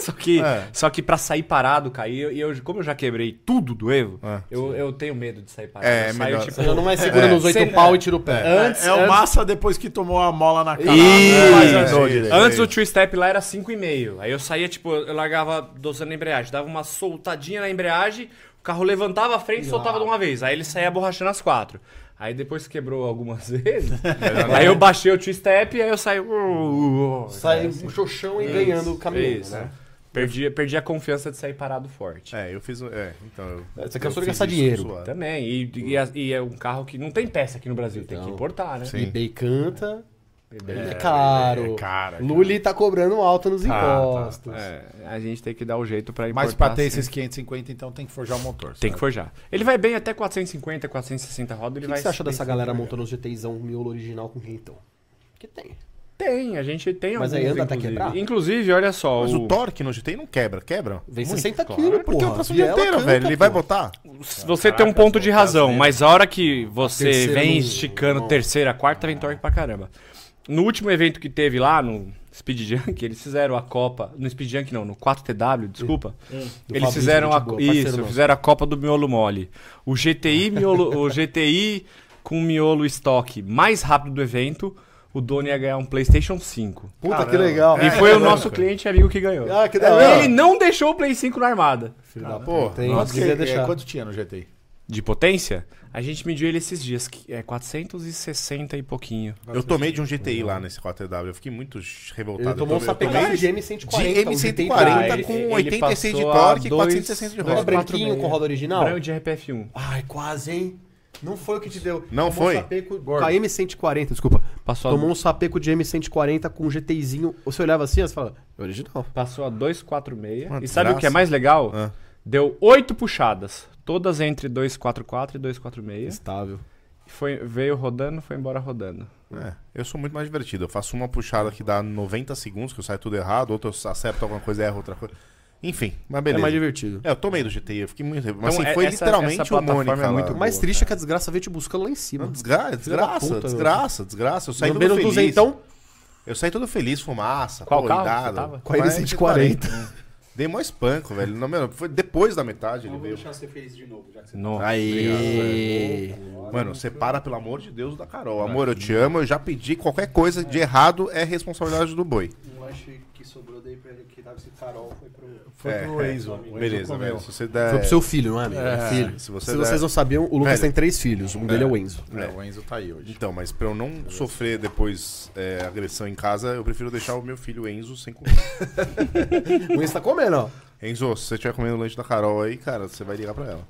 só que, É. só que pra sair parado, cair, e eu, como eu já quebrei tudo do Evo, É. eu, eu tenho medo de sair parado. É, eu saio, melhor. tipo, Você já não vai segurando os Cê- oito pau e tira o pé. antes, é o antes, Massa depois que tomou a mola na cara. né? Ih, Mas é andou isso, direito. Antes o two step lá era 5,5. Aí eu saía, tipo, eu largava dosando a embreagem, dava uma soltadinha na embreagem, o carro levantava a frente e soltava de uma vez. Aí ele saía borrachando as quatro. Aí depois quebrou algumas *laughs* vezes. aí eu baixei o two step e aí eu saí. uh, Sai um xoxão e ganhando o caminho, É Isso. né? Perdi, perdi a confiança de sair parado forte. É, eu fiz. É, então. eu- É, você eu cansou de fiz gastar isso, dinheiro. Tá suave. Também. E, e a- e é um carro que não tem peça aqui no Brasil, tem que importar, né? Sim. eBay canta. É, É, caro. cara. Lully tá cobrando alto nos Tá, impostos. tá. É, a gente tem que dar o jeito pra importar. Mas pra ter sim. esses 550, então tem que forjar o motor. Tem sabe? que forjar. Ele vai bem até 450, 460 O rodas, ele que, que vai... você acha dessa bem- galera montando os GTIzão miolo original com Hinton? Que tem. Tem, a gente tem Mas alguns, aí anda até inclusive. quebrar? Inclusive, olha só, Mas o, o torque no GT não quebra, quebra? Vem Muito. 60 claro. quilos, Porque é porra. o tração Viela dianteiro, canta, velho. Ele vai porra. botar? você tem um ponto de razão, mas a hora que você Terceira vem no- esticando no- terceira, quarta, vem torque pra caramba. No último evento que teve lá no Speed Junk, *laughs* eles fizeram a Copa. No Speed Junk não, no 4TW, desculpa. Eles Hum. Fabrício, fizeram a, gente boa, parceiro isso, nosso. fizeram a Copa do Miolo Mole. *laughs* O GTI, miolo, o GTI com miolo estoque mais rápido do evento. o dono ia ganhar um PlayStation 5. Puta que legal. e foi o nosso cliente amigo que ganhou. É. *laughs* Ah, que da hora. Ah, Ele não deixou o Play 5 na armada. Ah, Filho da Pô, Tem- nossa, devia que- deixar. é, quanto tinha no GTI? De potência? A gente mediu ele esses dias, que é 460 e pouquinho. Eu tomei de um GTI lá nesse 4W, eu fiquei muito revoltado. Ele tomou um eu tomei, sapecão eu de tomei M140. de um GTI. Ah, M140 ele- com ele 86 de passou a torque e dois- 460 de Não é roda. branquinho com roda original? Branco de RPF1. Ai, quase, hein? Não foi o que te deu. Não Tomou foi? Um sapeco com a M140, desculpa. Passou Tomou a, um sapeco de M140 com um GTIzinho. Você olhava assim, você falava, é original. passou a 246. Uma E sabe o que é desgraça. mais legal? Ah. Deu 8 puxadas. Todas entre 244 e 246. Estável. Foi, veio rodando, foi embora rodando. É, eu sou muito mais divertido. Eu faço uma puxada que dá 90 segundos, que eu saio tudo errado, outra eu acerto alguma coisa e erro outra coisa. Enfim, mas beleza. É mais divertido. É, eu tomei do GTI, eu fiquei muito. Mas Então, assim, é- foi essa- literalmente essa o Mônica. plataforma é lá. muito O mais Boa, triste é que a desgraça veio te buscando lá em cima. Ah, Não, desgra- desgraça, puta, meu. desgraça, desgraça. Eu saí Lamberam todo feliz. duzentão. Eu saí todo feliz, fumaça, Qual carro coloridada. você tava? Com a M140. Dei mó espanco, velho. Não, meu, foi depois da metade ele Não vou veio. deixar você feliz de novo, já que você Nossa. Aí. Mano, separa pelo amor de Deus da Carol. É. Amor, eu te amo, eu já pedi. Qualquer coisa de errado é responsabilidade do boi. um lanche que sobrou daí pra ele que tava esse Carol foi pro. Foi É, pro é. Enzo. O Enzo Beleza, comeu. velho. Se você der. Foi pro seu filho, não é, amigo? É filho. Se você Se der- vocês não sabiam, o Lucas Velho. tem três filhos. Um dele é o Enzo. É, o Enzo tá aí hoje. Então, mas pra eu não sofrer depois é, agressão em casa, eu prefiro deixar o meu filho Enzo sem comer. *laughs* O Enzo tá comendo, ó. Enzo, se você estiver comendo o lanche da Carol aí, cara, você vai ligar pra ela.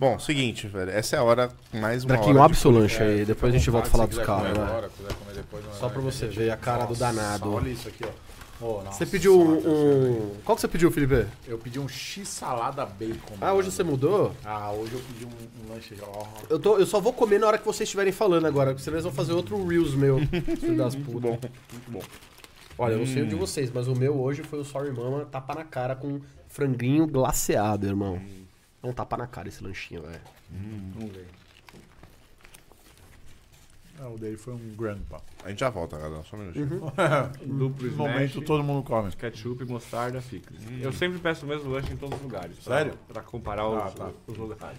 Bom, seguinte, velho. Essa é a hora mais uma um Draquinho, hora. de- abre seu lanche aí. Depois a gente volta a falar dos carros. carros. né? Agora, quiser Tá, comer depois, Só pra você ver a cara do danado. Olha isso aqui, ó. Ô, nossa. Você pediu um, um- Qual que você pediu, Felipe? Eu pedi um X-salada bacon. Ah, hoje mano. você mudou? Ah, hoje eu pedi um, um lanche. ó. Eu, tô, eu só vou comer na hora que vocês estiverem falando agora, porque vocês vão fazer outro Reels *laughs* meu. Filho das putas. Muito bom, muito bom. Hum. Olha, eu não sei o de vocês, mas o meu hoje foi o Sorry Mama tapa na cara com franguinho glaceado, irmão. É um tapa na cara esse lanchinho, velho. Ah, o dele foi um *laughs* grandpa. A gente já volta, galera. Só um minutinho. Um Duplo No momento smash. todo mundo come. Ketchup, mostarda, fica. Eu sempre peço o mesmo lanche em todos os lugares. pra- Sério? Pra comparar Ah, os, tá. os lugares.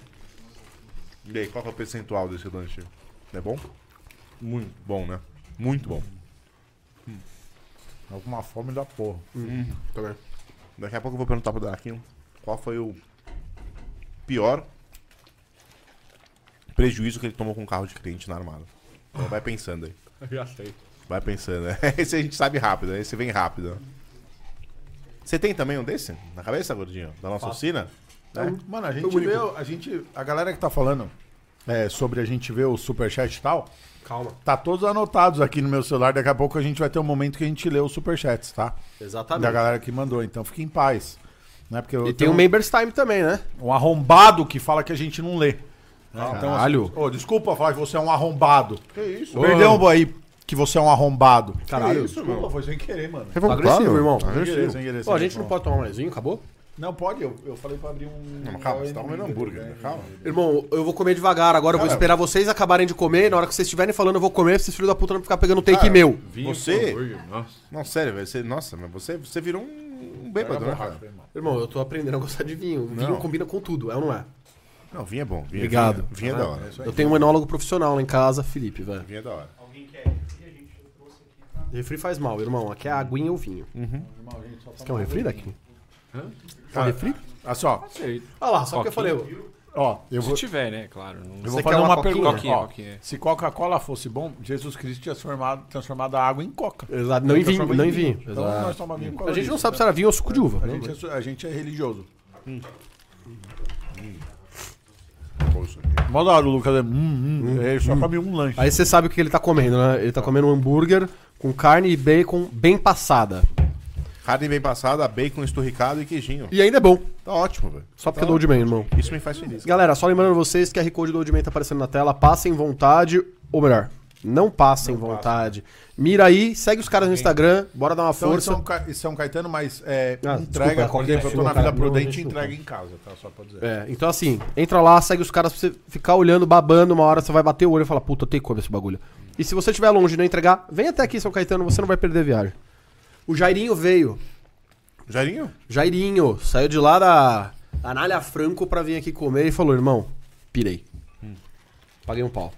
E aí, qual que é o percentual desse lanche? É bom? Muito. Bom, né? Muito bom. Alguma fome da porra. Daqui a pouco eu vou perguntar pro Draquinho qual foi o pior prejuízo que ele tomou com um carro de cliente na armada. Então vai pensando aí. Já sei. Vai pensando. né? *laughs* Esse a gente sabe rápido, né? esse vem rápido. Você tem também um desse? Na cabeça, gordinho? Da nossa oficina? É. Mano, a gente vê, a gente, a galera que tá falando é, sobre a gente ver o superchat e tal, Calma. tá todos anotados aqui no meu celular. Daqui a pouco a gente vai ter um momento que a gente lê os superchats, tá? Da Exatamente. galera que mandou. Então fique em paz. Né? Porque eu E tem um tenho o Members Time também, né? um arrombado que fala que a gente não lê. né? Então, Caralho. assim, ô, desculpa falar que você é um arrombado. Que isso? Perdão aí que você é um arrombado. Caralho. Que isso, desculpa, foi sem querer, mano. Tá agressivo, irmão. Sem querer, sem querer, sem Ó, a gente querer. não pode tomar mais vinho, acabou? Não pode, eu, eu falei pra abrir um. Não, mas calma, você tá comendo hambúrguer, né? Calma. Irmão, eu vou comer devagar agora, eu vou Cara, esperar vocês acabarem de comer, e na hora que vocês estiverem falando eu vou comer, pra esses filhos da puta não ficar pegando take meu. Você. Nossa. Não, sério, velho. Você... Nossa, mas você, você virou um um bêbado, né, cara? Irmão, eu tô aprendendo a gostar de vinho. Vinho Não. combina com tudo, é ou não é? Não, vinha é bom. Vinha, Obrigado. Vinha, vinha é da hora. Eu tenho um enólogo profissional lá em casa, Felipe, velho. Vinha é da hora. Alguém quer refri, a gente trouxe aqui pra. Refri faz mal, irmão. Aqui é a aguinha ou vinho. Uhum. Você quer um refri daqui? Quer um Cara, refri? Olha só, Sei. Olha lá, só que eu falei. Coquinha. eu- ó, eu vou. Se tiver, né? Claro. não- Eu Você vou quer fazer uma uma, coquinha? pergunta. Coquinha, ó. coquinha. Se Coca-Cola fosse bom, Jesus Cristo tinha transformado, transformado a água em coca. Exato, não em vinho, Transformou não em vinho. Então nós Exato. tomamos vinho. por A causa gente não disso, sabe Hum. se né? era vinho ou suco de uva. A né? gente é su- a gente é religioso. Pô, isso aqui. Mó da hora o Lucas. né? Hum, hum, ele só come um lanche. Aí você sabe o que ele tá comendo, né? Ele tá comendo um hambúrguer com carne e bacon bem passada. Carne bem passada, bacon esturricado e queijinho. E ainda é bom, Tá ótimo, velho. só porque é do Old Man, irmão. Isso me faz Então, feliz. Galera, só lembrando vocês que a Code do Odimento tá aparecendo na tela. Passem vontade, ou melhor, não passem vontade. Mira aí, segue os caras no Instagram, bora dar uma Então, força. São, Ca- São Caetano, mas é, Ah, entrega, desculpa, por exemplo, eu tô desculpa, na Vila cara, não, Prudente e desculpa. entrega em casa, tá? Só pra dizer. É, então assim, entra lá, segue os caras pra você ficar olhando, babando, uma hora você vai bater o olho e falar, puta, tem como esse bagulho. E se você estiver longe e não entregar, vem até aqui, São Caetano, você não vai perder viagem. O Jairinho veio. Jairinho? Jairinho saiu de lá da Anália Franco pra vir aqui comer e falou, irmão, pirei. Paguei um pau.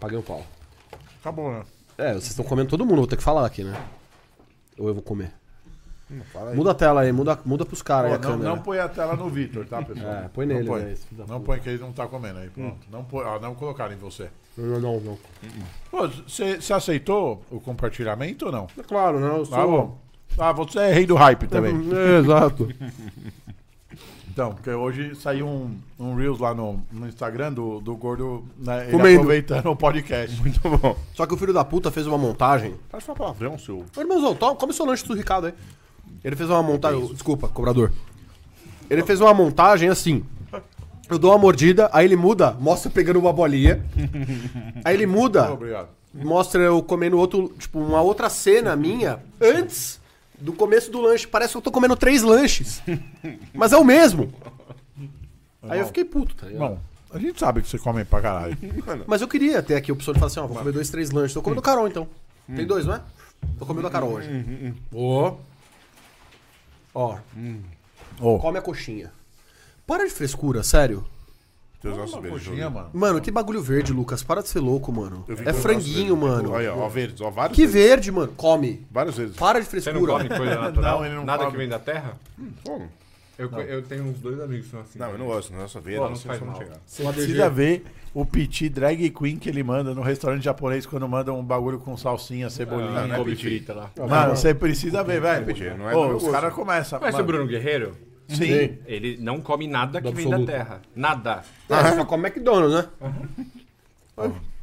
Paguei um pau. Acabou, né? É, vocês estão comendo todo mundo, vou ter que falar aqui, né? Ou eu vou comer. Fala aí. Muda a tela aí, muda, muda pros caras aí Ó, a não, câmera. não põe a tela no Vitor, tá, pessoal? É, põe nele, não põe. né, esse filho da puta. Não Hum. põe que ele não tá comendo aí, pronto. Não, põe, ah, não colocaram em você. Não, não, não. Pô, você aceitou o compartilhamento ou não? É claro, né? Eu sou... Ah, bom. Ah, você é rei do hype também. *laughs* É, exato. Então, porque hoje saiu um, um Reels lá no, no Instagram do, do Gordo, né, ele Comendo. aproveitando o podcast. Muito bom. Só que o filho da puta fez uma montagem. Pode falar palavrão, seu. Ô, irmãozão, toma, come seu lanche do Ricardo aí. Ele fez uma montagem. Desculpa, cobrador. Ele fez uma montagem assim. Eu dou uma mordida, aí ele muda, mostra eu pegando uma bolinha. aí ele muda, Obrigado. mostra eu comendo outro, tipo, uma outra cena minha antes do começo do lanche. Parece que eu tô comendo três lanches. Mas é o mesmo. Aí eu fiquei puto, tá ligado? Bom, a gente sabe que você come pra caralho. Mas eu queria ter aqui a opção de falar assim, ó, vou comer dois, três lanches. Tô comendo Carol, então. Tem dois, não é? Tô comendo a Carol hoje. Ó. Ó, Ô, come a coxinha. Para de frescura, sério. Teus nossos beijos. coxinha, mano. Mano, tem bagulho verde, Lucas. Para de ser louco, mano. Eu vi É que eu franguinho, gosto dele. mano. Olha, ó, verdes, ó, vários Que verdes. verde, mano. Come. Vários verdes. Para de Você *laughs* não frescura. come coisa natural? Não, ele não Nada come. que vem da terra? Como? Eu, co- eu tenho uns dois amigos que são assim. Não, eu não gosto, não é só verde. Pô, não Hum, não sei faz se eu não mal. chegar. Você precisa ver o petit drag queen que ele manda no restaurante japonês quando manda um bagulho com salsinha, Ah, cebolinha. não é couve petit. frita lá. Mano, você precisa ver, petit, velho. não é do Ô, meu Os gosto. caras começam. Conhece o mano. Bruno Guerreiro? Sim. Ele não come nada que Do vem absoluto. da terra. Nada. É, só come McDonald's, né?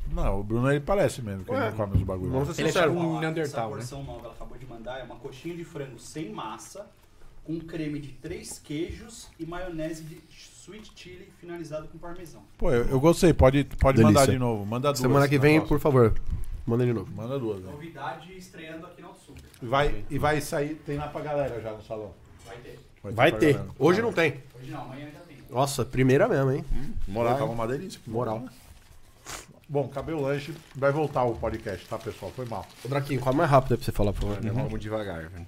Não, o Bruno ele parece mesmo que ele não come os bagulhos. Vamos ser Ele é tipo sinceros. um Essa Neandertal, né? porção nova que ela acabou de mandar é uma coxinha de frango sem massa, com creme de três queijos e maionese de sweet chili finalizado com parmesão. Pô, eu, eu gostei. Pode, pode Delícia. mandar de novo. Manda duas. Semana que vem, negócio. por favor. Manda de novo. Manda duas, né. velho. Novidade estreando aqui no Sul. E vai, e vai sair, tem lá pra galera já no salão. Vai ter. Vai pra ter. galera. Hoje não tem. Hoje não, amanhã ainda tem. Nossa, primeira mesmo, hein? Moral. Moral. Tava uma delícia. Moral. Bom, cabelo lanche, vai voltar o podcast, tá, pessoal? Foi mal. Ô, Draquinho, come mais rápido aí pra você falar, por favor. Eu como devagar, velho.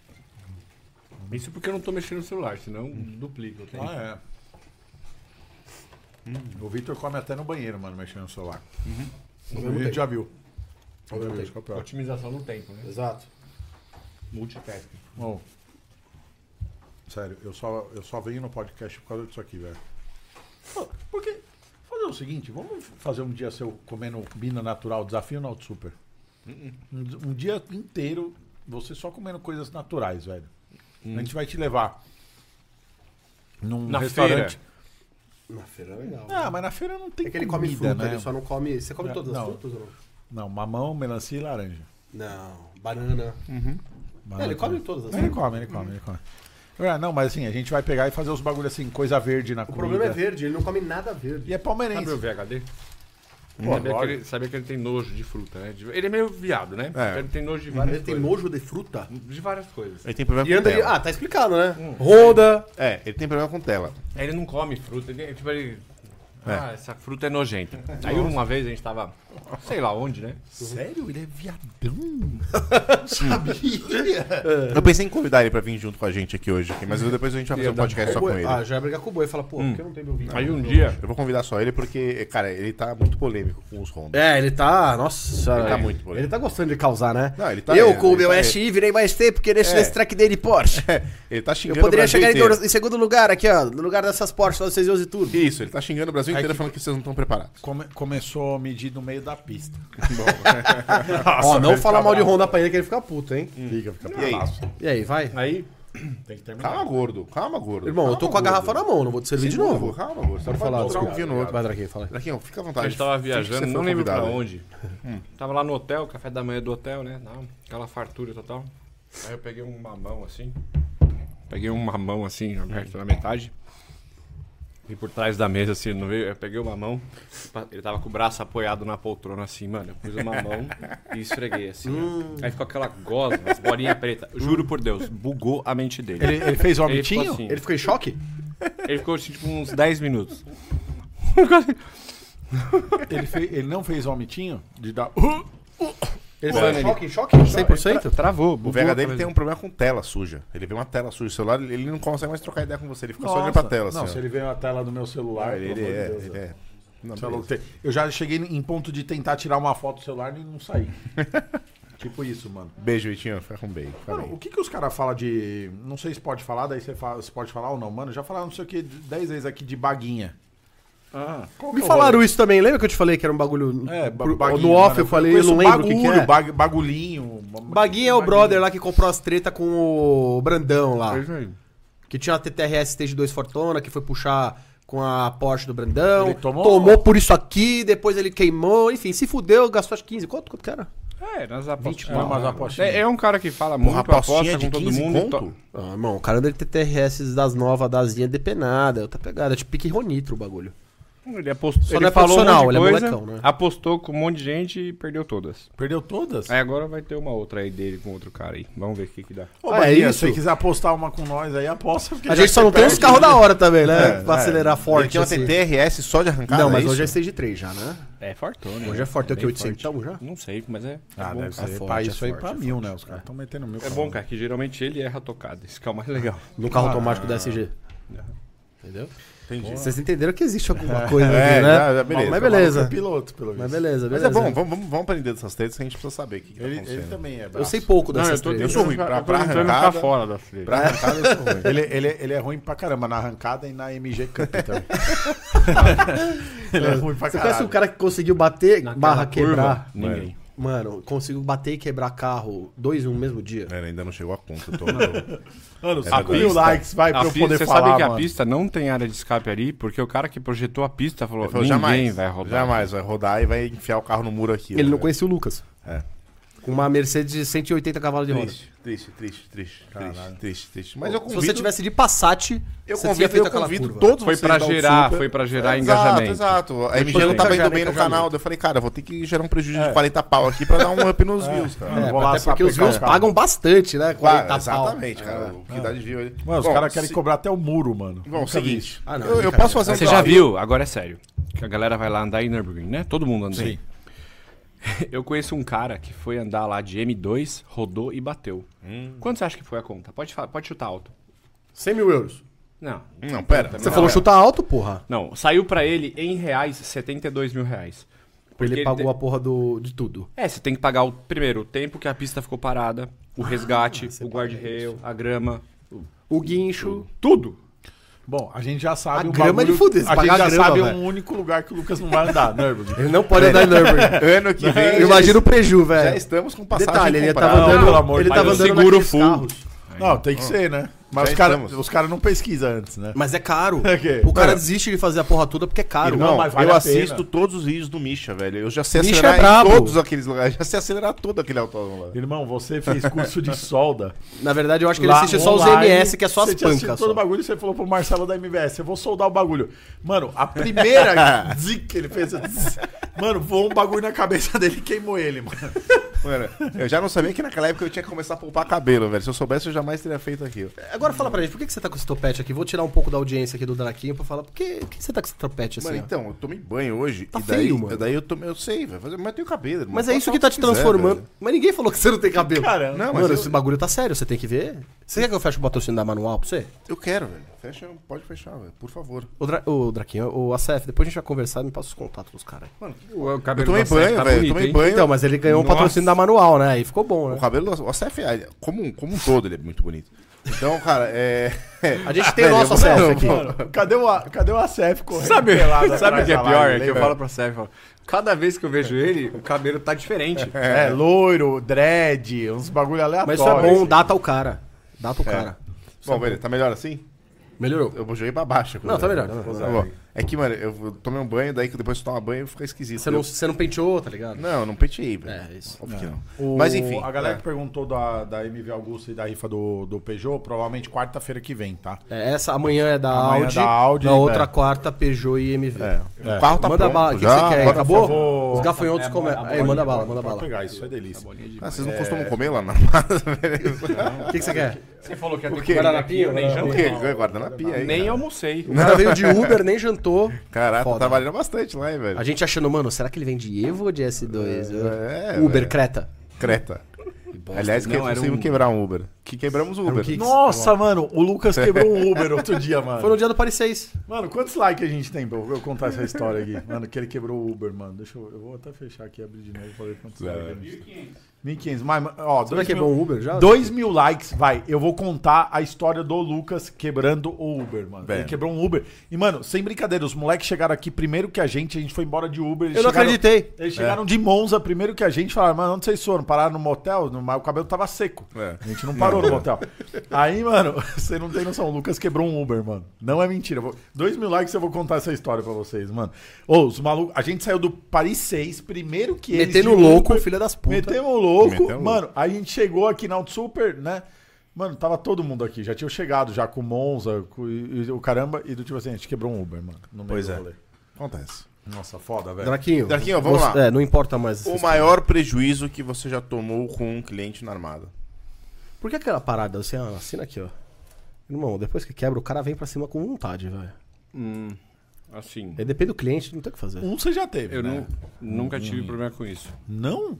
Isso porque eu não tô mexendo no celular, senão duplica. eu tenho. Ah, é. O Victor come até no banheiro, mano, mexendo no celular. A gente já viu. Já viu, isso que é o pior. Otimização no tempo, né? Exato. Multitasking. Bom, sério, eu só, eu só venho no podcast por causa disso aqui, velho. Pô, Porque, fazer o seguinte, vamos fazer um dia seu comendo bina natural, desafio no Auto Super. Um, d- um dia inteiro, você só comendo coisas naturais, velho. A gente vai te levar num Na restaurante. Na feira é legal. Ah, mas na feira não tem É que ele come comida, fruta, né? ele só não come. Você come Não, todas as não. frutas ou não? Não, mamão, melancia e laranja. Não, banana. É, ele Banana come também. todas as Não, Ele frutas. come, ele come, ele come. Ah, Não, mas assim, a gente vai pegar e fazer os bagulho assim, coisa verde na O comida. problema é verde, ele não come nada verde. E é palmeirense. Sabe o VHD? Pô, sabia, que lógico. ele, sabia que ele tem nojo de fruta, né? De- Ele é meio viado, né? É. Ele tem nojo de várias Ele tem coisas. nojo de fruta? De várias coisas. Ele tem problema E com anda de... tela. Ah, tá explicado, né? Honda. É, ele tem problema com tela. Aí Ele não come fruta, ele, tipo, ele... Ah, essa fruta é nojenta. Aí uma vez a gente tava, sei lá onde, né? Sério? Ele é viadão? Eu pensei em convidar ele pra vir junto com a gente aqui hoje, aqui, mas eu- depois a gente vai fazer um podcast só com Boi- ele. Ah, já ia brigar com o boi e falar, pô, por que não tem meu vinho? Aí um dia, Eu vou convidar só ele porque, cara, ele tá muito polêmico com os Honda. É, ele tá. Nossa senhora. Ele tá muito polêmico. Ele tá gostando de causar, né? Não, ele tá- eu, é, com o ele meu tá- SI, virei mais tempo que nesse É. nesse track dele Porsche. *laughs* Ele tá xingando Eu poderia o Brasil chegar em, inteiro. dor- em segundo lugar aqui, ó. No lugar dessas Porsche, lá vocês usam tudo. Isso, ele tá xingando o Brasil inteiro que- falando que vocês não estão preparados. Come- começou a medir no meio da pista. Ó, não fala mal de Honda pra ele que ele fica puto, hein? Fica, fica E aí? E aí, vai? aí Tem que terminar. Calma, gordo. Calma, gordo. Irmão, eu Calma, tô com a gordo. garrafa na mão, não vou te servir de novo. Calma, gordo. Você Pode não falar, pode colocar um desculpa. vinho no outro. Vai, Draquinho, fala aí. Draquinho, fica à a vontade. gente tava Finge que você viajando, foi não lembro pra convidado. onde. Tava lá no hotel, café da manhã do hotel, né? Dá uma- Aquela fartura total. Aí eu peguei um mamão assim. Peguei um mamão assim, aberto na metade. E por trás da mesa, assim, ele não veio. Eu peguei o mamão. pa- Ele tava com o braço apoiado na poltrona, assim, mano. Eu pus o mamão e esfreguei, assim. ó. Aí ficou aquela gosma, as bolinhas pretas. Juro por Deus, bugou a mente dele. Ele, ele fez o Ele ficou amitinho? assim. Ele ficou em choque? Ele ficou, assim, tipo, uns 10 minutos. Ele, fe- ele não fez o amitinho? De dar... uh, Ele Pô, ficou em ele- choque, em choque? 100%? Travou, O VH dele tem um problema com tela suja. Ele vê uma tela suja no celular, ele ele não consegue mais trocar ideia com você. Ele fica só olhando pra tela, Não, assim. se ó. ele veio a tela do meu celular, Ele pelo amor de é, né? Deus, ele velho. é. Não, Sei lá, beleza. te- Eu já cheguei em ponto de tentar tirar uma foto do celular e não *laughs* saí. tipo isso, mano. Beijo, Vitinho. Fica com bem. Fica Mano, bem. o que, que os caras falam de. Não sei se pode falar, daí você, fala, se pode falar ou não, mano. Já falaram não sei o que 10 vezes aqui de baguinha. Ah. Qual Me que é o falaram isso também, lembra que eu te falei que era um bagulho. É, ba- pro- baguinho, no off mano. eu falei, eu conheço um não lembro o que, que bagulho, é. bag- bagulhinho. Baguinho é o brother lá que comprou as treta com o Brandão lá. Beijo aí. Que tinha uma TTRS Stage 2 Fortuna, que foi puxar com a Porsche do Brandão. Ele tomou- tomou... por isso aqui, depois ele queimou, enfim, se fudeu, gastou acho 15. Quanto, quanto que era? É, nas apostas. É, umas apostinhas. É, é um cara que fala muito, Porra, aposta apostinha com de todo 15 mundo. conto? to- Ah, irmão, o cara anda de TTRS das novas, das linhas depenada, outra pegada, tipo pique Ronitro o bagulho. então, Ele apostou. Só ele não é falou um monte profissional, de ele é coisa, molecão, né? Apostou com um monte de gente e perdeu todas. Perdeu É. todas? Aí agora vai ter uma outra aí dele com outro cara aí. Vamos ver o que, que dá. Ô, Ah, é baguinha, isso? se você quiser apostar uma com nós aí, aposta. porque A já gente que só você não tem uns perde, carros da hora também, né? É, pra acelerar Ele forte. tinha uma assim. TTRS só de arrancada, Não, mas é hoje é isso? Stage 3 já, né? É fortão, né? Hoje é forte, é o que? 800 já? Não sei, mas é. Ah, bom, deve cara. ser forte, pra é isso aí forte, pra é mil, né? Os caras estão metendo mil. É bom, cara, que geralmente ele erra a tocada. Isso que é o mais legal. No carro automático da SG. Entendeu? Entendi. Vocês entenderam que existe alguma coisa É, ali, né? já- beleza. Mas beleza. piloto, pelo Mas assim. menos. beleza, Mas beleza. é bom, vamos, vamos- vamos aprender dessas tretas que a gente precisa saber o que, que tá Ele, acontecendo. ele também é Eu braço. sei pouco dessas tô- três. eu sou ruim, eu pra- tô pra tentando ficar arrancada- fora da frente. Pra arrancada eu sou ruim. Ele, ele, ele é ruim pra caramba na arrancada e na MG Cup *laughs* também. ele é ruim pra Você conhece caralho. um cara que conseguiu bater, barra quebrar? Ninguém. Mano, conseguiu bater e quebrar carro dois no mesmo dia. Mano, ainda não chegou a conta. Eu tô... eu- Mano, É 5 mil pista. likes, vai, pra A eu pista, poder você falar, sabe é que a mano. pista não tem área de escape ali, porque o cara que projetou a pista falou, eu falo, ninguém jamais. vai roubar. Jamais, vai rodar e vai enfiar o carro no muro aqui. Ele né, não velho? conhecia o Lucas. É. Com uma Mercedes de 180 cavalos de roda. Triste, triste, triste, triste, triste, triste, triste. Mas eu Se convido, você tivesse de Passat, eu você convido, eu convido todos Foi vocês pra da Otsuka. gerar, foi pra gerar engajamento. Exato, exato. A MG Depois não tava engajar, indo bem no engajamento. canal. daí Eu falei, cara, vou ter que gerar um prejuízo de 40 pau aqui pra dar um up nos views, cara. Mano, É, vou lá até só porque os pegar meus o carro. pagam bastante, né? 40 Claro, pau. Ah, exatamente, cara. O que dá de view ali. Mano, os Bom, caras querem se- cobrar até o muro, mano. Bom, é Nunca vi seguinte. Ah, não, eu, eu brincadeira. posso fazer um Você já desafio? viu? Agora é sério. Que a galera vai lá andar em Nürburgring, né? Todo mundo anda aí. *laughs* Eu conheço um cara que foi andar lá de M2, rodou e bateu. Quanto você acha que foi a conta? Pode, fa- pode chutar alto. 100 mil euros. Não. Não, pera. Você falou chutar alto, porra. Não, saiu pra ele em reais, 72 mil reais. Porque Ele te- pagou a porra do, de tudo. É, você tem que pagar o primeiro o tempo que a pista ficou parada, o resgate, o guarda-rail, a grama, O guincho. tudo. Bom, a gente já sabe A grama é de fuder, se A gente pagar já a grama, sabe velho. um único lugar que o Lucas não vai andar, né, Bruno? Ele não pode andar em Nürburgring. Ano que vem. Eu imagino o preju, Já, velho. já estamos com passagem Detalhe, ele comprada. tava Não, andando, pelo amor ele de tava Deus. andando Seguro naqueles full. carros. Não, tem que ser, né? Mas Já os caras estamos. os cara não pesquisam antes, né? Mas é caro. quê? O cara Mano. desiste de fazer a porra toda porque é caro. Irmão, Não, mas vale eu a pena. assisto todos os vídeos do Misha, velho. Eu já sei Misha acelerar é em brabo. todos aqueles lugares. *laughs* Já sei acelerar todo aquele autódromo lá. Irmão, você fez curso de solda. Na verdade, eu acho que ele Lá assiste só os online, MS, que é só as você tinha assistido pancas. todo o só. bagulho e você falou pro Marcelo da MVS, eu vou soldar o bagulho. Mano, *laughs* a primeira zic que ele fez... zzz, Mano, voou um bagulho na cabeça dele e queimou ele, mano. *laughs* Mano, eu já não sabia que naquela época eu tinha que começar a poupar cabelo, velho. Se eu soubesse, eu jamais teria feito aquilo. Agora fala pra gente, por que que você tá com esse topete aqui? Vou tirar um pouco da audiência aqui do Draquinho pra falar, por que, por que você tá com esse topete assim? Mano, ó? então, eu tomei banho hoje. Tá e daí, feio, mano. daí eu tomei. Eu sei, velho. Mas eu tenho cabelo, irmão. Mas é Posso isso que falar tá o te quiser, transformando. velho. mas ninguém falou que você não tem cabelo. Caramba. Não, mas Mano, eu, esse bagulho tá sério, você tem que ver. Você quer que eu feche o patrocínio da manual pra você? eu quero, velho. Fecha, pode fechar, velho. Por favor. Ô, Dra ô, Draquinho, o ACF, depois a gente vai conversar e me passa os contatos dos caras. O Eu cabelo tomei do Marcelo banho, tá velho. Eu bonito, tomei hein? banho. Então, mas ele ganhou Nossa. o patrocínio da manual, né? E ficou bom, O né? cabelo do o CF, é- como, um- como um todo, ele é muito bonito. Então, cara, é. *laughs* A gente tem Velho, nosso eu vou- um ACF não, aqui. mano. Mano, cadê o, A- cadê o ACF correndo? Sabe, pelado *laughs* sabe o atrás que é da pior? live, é que eu lembra? falo pra Sérgio, eu falo, cada vez que eu vejo ele, o cabelo tá diferente. É, loiro, dread, uns bagulho aleatório. Mas isso é bom, assim. data o cara. Data o cara. Bom, velho, tá melhor assim? Melhorou. Eu joguei pra baixo. Não, tá melhor. Tá Tá melhor. bom. É que, mano, eu tomei um banho, daí que depois que toma banho fica esquisito. Você não, Eu- você não penteou, tá ligado? Não, eu não penteei, velho. É, isso. Óbvio que não. O- Mas enfim. A galera é. que perguntou da, da MV Augusta e da rifa do, do Peugeot, provavelmente quarta-feira que vem, tá? É, essa amanhã é da Amanhã é Audi, da Audi, na outra é. quarta Peugeot e MV. É. O carro tá manda pronto bala, o que, que já, você quer? bota- Acabou? favor. Os gafanhotos começam. Aí, É, manda bala, manda Pode bala. Tá pegar, isso é delícia. Ah, vocês não É. costumam comer lá na *laughs* massa, velho? O que, *laughs* que você quer? Você falou que ia ter quê? Guardanapinha, eu nem O jantei. quê? Guarda na pia aí. Nem cara. almocei. O cara veio de Uber, nem jantou. Caraca, tá Foda. trabalhando bastante lá, hein, A velho. gente achando, mano, será que ele vem de Evo ou de S2? É, Uber, velho. Creta. Creta. Aliás, que Não, era conseguimos um- quebrar um Uber. que quebramos o Uber. Nossa, mano, o Lucas quebrou *laughs* um Uber outro dia, mano. Foi no dia do Paris 6. Mano, quantos likes a gente tem pra eu eu contar essa história aqui? Mano, que ele quebrou o Uber, mano. Deixa eu. Eu vou até fechar aqui e abrir de novo pra ver quantos likes a gente tem. 1500. Mas, mano, ó, Você já dois quebrou mil, um Uber já? dois mil likes, vai. Eu vou contar a história do Lucas quebrando o Uber, mano. Velho. Ele quebrou um Uber. E, mano, sem brincadeira, os moleques chegaram aqui primeiro que a gente, a gente foi embora de Uber. eles Eu não chegaram- acreditei. Eles chegaram de Monza primeiro que a gente, falaram, mano, onde vocês foram? Pararam no motel? No- mas o cabelo tava seco. É. A gente não parou no motel. Aí, mano, *laughs* você não tem noção, o Lucas quebrou um Uber, mano. Não é mentira. eu Vou... Dois mil likes eu vou contar essa história pra vocês, mano. Ô, os malucos, a gente saiu do Paris 6, primeiro que eles... Metendo de louco, Uber, filha das putas. Metemos o louco. Metemos louco. Mano, a gente chegou aqui na Auto Super, né? Mano, tava todo mundo aqui, já tinha chegado já com o Monza, com e- e o caramba, e do tipo assim, a gente quebrou um Uber, mano. No meio Pois do é. rolê. Acontece. Nossa, foda, velho. Draquinho. Draquinho, vamos você- lá. É, não importa mais. essa O história. maior prejuízo que você já tomou com um cliente na armada. Por que aquela parada? Você ah, assina aqui, ó. Irmão, depois que quebra, o cara vem pra cima com vontade, velho. Hum, assim, Aí depende do cliente, não tem o que fazer. Um você já teve, eu né? nu- nunca tive problema com isso. Não?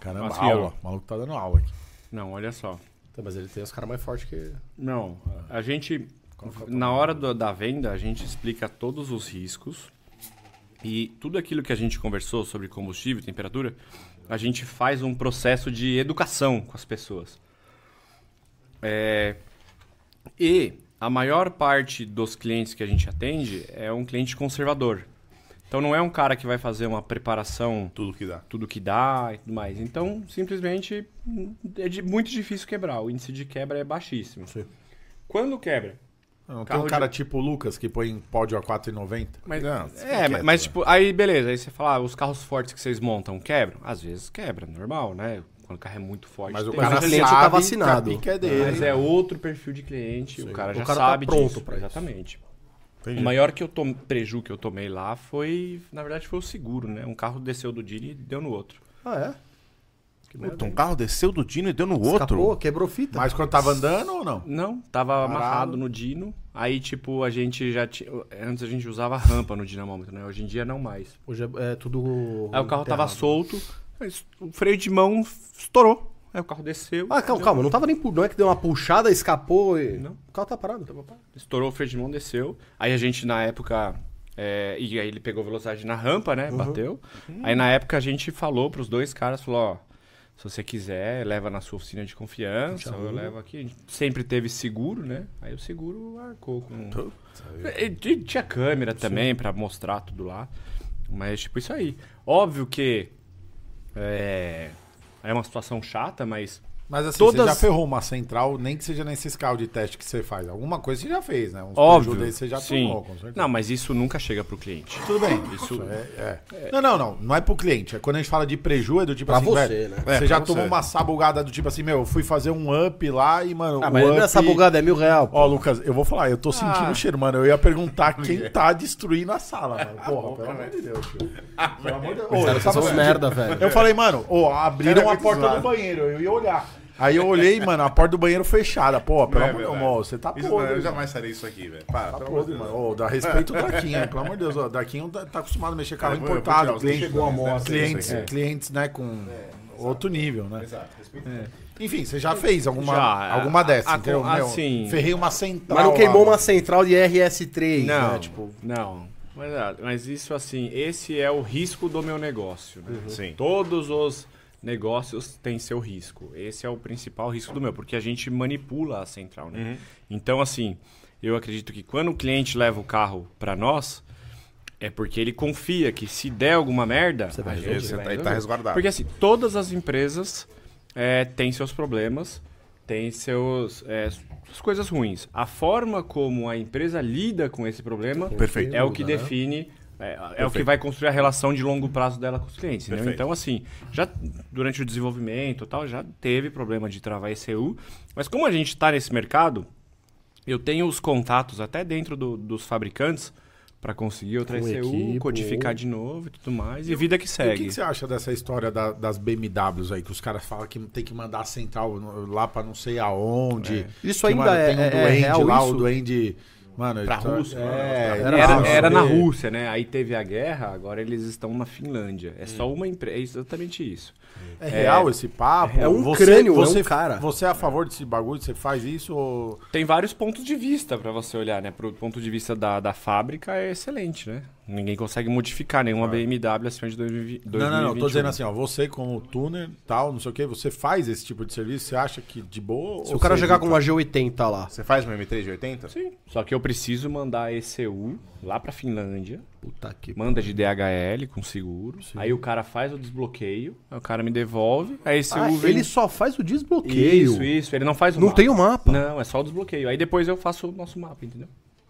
Caramba, Assim, aula. O maluco tá dando aula aqui. Não, olha só. Tá, Mas ele tem os caras mais fortes que. Não, a gente, na hora do- da venda, a gente explica todos os riscos e tudo aquilo que a gente conversou sobre combustível, temperatura, a gente faz um processo de educação com as pessoas. É, e a maior parte dos clientes que a gente atende é um cliente conservador. Então não é um cara que vai fazer uma preparação Tudo que dá. tudo que dá e tudo mais. Então, simplesmente, hum, é de- muito difícil quebrar. O índice de quebra é baixíssimo. Quando quebra? Não, tem Carro um de- cara tipo o Lucas que põe em pódio a 4,90. Mas, Não, é, quieto, mas né? tipo, aí beleza, aí você fala, ah, os carros fortes que vocês montam quebram? Às vezes quebra, normal, né? Quando o carro é muito forte. Mas o tem- cara o cliente sabe já tá que a vacinado. pica é dele. Mas é outro perfil de cliente, o cara O já cara tá sabe pronto disso. pra isso. Exatamente. O maior que eu tom, preju que eu tomei lá foi, na verdade, foi o seguro, né? Um carro desceu do Dini e deu no outro. Ah, é? Puta, um carro desceu do Dino e deu no Escapou, outro. quebrou fita. Mas quando tava andando ou não? Não, tava amarrado no dino. Aí, tipo, a gente já tinha. Antes a gente usava rampa no dinamômetro, né? Hoje em dia não mais. Hoje é, é tudo. Aí o carro tava enterrado. solto, mas o freio de mão estourou. Aí o carro desceu. Ah, calma, calma, não tava nem. pu- Não é que deu uma puxada, escapou e. Não. O carro tá parado. Estourou o freio de mão, desceu. Aí a gente, na época. é, e aí ele pegou velocidade na rampa, né? Uhum. Bateu. Aí na época a gente falou pros dois caras, falou, ó. Se você quiser, leva na sua oficina de confiança, eu levo aqui. A gente sempre teve seguro, né? Aí o seguro arcou com. E- e tinha câmera também pra mostrar tudo lá. Mas, tipo, isso aí. Óbvio que. É, é uma situação chata, mas. Mas assim, Todas- você já ferrou uma central, nem que seja nesses carros de teste que você faz. Alguma coisa você já fez, né? Uns Óbvio. prejuízos aí você já sim. tomou, com certeza. Não, mas isso nunca chega pro cliente. Tudo bem. Isso- é, é. Não, não, não. Não é pro cliente. É quando a gente fala de prejuízo, é do tipo Pra assim, você, velho, né? Você É, já pra tomou você. uma sabugada do tipo assim, meu, eu fui fazer um up lá e, mano, Ah, o mas up... essa bugada é mil real. Ó, Lucas, eu vou falar, eu tô Ah. sentindo o cheiro, mano. Eu ia perguntar quem tá destruindo a sala, mano. Ah, Porra, pelo amor de Deus, tio. Pelo amor de Deus. Ô, eu Cara, vocês tava- são merda, velho. Eu falei, mano, ô, abriram Cara, é a muito porta do zoado. banheiro, eu ia olhar. Aí eu olhei, mano, a porta do banheiro fechada. Pô, pelo amor de Deus, mano, você tá é Isso não, é podre. eu mano. jamais farei isso aqui, velho. Para, Tá pelo amor de podre, Deus. mano. Ô, dá respeito ao Draquinho, hein, pelo amor de Deus. O Draquinho tá, tá acostumado a mexer com carro É, Eu vou- eu vou tirar importado, os dois cliente- chegou a moto, clientes, isso aí. É, clientes, né, com outro nível, né? Exato, respeito. Enfim, você já fez alguma, Já, alguma a- dessas, a- entendeu? Meu, assim- ferrei uma central Mas não queimou lá, uma central de RS3, Não, né? Tipo, não. Mas, ah, mas isso assim, esse é o risco do meu negócio. Né? Sim. Todos os negócios têm seu risco. Esse é o principal risco do meu, porque a gente manipula a central, né? Então assim, eu acredito que quando o cliente leva o carro para nós, é porque ele confia que se der alguma merda, a Aí gente Você vai tá, aí tá resolver. resguardado. Porque assim, todas as empresas eh, têm seus problemas, têm seus, eh, suas coisas ruins. A forma como a empresa lida com esse problema Perfeito. é o que né? define. É, é o que Perfeito. vai construir a relação de longo prazo dela com os clientes. entendeu? Perfeito. Então, assim, já durante o desenvolvimento e tal, já teve problema de travar ECU. Mas como a gente está nesse mercado, eu tenho os contatos até dentro do- dos fabricantes para conseguir outra Com ECU, equipe, codificar ou- de novo e tudo mais. E vida que E segue. O que, que você acha dessa história da- das BMWs aí, que os caras falam que tem que mandar a central no- lá pra não sei aonde? Isso Que, ainda mano, é- Tem um é- é duende real lá, isso? o duende. Mano, Pra então- Rússia, É, Era, Rússia. era na Rússia, né? Aí teve a guerra, agora eles estão na Finlândia. É só uma empresa. É exatamente isso. É real esse papo? É um crânio, é um você, cara. Você é a favor desse bagulho? Você faz isso ou... Tem vários pontos de vista pra você olhar, né? Pro ponto de vista da, da fábrica é excelente, né? Ninguém consegue modificar nenhuma BMW acima de 2021. Não, não, não. Tô dizendo assim, ó. Você como tuner, tal, não sei o quê, você faz esse tipo de serviço? Você acha que de boa? Se ou o cara você chegar com evita? uma G80 lá, Você faz meu M3 de 80? Sim. Só que eu preciso mandar a ECU lá pra Finlândia, puta que manda de DHL com seguro. Aí o cara faz o desbloqueio, aí o cara me devolve. A ECU Ah, vem. ele só faz o desbloqueio. Isso, isso. Ele não faz o Não mapa. tem o mapa. Não, é só o desbloqueio. Aí depois eu faço o nosso mapa, entendeu?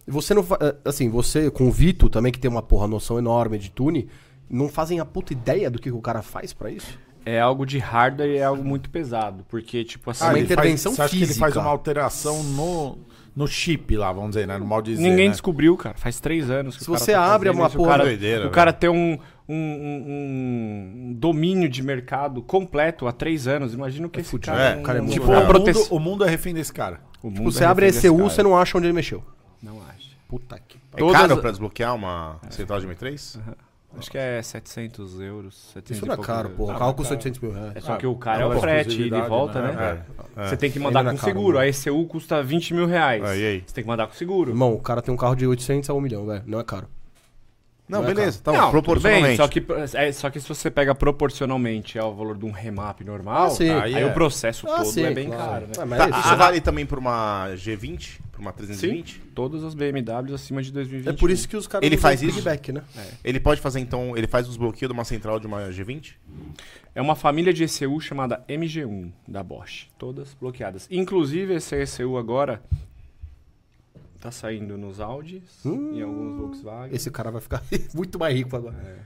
Você não fa- eh, Assim, você com o Vito também, que tem uma porra noção enorme de tune, não fazem a puta ideia do que o cara faz pra isso? É algo de hardware e é algo muito pesado. Porque, tipo assim. Ah, uma ele faz- intervenção Você acha que ele física. faz uma alteração no, no chip lá, vamos dizer, né? No mal dizer, Ninguém né? descobriu, cara. Faz três anos. Que Se o cara você tá abre fazendo uma isso, porra- o cara, Doideira, o cara tem um, um- um- um domínio de mercado completo há três anos. Imagina o que esse cara, É, não- o cara é não- muito Tipo, não- o, não- mundo, prote- o mundo é refém desse cara. O Tipo, mundo você é abre a refém desse ECU, cara. você não acha onde ele mexeu. Não acho. Puta que. É Todas- caro pra desbloquear uma central de Uhum. M3? Acho que é 700 euros. 700 Isso e não é poucos caro, euros. porra. O carro custa 800 mil reais. É só que o cara é é, uma o frete, ida e exclusividade, volta, né? né? É. Você tem que Ainda mandar é com caro, seguro. né? A ECU custa 20 mil reais. Ah, e aí? Você tem que mandar com seguro. Irmão, o cara tem um carro de 800 a 1 milhão, velho. Não é caro. Não, Não é beleza, tá Não, bom, tudo bem, proporcionalmente. só, que, é, só que se você pega proporcionalmente ao valor de um remap normal, Ah, sim. aí Aí é. o processo Ah, todo sim, é bem claro. caro, né? Ah, mas Tá, é isso. isso vale também pra uma G20? Pra uma Sim, 320? né? todas as BMWs acima de 2020. É por isso que os caras Ele usam faz o isso? piggyback, né? Ele pode fazer então, ele faz os bloqueios de uma central de uma G20? É uma família de ECU chamada MG1 da Bosch. Todas bloqueadas. Inclusive, esse ECU agora tá saindo nos Audis, em alguns Volkswagen. Hum. Esse cara vai ficar *laughs* muito mais rico agora.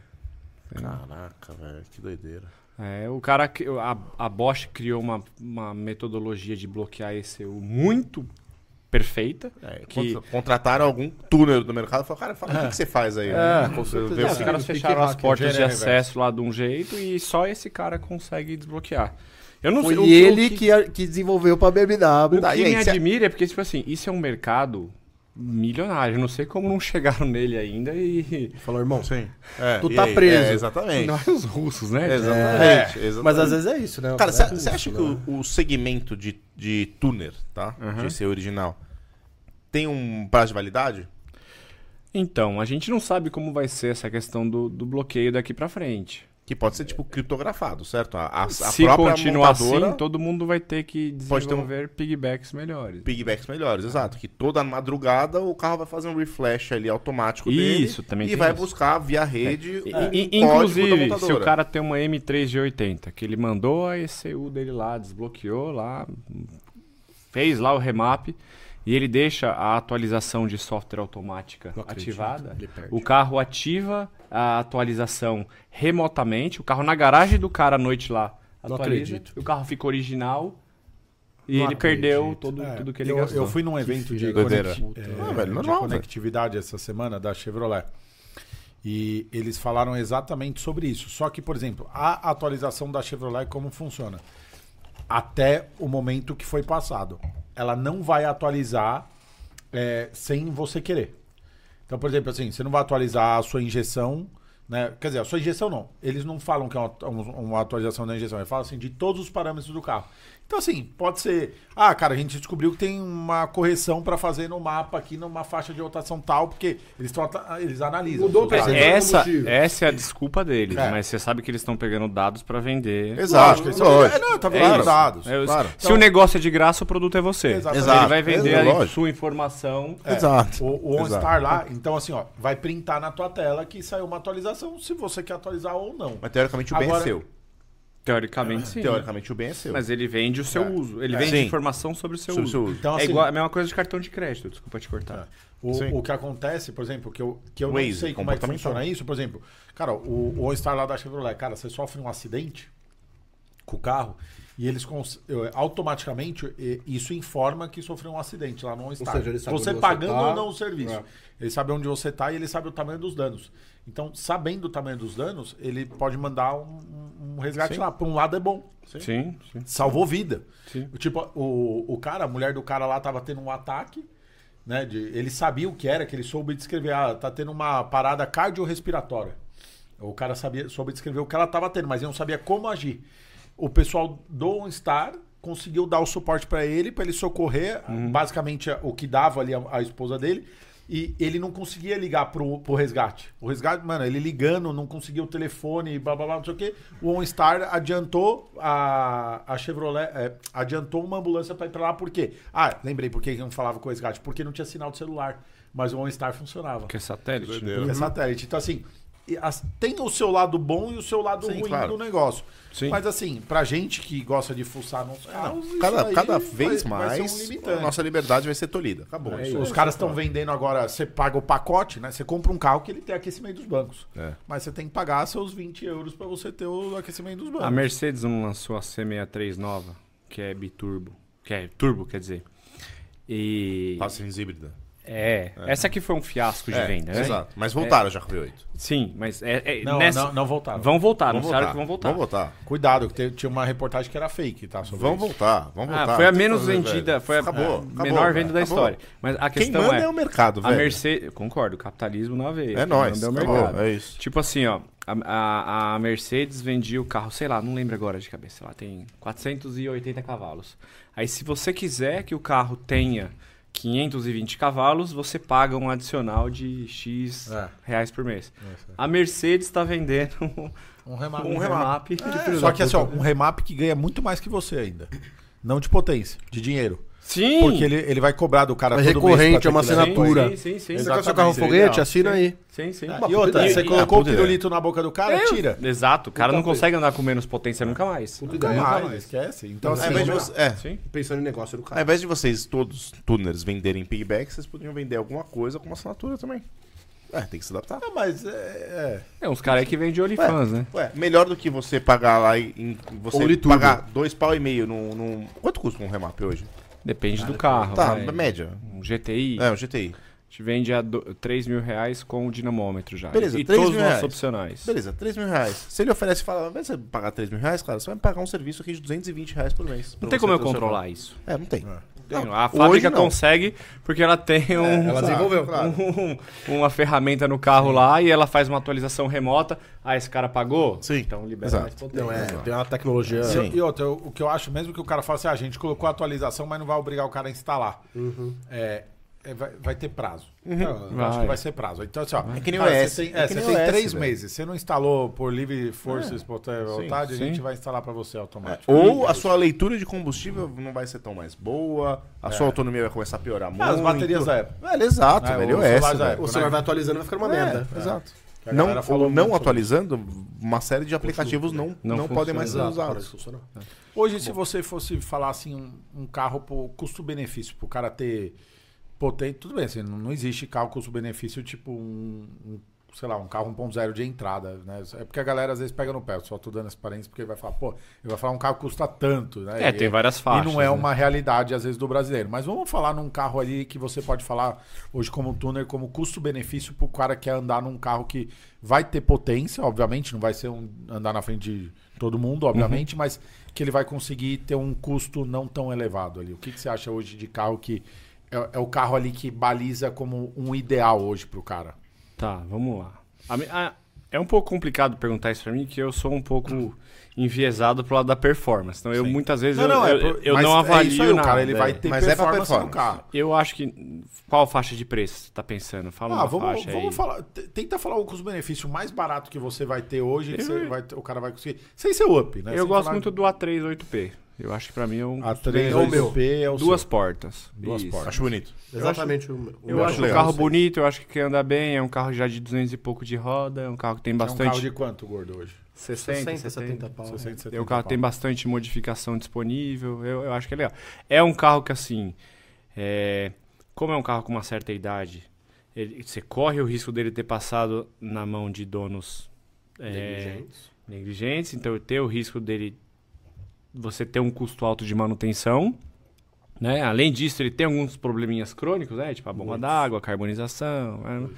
Caraca, velho, que doideira. É, o cara. que- A, a Bosch criou uma, uma metodologia de bloquear ECU muito perfeita. É, É que Que... É, Contrataram algum túnel do mercado e falaram, cara, fala, o que, que você faz aí? É, com Você certeza. vê É, o os que- caras Pique fecharam as hacker, portas de gênero, acesso lá de um jeito e só esse cara consegue desbloquear. Eu não Foi sei o- o ele que, a- que desenvolveu pra BMW. O Tá, e que aí, me cê- admira é porque, tipo assim, isso é um mercado milionário. Eu Não sei como não chegaram nele *laughs* ainda e. Falou, irmão. Sim. É, Tu e tá aí? preso. É, exatamente. Não é os russos, né? Exatamente, exatamente. Mas às vezes é isso, né? O Cara, é você russo, acha que né? o, o segmento de, de tuner, tá? De ser original, tem um prazo de validade? Então, a gente não sabe como vai ser essa questão do, do bloqueio daqui pra frente. Que pode ser, tipo, criptografado, certo? A, a, a Se própria continuar montadora, assim, todo mundo vai ter que Pode ter um- desenvolver pigbacks melhores. pigbacks melhores, exato. Que toda madrugada o carro vai fazer um refresh ali automático dele. Isso, também E tem vai isso. buscar via rede I- o i- É. código da Inclusive, se o montadora. cara tem uma M3 de 80, que ele mandou a ECU dele lá, desbloqueou lá, fez lá o remap, e ele deixa a atualização de software automática Não acredito, ativada, ele perde. o carro ativa a atualização remotamente, o carro na garagem do cara à noite lá Não atualiza, acredito. e o carro fica original, e Não ele acredito. perdeu todo, É, tudo que ele eu, gastou. eu fui num evento de, filha Doideira. conecti- é, Ah, velho, de normal, velho. conectividade essa semana da Chevrolet. E eles falaram exatamente sobre isso. Só que, por exemplo, a atualização da Chevrolet, como funciona? Até o momento que foi passado. Ela não vai atualizar é, sem você querer. Então, por exemplo, assim, você não vai atualizar a sua injeção, né? Quer dizer, a sua injeção não. Eles não falam que é uma, um- uma atualização da injeção, eles falam assim de todos os parâmetros do carro. Então, assim, pode ser. Ah, cara, a gente descobriu que tem uma correção pra fazer no mapa aqui, numa faixa de rotação tal, porque eles, tão, ata- eles analisam. Mudou o pra seu carro. esse- Essa, combustível. essa é a desculpa deles, É. mas você sabe que eles estão pegando dados pra vender. Exato. Lógico, lógico. é, não, tá É vendo isso. dados. É, claro. Então- Se o negócio é de graça, o produto é você. Exatamente. Ele vai vender Exato. É a Lógico. sua informação. É, Exato. O, o Exato. OnStar lá, então assim, ó, vai printar na tua tela que saiu uma atualização, se você quer atualizar ou não. Mas teoricamente o bem Agora- é seu. Teoricamente, sim. Teoricamente o bem é seu. Mas ele vende o seu uso. Ele É. vende Sim. informação sobre o seu Sobre o uso. seu uso. É. Então, é assim- igual, a mesma coisa de cartão de crédito. Desculpa te cortar. O, Sim. o que acontece, por exemplo, que eu, que eu Waze, não sei como é que comportamental. funciona isso, por exemplo, cara, o, o OnStar lá da Chevrolet, cara, você sofre um acidente com o carro e eles cons- eu- automaticamente e- isso informa que sofreu um acidente lá no OnStar. seja, eles sabem você onde você pagando tá. ou não o serviço. É. Ele sabe onde você está e ele sabe o tamanho dos danos. Então, sabendo o tamanho dos danos, ele pode mandar um, um- um resgate lá. Por um lado é bom, Sim, sim. salvou vida. Sim. Tipo, o, o cara, a mulher do cara lá tava tendo um ataque. né? de- ele sabia o que era, que ele soube descrever. Ah, tá tendo uma parada cardiorrespiratória. O cara sabia, soube descrever o que ela tava tendo, mas ele não sabia como agir. O pessoal do OnStar conseguiu dar o suporte para ele, para ele socorrer, basicamente o que dava ali a, a esposa dele. E ele não conseguia ligar pro, pro resgate. O resgate, mano, ele ligando, não conseguia o telefone, blá blá blá, não sei o quê. O OnStar adiantou a, a Chevrolet, é, adiantou uma ambulância pra ir pra lá, por quê? Ah, lembrei por que que não falava com o resgate, porque não tinha sinal de celular. Mas o OnStar funcionava. Que é satélite. né? Uhum. É satélite. Então, assim, e as- tem o seu lado bom e o seu lado ruim claro. do negócio. Sim. Mas, assim, pra gente que gosta de fuçar nos carros, isso Ah, Cada, aí cada vai- vez vai ser um mais a limitante. nossa liberdade vai ser tolhida. Acabou. É Tá Isso- isso. Os caras estão vendendo agora, você paga o pacote, né? Você compra um carro que ele tem aquecimento dos bancos. É. Mas você tem que pagar seus 20 euros pra você ter o aquecimento dos bancos. A Mercedes não lançou a C63 nova, que é biturbo. Que é turbo, quer dizer. E. Passagem híbrida. É, Essa aqui foi um fiasco de É, venda, né? Exato. Mas voltaram já com o V8. Sim, mas é, é- Não, nessa- não, não voltaram. Vão voltar, Vamos anunciaram que vão voltar. Vão voltar. Cuidado, que te- tinha uma reportagem que era fake, tá? Sobre Vão isso. voltar. Vão Ah, voltar. foi a Não tem menos problema, vendida, velho. foi a Acabou, a acabou, menor velho, venda da acabou. história. Mas a Quem questão manda é, é, o mercado, a velho. Mercedes, concordo, capitalismo na veia. É quem nóis. manda o acabou, mercado. É isso. Tipo assim, ó, a, a- a Mercedes vendia o carro, sei lá, não lembro agora de cabeça, sei lá, tem 480 cavalos. Aí se você quiser que o carro tenha 520 cavalos, você paga um adicional de X É. reais por mês. A Mercedes está vendendo Um remap. *laughs* um remap. É, Só que assim, ó, um remap que ganha muito mais que você ainda. Não de potência, de dinheiro. Sim! Porque ele, ele vai cobrar do cara É todo recorrente, mês pra é uma ter que levar. Sim, assinatura. Sim, sim, sim. Exato. Tá com seu um carro Exatamente, foguete? legal. Assina aí. Sim, sim. E outra, E- você e- colocou o puta ideia. pirulito na boca do cara, tira. Exato, o cara não consegue andar com menos potência nunca mais. Puta Nunca ideia. mais, esquece. Então, Ao assim, invés de você- é, Sim. Pensando em negócio do ao cara. invés de vocês todos, tuners, venderem piggyback, vocês podiam vender alguma coisa com uma assinatura também. É, tem que se adaptar. Ah, mas é, é. É, uns caras aí que vendem OnlyFans, né? Ué, melhor do que você pagar lá e em- você Ou de tudo. pagar dois pau e meio num, num- Quanto custa um remap hoje? Depende do carro. Tá, Ah, vai. na média. Um GTI É, um GTI. te vende a do, 3 mil reais com o dinamômetro já. Beleza, e 3 todos os mil nossos reais. opcionais. Beleza, 3 mil reais. Se ele oferece e fala, ao invés de você pagar 3 mil reais, cara, você vai me pagar um serviço aqui de 220 reais por mês. pra Não tem você como eu ter o seu controlar isso. carro. É, não tem. Não, a hoje fábrica não. É, tá consegue porque ela tem um, *laughs* Ela desenvolveu. um- uma ferramenta no carro lá e ela faz uma atualização remota. Ah, esse cara pagou? Sim. Então libera Exato. mais potência. né? Não, é, tem uma tecnologia. E- E outra, o o que eu acho, mesmo que o cara fale assim, ah, a gente colocou a atualização, mas não vai obrigar o cara a instalar. Uhum. É, é, vai, vai ter prazo. Eu acho Vai. que vai ser prazo. Então, assim, ó. É que nem o S, Você tem, Uhum. é é, que você nem tem o S, três velho. É. meses. Você não instalou por livre força e espontânea vontade, sim. a gente vai instalar pra você automático. Ou a sua leitura de combustível não vai ser tão mais boa, a sua autonomia vai começar a piorar muito. É. Ah, as baterias da época. Velho, exato, É, velho. os é essa, celulares da velho. O época. celular vai atualizando vai ficar uma merda. É, exato. Que a Não, galera ou falou não muito sobre atualizando, uma série de aplicativos não, não, Não podem funciona. mais ser Exato, para né? de usados. funcionar. Tá. Hoje, se você fosse falar assim, um, um carro por custo-benefício, pro cara ter potência, tudo bem, assim, não, não existe carro custo-benefício tipo um, um, sei lá, um carro 1.0 de entrada, né? É porque a galera às vezes pega no pé, eu só tô dando esse parênteses porque vai falar, pô, eu vou falar um carro custa tanto, né? É, E- tem várias faixas. e não é né? uma realidade, às vezes, do brasileiro. Mas vamos falar num carro ali que você pode falar hoje como tuner, como custo-benefício pro cara que quer andar num carro que vai ter potência, obviamente, não vai ser um andar na frente de todo mundo, Uhum. obviamente, mas que ele vai conseguir ter um custo não tão elevado ali. O que, que você acha hoje de carro que é, é o carro ali que baliza como um ideal hoje pro cara? Tá, vamos lá. A mi- a- é um pouco complicado perguntar isso pra mim, que eu sou um pouco enviesado pro lado da performance. Então, eu muitas vezes eu, eu, pro- eu mas não é avalio isso aí, o nada. cara, ele vai é. ter Mas é pra performance, no performance. carro. Eu acho que... Qual faixa de preço você tá pensando? Fala Ah, uma vamos, faixa vamos aí. falar. t- Tenta falar o custo-benefício mais barato que você vai ter hoje, que você vai ter- o cara vai conseguir. Sem ser up, né? Eu Sem gosto falar- muito do A3 8P. Eu acho que pra mim é um... A é 3 o o meu. P é o Duas seu. portas. Duas Isso. portas. Acho bonito. Exatamente. o- o- Eu Eu acho acho um legal. carro bonito, eu acho que quem anda bem, é um carro já de 200 e pouco de roda, é um carro que tem É um carro bastante... de quanto, gordo, hoje? 60, 60, 70 pau. 670 É um carro que tem pau. bastante modificação disponível, eu, eu acho que é legal. É um carro que, assim, é, como é um carro com uma certa idade, ele- você corre o risco dele ter passado na mão de donos é, Negligentes. negligentes, então ter o risco dele você ter um custo alto de manutenção. Né? Além disso, ele tem alguns probleminhas crônicos, né? tipo a bomba d'água, a carbonização. né?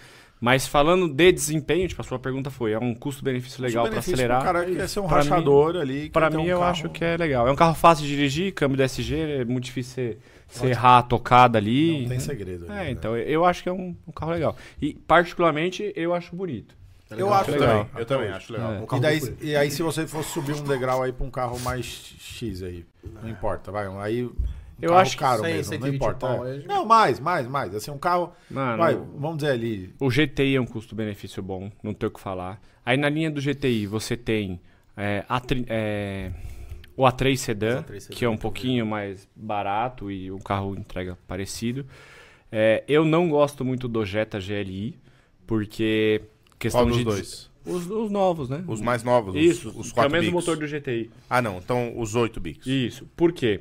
Mas falando de desempenho, tipo, a sua pergunta foi, é um custo-benefício legal para Benefício acelerar. pro cara que quer ser um Pra mim- rachador ali. um Pra mim, eu acho que é legal. É um carro fácil de dirigir, câmbio da SG, é muito difícil você, você errar a tocada ali. Não tem segredo. ali, É, né? então, eu acho que é um, um carro legal. E, particularmente, eu acho bonito. Eu acho Legal. Tá legal. Eu também acho legal. É. Um E, daí, e aí, se você fosse subir um degrau aí pra um carro mais X aí, não importa, vai. Aí, um Eu carro acho que caro 100, mesmo, não 120 importa. pau, é. é. Não, mais, mais, mais. Assim, um carro, Mano, vai, eu- vamos dizer ali, O GTI é um custo-benefício bom, não tem o que falar. Aí na linha do GTI você tem é, a tri- é, o A3 Sedan, A3 sedã que é um pouquinho mais barato e um carro entrega parecido. É, eu não gosto muito do Jetta GLI, porque É, questão Qual dos de dois? Os, os novos, né? Os mais novos, os- Isso, os que é o quatro mesmo bicos. motor do GTI. Ah, não, então os oito bicos. Isso. Por quê?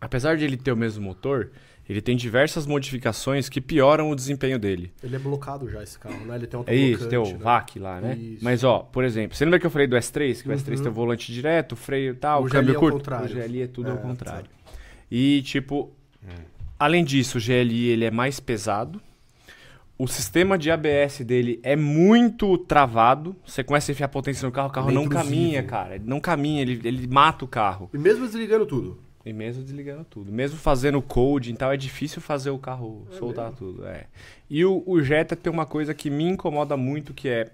Apesar de ele ter o mesmo motor, ele tem diversas modificações que pioram o desempenho dele. Ele é blocado já, esse carro, né? Ele tem um É isso, tem o autoblocante, né? VAC lá, né? Isso. Uhum. Mas, ó, por exemplo, você lembra que eu falei do S3? Que o S3 tem o volante direto, freio e tal, O o GLI câmbio é ao curto? contrário. O GLI é tudo ao contrário. E, tipo, É. além disso, o GLI ele é mais pesado. O sistema de ABS dele é muito travado. Você começa a enfiar potência no carro, o carro Ele é não intrusivo. caminha, cara. Ele não caminha, ele, ele mata o carro. E mesmo desligando tudo. E mesmo desligando tudo. Mesmo fazendo coding e tal, é difícil fazer o carro soltar tudo. É. E o, o Jetta tem uma coisa que me incomoda muito, que é,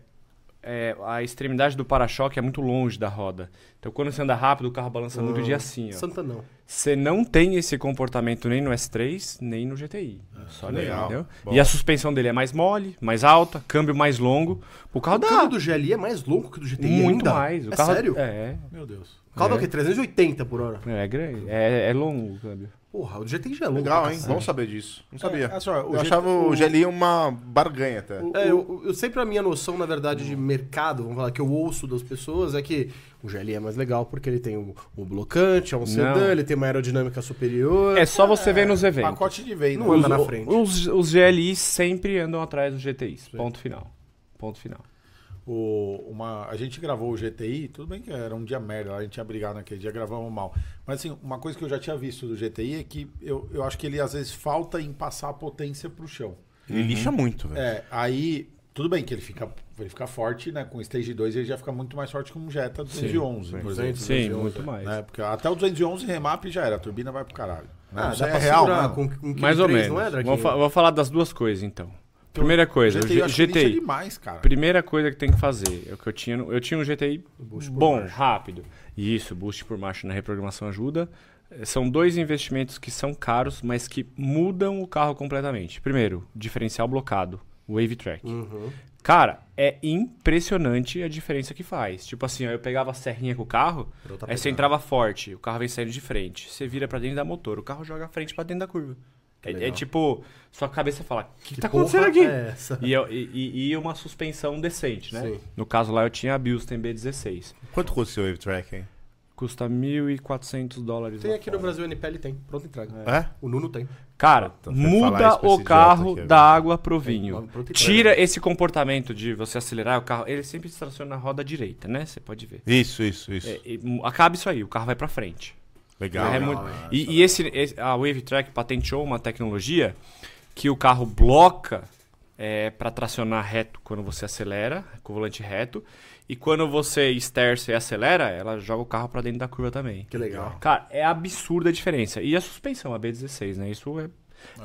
é, a extremidade do para-choque é muito longe da roda. Então quando você anda rápido, o carro balança muito e assim, ó. Santa não. Você não tem esse comportamento nem no S3, nem no GTI. É, Só nele, legal. entendeu? Bom. E a suspensão dele é mais mole, mais alta, câmbio mais longo. O carro o dá carro do GLI é mais longo que o do GTI muito ainda? mais. O é carro, sério? É, meu Deus. O carro dá o É. quê? 380 por hora? é grande. É, é longo o câmbio. Porra, o do GTI já é longo. Legal, pra hein? cacete. Bom saber disso. Não sabia. É, é só, o G- eu achava o Geli uma barganha até. É, eu, eu sempre a minha noção, na verdade, de mercado, vamos falar, que eu ouço das pessoas, é que o GLI é mais legal porque ele tem um, um blocante, é um sedã, ele tem uma aerodinâmica superior. É só você ver nos eventos. Pacote de venda. Não anda na O- frente. Os, os GLI sempre andam atrás dos GTIs. Ponto final. Ponto final. O- uma, a gente gravou o GTI, tudo bem que era um dia merda, a gente tinha brigado naquele dia, gravamos mal. Mas assim, uma coisa que eu já tinha visto do GTI é que eu, eu acho que ele às vezes falta em passar a potência pro chão. Ele lixa muito, velho. É, aí, tudo bem que ele fica, ele fica forte, né? Com o Stage 2 ele já fica muito mais forte que um Jetta 211, por exemplo. Sim, muito mais. Né? Porque até o 211 remap já era, a turbina vai pro caralho. Ah, Não, isso dá pra é real, segurar mano. Então, com, com Mais ou 3, menos. não é, Draquinho? vou, fa- vou falar das duas coisas, então. Primeira coisa, o GTI, eu G- acho que lixa GTI. demais, cara. Primeira coisa que tem que fazer é o que eu tinha. no- Eu tinha um GTI bom, rápido. E isso, boost por marcha na reprogramação ajuda. Eh, São dois investimentos que são caros, mas que mudam o carro completamente. Primeiro, diferencial blocado, Wave Track. Uhum. Cara, é impressionante a diferença que faz. Tipo assim, ó, eu pegava a serrinha com o carro, aí você entrava forte, o carro vem saindo de frente. Você vira pra dentro da motor, o carro joga a frente pra dentro da curva. É, é tipo, sua cabeça fala, o que, tá porra acontecendo aqui? é essa? E, eu- e- e- e uma suspensão decente, né? Sim. No caso lá eu tinha a Bilston B16. Quanto custa o seu Wave Track, hein? Custa 1.400 dólares. Tem lá aqui no fora. Brasil, NPL tem. Pronto, entrega. É? O Nuno tem. Cara, Então, Puta, foi falar muda isso pra o esse carro idiota aqui, da velho. água pro vinho. Tem, pronto e Tira esse comportamento de você acelerar o carro. Ele sempre traciona na roda direita, né? Você pode ver. Isso, isso, isso. É, e, hum, acaba isso aí, o carro vai pra frente. Legal. É legal. muito- E, e esse, esse- a WaveTrack patenteou uma tecnologia que o carro bloca é, para tracionar reto quando você acelera, com o volante reto. E quando você esterça e acelera, ela joga o carro para dentro da curva também. Que legal. Cara, é absurda a diferença. E a suspensão, a B16, né? Isso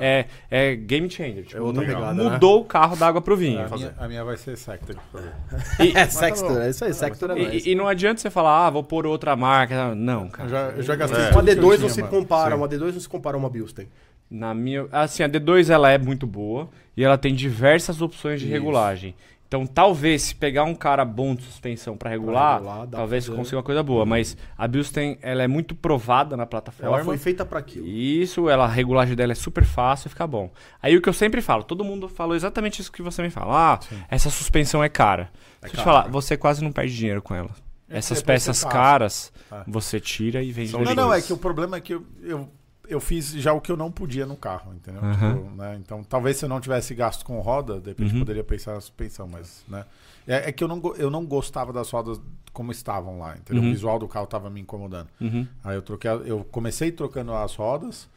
é, é, é game changer. Tipo, É outra mu- pegada, né? É. mudou o carro da água pro vinho. A minha, a minha vai ser Sector. por favor. *laughs* É Sextor, é isso aí, Sextor é E- mais. E, e não adianta você falar, ah, vou pôr outra marca. Não, cara. Eu já, eu já gastei. É. Uma tudo que eu D2 não É, tinha, se mano. compara, uma D2 não se compara a uma Bilstein. Na minha, assim, a D2 ela é muito boa e ela tem diversas opções de regulagem. Então, talvez se pegar um cara bom de suspensão pra regular, regular, dá pra talvez fazer. consiga uma coisa boa, mas a Bilstein ela é muito provada na Ela plataforma. foi feita pra aquilo. Isso, ela, a regulagem dela é super fácil e fica bom. Aí o que eu sempre falo, todo mundo falou exatamente isso que você me fala. Ah, essa suspensão é cara. Deixa eu te falar, você quase não perde dinheiro com ela. depois Essas você peças passa. caras, você tira e vende Não, depois. não, é que o problema é que eu, eu, eu fiz já o que eu não podia no carro, entendeu? Tipo, né? Então, talvez se eu não tivesse gasto com roda, de repente poderia pensar na suspensão, mas, né? É, é que eu não, go- eu não gostava das rodas como estavam lá, Uhum. entendeu? O visual do carro tava me incomodando. Aí eu troquei, a- eu comecei trocando as rodas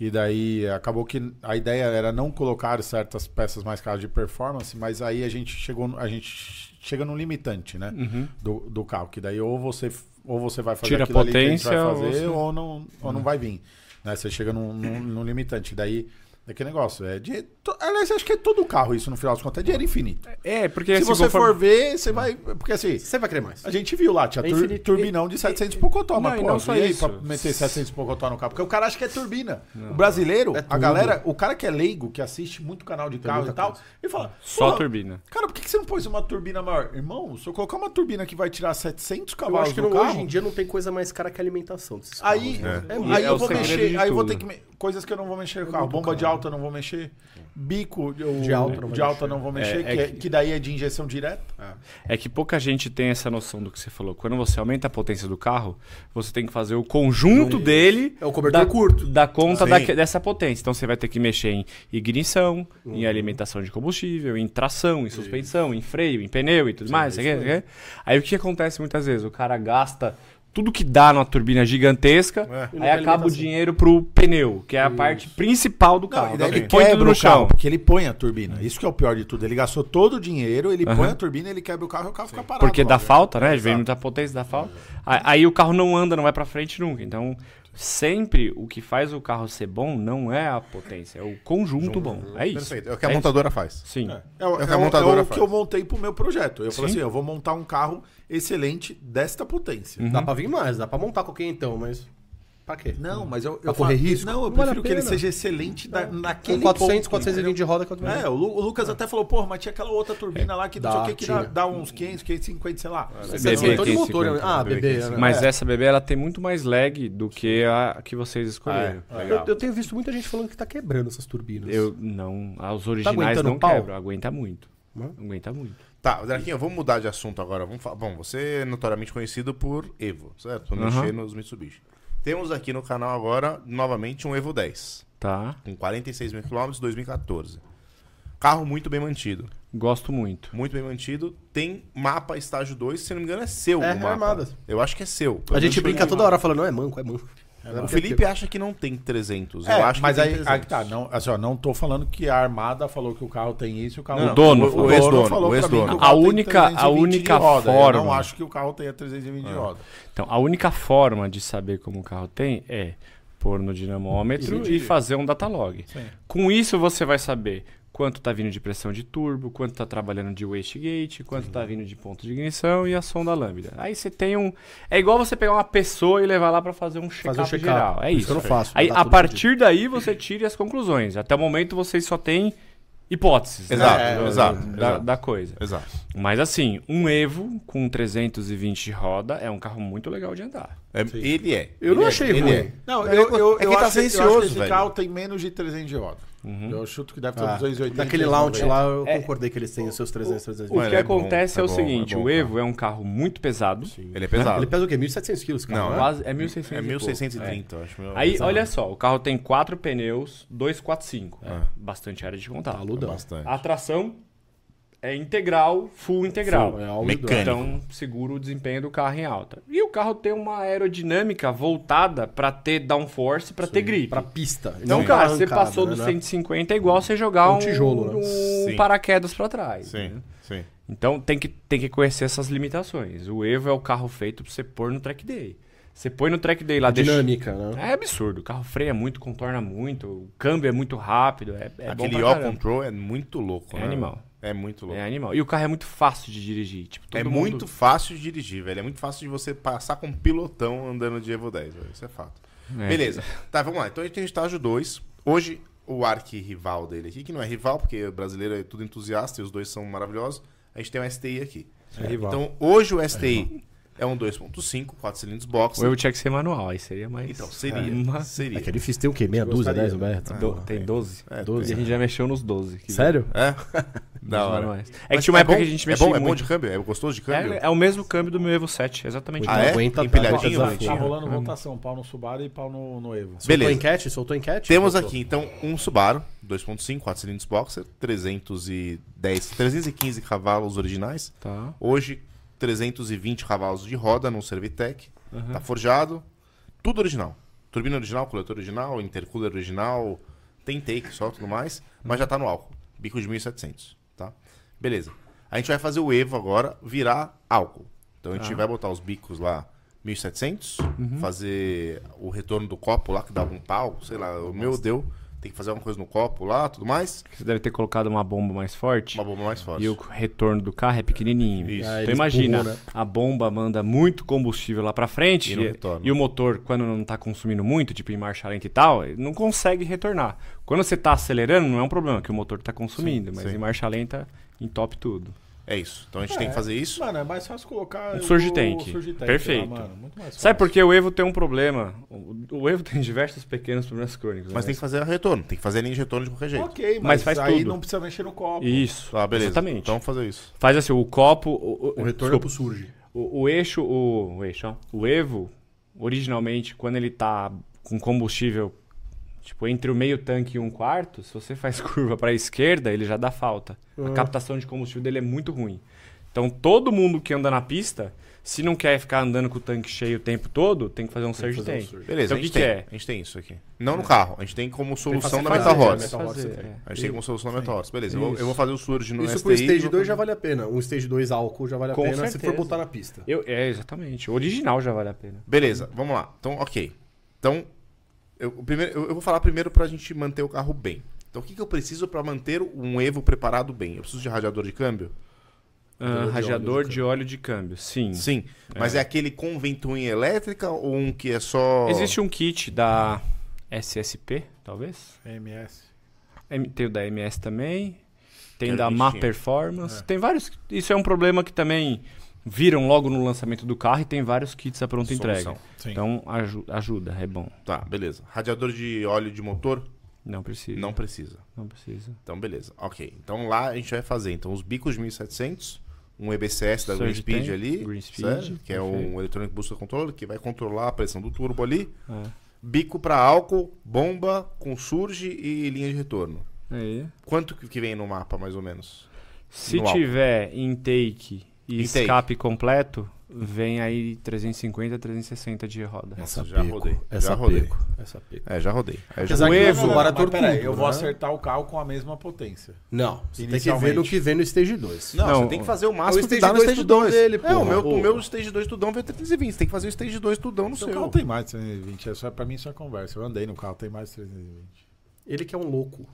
E daí acabou que a ideia era não colocar certas peças mais caras de performance, mas aí a gente chegou, no- a gente chega num limitante, né, do, do carro, que daí ou você ou você vai fazer Uhum. Tira aquilo ali que a gente vai potência, ou fazer você- Uhum. ou, não ou não vai vir, né? Você chega num, num, num limitante, daí é que negócio, é de to- aliás, acho que é todo carro isso no final das contas, é dinheiro infinito. É, porque Se esse você conforme- for ver, você vai, porque assim, Você vai querer mais. a gente viu lá, tinha É tur- infinito. turbinão de 700 e pocotó, mas Não, e pô, não só e aí isso. pra meter 700 e pocotó no carro? Porque o cara acha que é turbina. o brasileiro, a tudo. galera, o cara que é leigo, que assiste muito canal de carro e tal, ele fala, Só "Pô, turbina. Cara, por que que você não pôs uma turbina maior? Irmão, se eu colocar uma turbina que vai tirar 700 Eu cavalos acho que do não, carro, hoje em dia não tem coisa mais cara que alimentação desses aí, carros, né? é, É, aí é eu o vou segredo mexer, de aí eu vou tudo. ter que me- coisas que eu não vou mexer no carro, bomba de alta eu não vou mexer, bico eu- de alta não vai alta eu não vou mexer, É, que, é é- que daí é de injeção direta. É que pouca gente tem essa noção do que você falou. Quando você aumenta a potência do carro, você tem que fazer o conjunto dele. É o cobertor curto. Da conta Sim. daque- dessa potência. Então você vai ter que mexer em ignição, Uhum. em alimentação de combustível, em tração, em suspensão, em freio, em pneu e tudo é mais. sei o quê, sei o quê. Aí o que acontece muitas vezes? O cara gasta tudo que dá numa turbina gigantesca, É. E não aí tem acaba o alimentação. dinheiro pro pneu, que é a parte principal do carro. e daí Então, ele põe tudo quebra no o carro, chão. porque ele põe a Uhum. turbina. Isso que é o pior de tudo. Ele gastou todo o dinheiro, ele põe a turbina, ele quebra o carro e o carro fica parado. Porque lá, dá né? falta, né? Vem muita potência, dá falta. Aí, aí o carro não anda, não vai pra frente nunca. Então, sempre o que faz o carro ser bom não é a potência, é o conjunto bom. É isso. Perfeito. É o que a É isso. montadora faz. Sim. É, o- É o que a é o- montadora é o que faz. eu montei pro meu projeto. Eu falei Sim. assim, eu vou montar um carro excelente desta potência. Dá pra vir mais, dá pra montar qualquer então, mas. Pra quê? Não, mas eu, eu Uhum. Pra correr falo- risco? Não, eu Não vale prefiro a que ele pena. É. seja excelente da, naquele Com 400, ponto, 420 de roda que eu tô entendeu? É, o, Lu- o Lucas até falou, porra, mas tinha aquela outra turbina lá que não sei É. Dá, o que, que dá, tinha. dá uns 500, 550, sei lá. Você esquentou de BB-15, motor, né? Ah, bebê. né? Mas essa bebê ela tem muito mais lag do que a que vocês É, escolheram. Tá Eu, eu tenho visto muita gente falando que tá quebrando essas turbinas. Eu não, ah, Tá os originais aguentando não o pau? quebram, aguenta muito. Hum? Aguenta muito. Tá, Draquinho, vamos mudar de assunto agora. Vamos falar. Bom, você é notoriamente conhecido por Evo, certo? Por Aham. mexer nos Mitsubishi. Temos aqui no canal agora, novamente, um Evo 10. Tá? Com 46 mil quilômetros, 2014. Carro muito bem mantido. Gosto muito. Muito bem mantido. Tem mapa estágio 2, se não me engano, é seu. É, o mapa. Armadas. Eu acho que é seu. A gente brinca toda hora falando, não, é manco, é manco. né? um O Felipe é acha que não tem 300. É, eu acho mas que aí, tem 300. aí que tá, não, assim, ó, não tô falando que a Armada falou que o carro tem isso e o carro Não, o dono o, falou. o ex-dono, dono falou o pra mim ex-dono. que o carro A tem única- a 320 de única roda. Eu não forma- acho que o carro tenha 320 de roda. Então, a única forma de saber como o carro tem é pôr no dinamômetro e, fazer um datalog. Com isso, você vai saber quanto está vindo de pressão de turbo, quanto está trabalhando de wastegate, quanto está vindo de ponto de ignição e a sonda lambda. Aí você tem um... É igual você pegar uma pessoa e levar lá para fazer um check-up check-up. geral. É Isso isso. eu não faço, Aí, dá a tudo partir daí, você tira as conclusões. Até o momento, vocês só têm hipóteses. né? Exato, Da- exato, da- exato. da coisa. Exato. Mas assim, um Evo com 320 de roda é um carro muito legal de andar. É, ele é. Eu não Ele é, achei ele ruim. é. Não, É eu, que- eu, é que eu tá acho, que- eu acho silencioso, que esse velho. carro tem menos de 300 de roda. Uhum. Eu chuto que deve ter uns 280. Naquele 290. lounge lá, eu É. concordei que eles têm os seus 300, 300. O Mano, que é bom, acontece é é, o bom, seguinte, é bom, o Evo é um carro muito pesado, Ele é pesado. Ele pesa o quê? 1.700 quilos, cara. Não, né? quase é É 1600. e pouco. É. 1630, eu acho. meu. Aí, olha só, o carro tem quatro pneus, 245, bastante área de contato. É bastante. A tração é integral, full integral. Full, é all Mecânico. Então, segura o desempenho do carro em alta. E o carro tem uma aerodinâmica voltada pra ter downforce, pra ter grip. Pra pista. Então, Sim. cara, você Arrancada, passou dos né? 150 é igual você jogar um, Um tijolo, né? um Sim. paraquedas pra trás. né? Sim, sim. Então tem que, tem que conhecer essas limitações. O Evo é o carro feito pra você pôr no track day. Você põe no track day lá deixa- Dinâmica, né? É absurdo. O carro freia muito, contorna muito, o câmbio é muito rápido. É, é bom Aquele pra all caramba. control é muito louco, É né? animal. É muito louco. É É, animal. E o carro é muito fácil de dirigir. Tipo, todo mundo- muito fácil de dirigir, velho. É muito fácil de você passar com um pilotão andando de Evo 10, velho. Isso é fato. É. Beleza. Tá, vamos lá. Então a gente tem o estágio 2. Hoje, o arqui-rival dele aqui, que não é rival, porque o brasileiro é tudo entusiasta e os dois são maravilhosos. A gente tem o STI aqui. É rival. Então, hoje o STI é um 2.5, 4 cilindros O boxer. Evo tinha que ser manual, aí seria mais. Então, seria. Uma- Seria. É que é difícil ter o quê? Meia dúzia, 10, Humberto? Do- Tem 12? É, 12. E a gente já mexeu nos 12. Ah, que- Sério? *laughs* É? Nos da hora. manuais. É que Mas tinha uma é época bom? que a gente é mexia bom, é muito. bom de câmbio? É gostoso de câmbio? É, é o mesmo câmbio do meu Evo 7, exatamente. Ah, é? Aguenta Empilhadinho, aguenta Tá bonitinho? desafio. rolando votação, pau no Subaru e pau no, no Evo. Soltou Beleza. enquete? Soltou enquete? Temos Soltou. aqui, então, um Subaru 2.5, 4 cilindros boxer, 310, 315 cavalos originais. Tá. Hoje, 320 cavalos de roda num Servitec. Tá forjado. Tudo original. Turbina original, coletor original, intercooler original, tem take só, tudo mais, mas já tá no álcool. Bico de 1700, tá? Beleza. A gente vai fazer o Evo agora virar álcool. Então a gente Tá. vai botar os bicos lá 1700, Uhum. fazer o retorno do copo lá, que dava um pau, sei lá, o meu deu. Tem que fazer alguma coisa no copo lá, tudo mais. Você deve ter colocado uma bomba mais forte. Uma bomba mais forte. E o retorno do carro é pequenininho. Isso. Então Ah, ele imagina, empurrou, né? a bomba manda muito combustível lá pra frente E não retorna. e o motor, quando não tá consumindo muito, tipo em marcha lenta e tal, ele não consegue retornar. Quando você tá acelerando, não é um problema, que o motor tá consumindo, mas sim. em marcha lenta entope tudo. É isso. Então a gente tem que fazer isso. Mano, é mais fácil colocar. Um o- Surgitank. o Surgitank Perfeito. lá, mano, muito mais Sabe fácil. por que o Evo tem um problema? O, o Evo tem diversos pequenos problemas crônicos. Mas né? tem que fazer retorno. Tem que fazer a linha de retorno de qualquer jeito. Ok, Mas mas, faz aí tudo. não precisa mexer no copo. Isso. Tá, beleza. Exatamente. Então vamos fazer isso. Faz assim, o copo. O, o- O retorno é desculpa, pro surge. o, o eixo, o, o eixo, ó. O Evo, originalmente, quando ele tá com combustível, tipo, entre o meio tanque e um quarto, se você faz *laughs* curva pra esquerda, ele já dá falta. A captação de combustível dele é muito ruim. Então todo mundo que anda na pista, se não quer ficar andando com o tanque cheio o tempo todo, tem que fazer um surge fazer um tank. surge. Beleza, Então, a o gente que que tem. é? Hum. A gente tem isso aqui. Não no carro. A gente tem como solução que na fazer, Metal né? Horse. Metal Horse você é. tem. A gente tem como solução na Metal Horse. Beleza, eu vou, Isso. eu vou fazer o surge no Isso STI. pro stage vou- 2 já vale a pena. Um stage 2 álcool já vale a Com pena se certeza. for botar na pista. Eu, é, exatamente. O original já vale a pena. Beleza, vamos lá. Então, ok. Então, eu, o primeiro, eu, eu vou falar primeiro pra gente manter o carro bem. Então, o que, que eu preciso pra manter um Evo preparado bem? Eu preciso de radiador de câmbio? Ah, radiador de óleo de câmbio, sim. Sim. Mas é aquele com ventoinha elétrica ou um que é só... Existe um kit da SSP, talvez? MS. M- Tem o da MS também. Tem Quero da que Má tinha. Performance. Tem vários. Isso é um problema que também viram logo no lançamento do carro e tem vários kits à pronta Solução. entrega. Sim. Então aju- ajuda, é bom. Tá, beleza. Radiador de óleo de motor? Não precisa. Não precisa. Não precisa. Então, beleza. Ok. Então, lá a gente vai fazer. Então, os bicos de 1700, um EBCS da Surge Green Speed Tank, ali, Green Speed, certo? que é um perfeito. Electronic Booster Controller, que vai controlar a pressão do turbo ali. É. Bico para álcool, bomba, com surge e linha de retorno. Aí. Quanto que que vem no mapa, mais ou menos? Se No álcool. tiver intake e Intake. escape completo, vem aí 350, 360 de roda. Nossa, já rodei. já rodei. É, já rodei. Aí eu já- Apesar que Evo, não, não, não, Mas mas peraí, eu vou né? acertar o carro com a mesma potência. Não, você tem que ver Inicialmente. no que vem no stage 2. Não, Não, você tem que fazer o o máximo que stage dá no dois stage tudão 2. dele, é, o porra. meu, o Ô. meu stage 2 tudão veio 320. Tem que fazer o stage 2 tudão no Seu seu. carro tem mais de 320, é só, pra mim isso é conversa. Eu andei no carro, tem mais de 320. Ele que é um louco.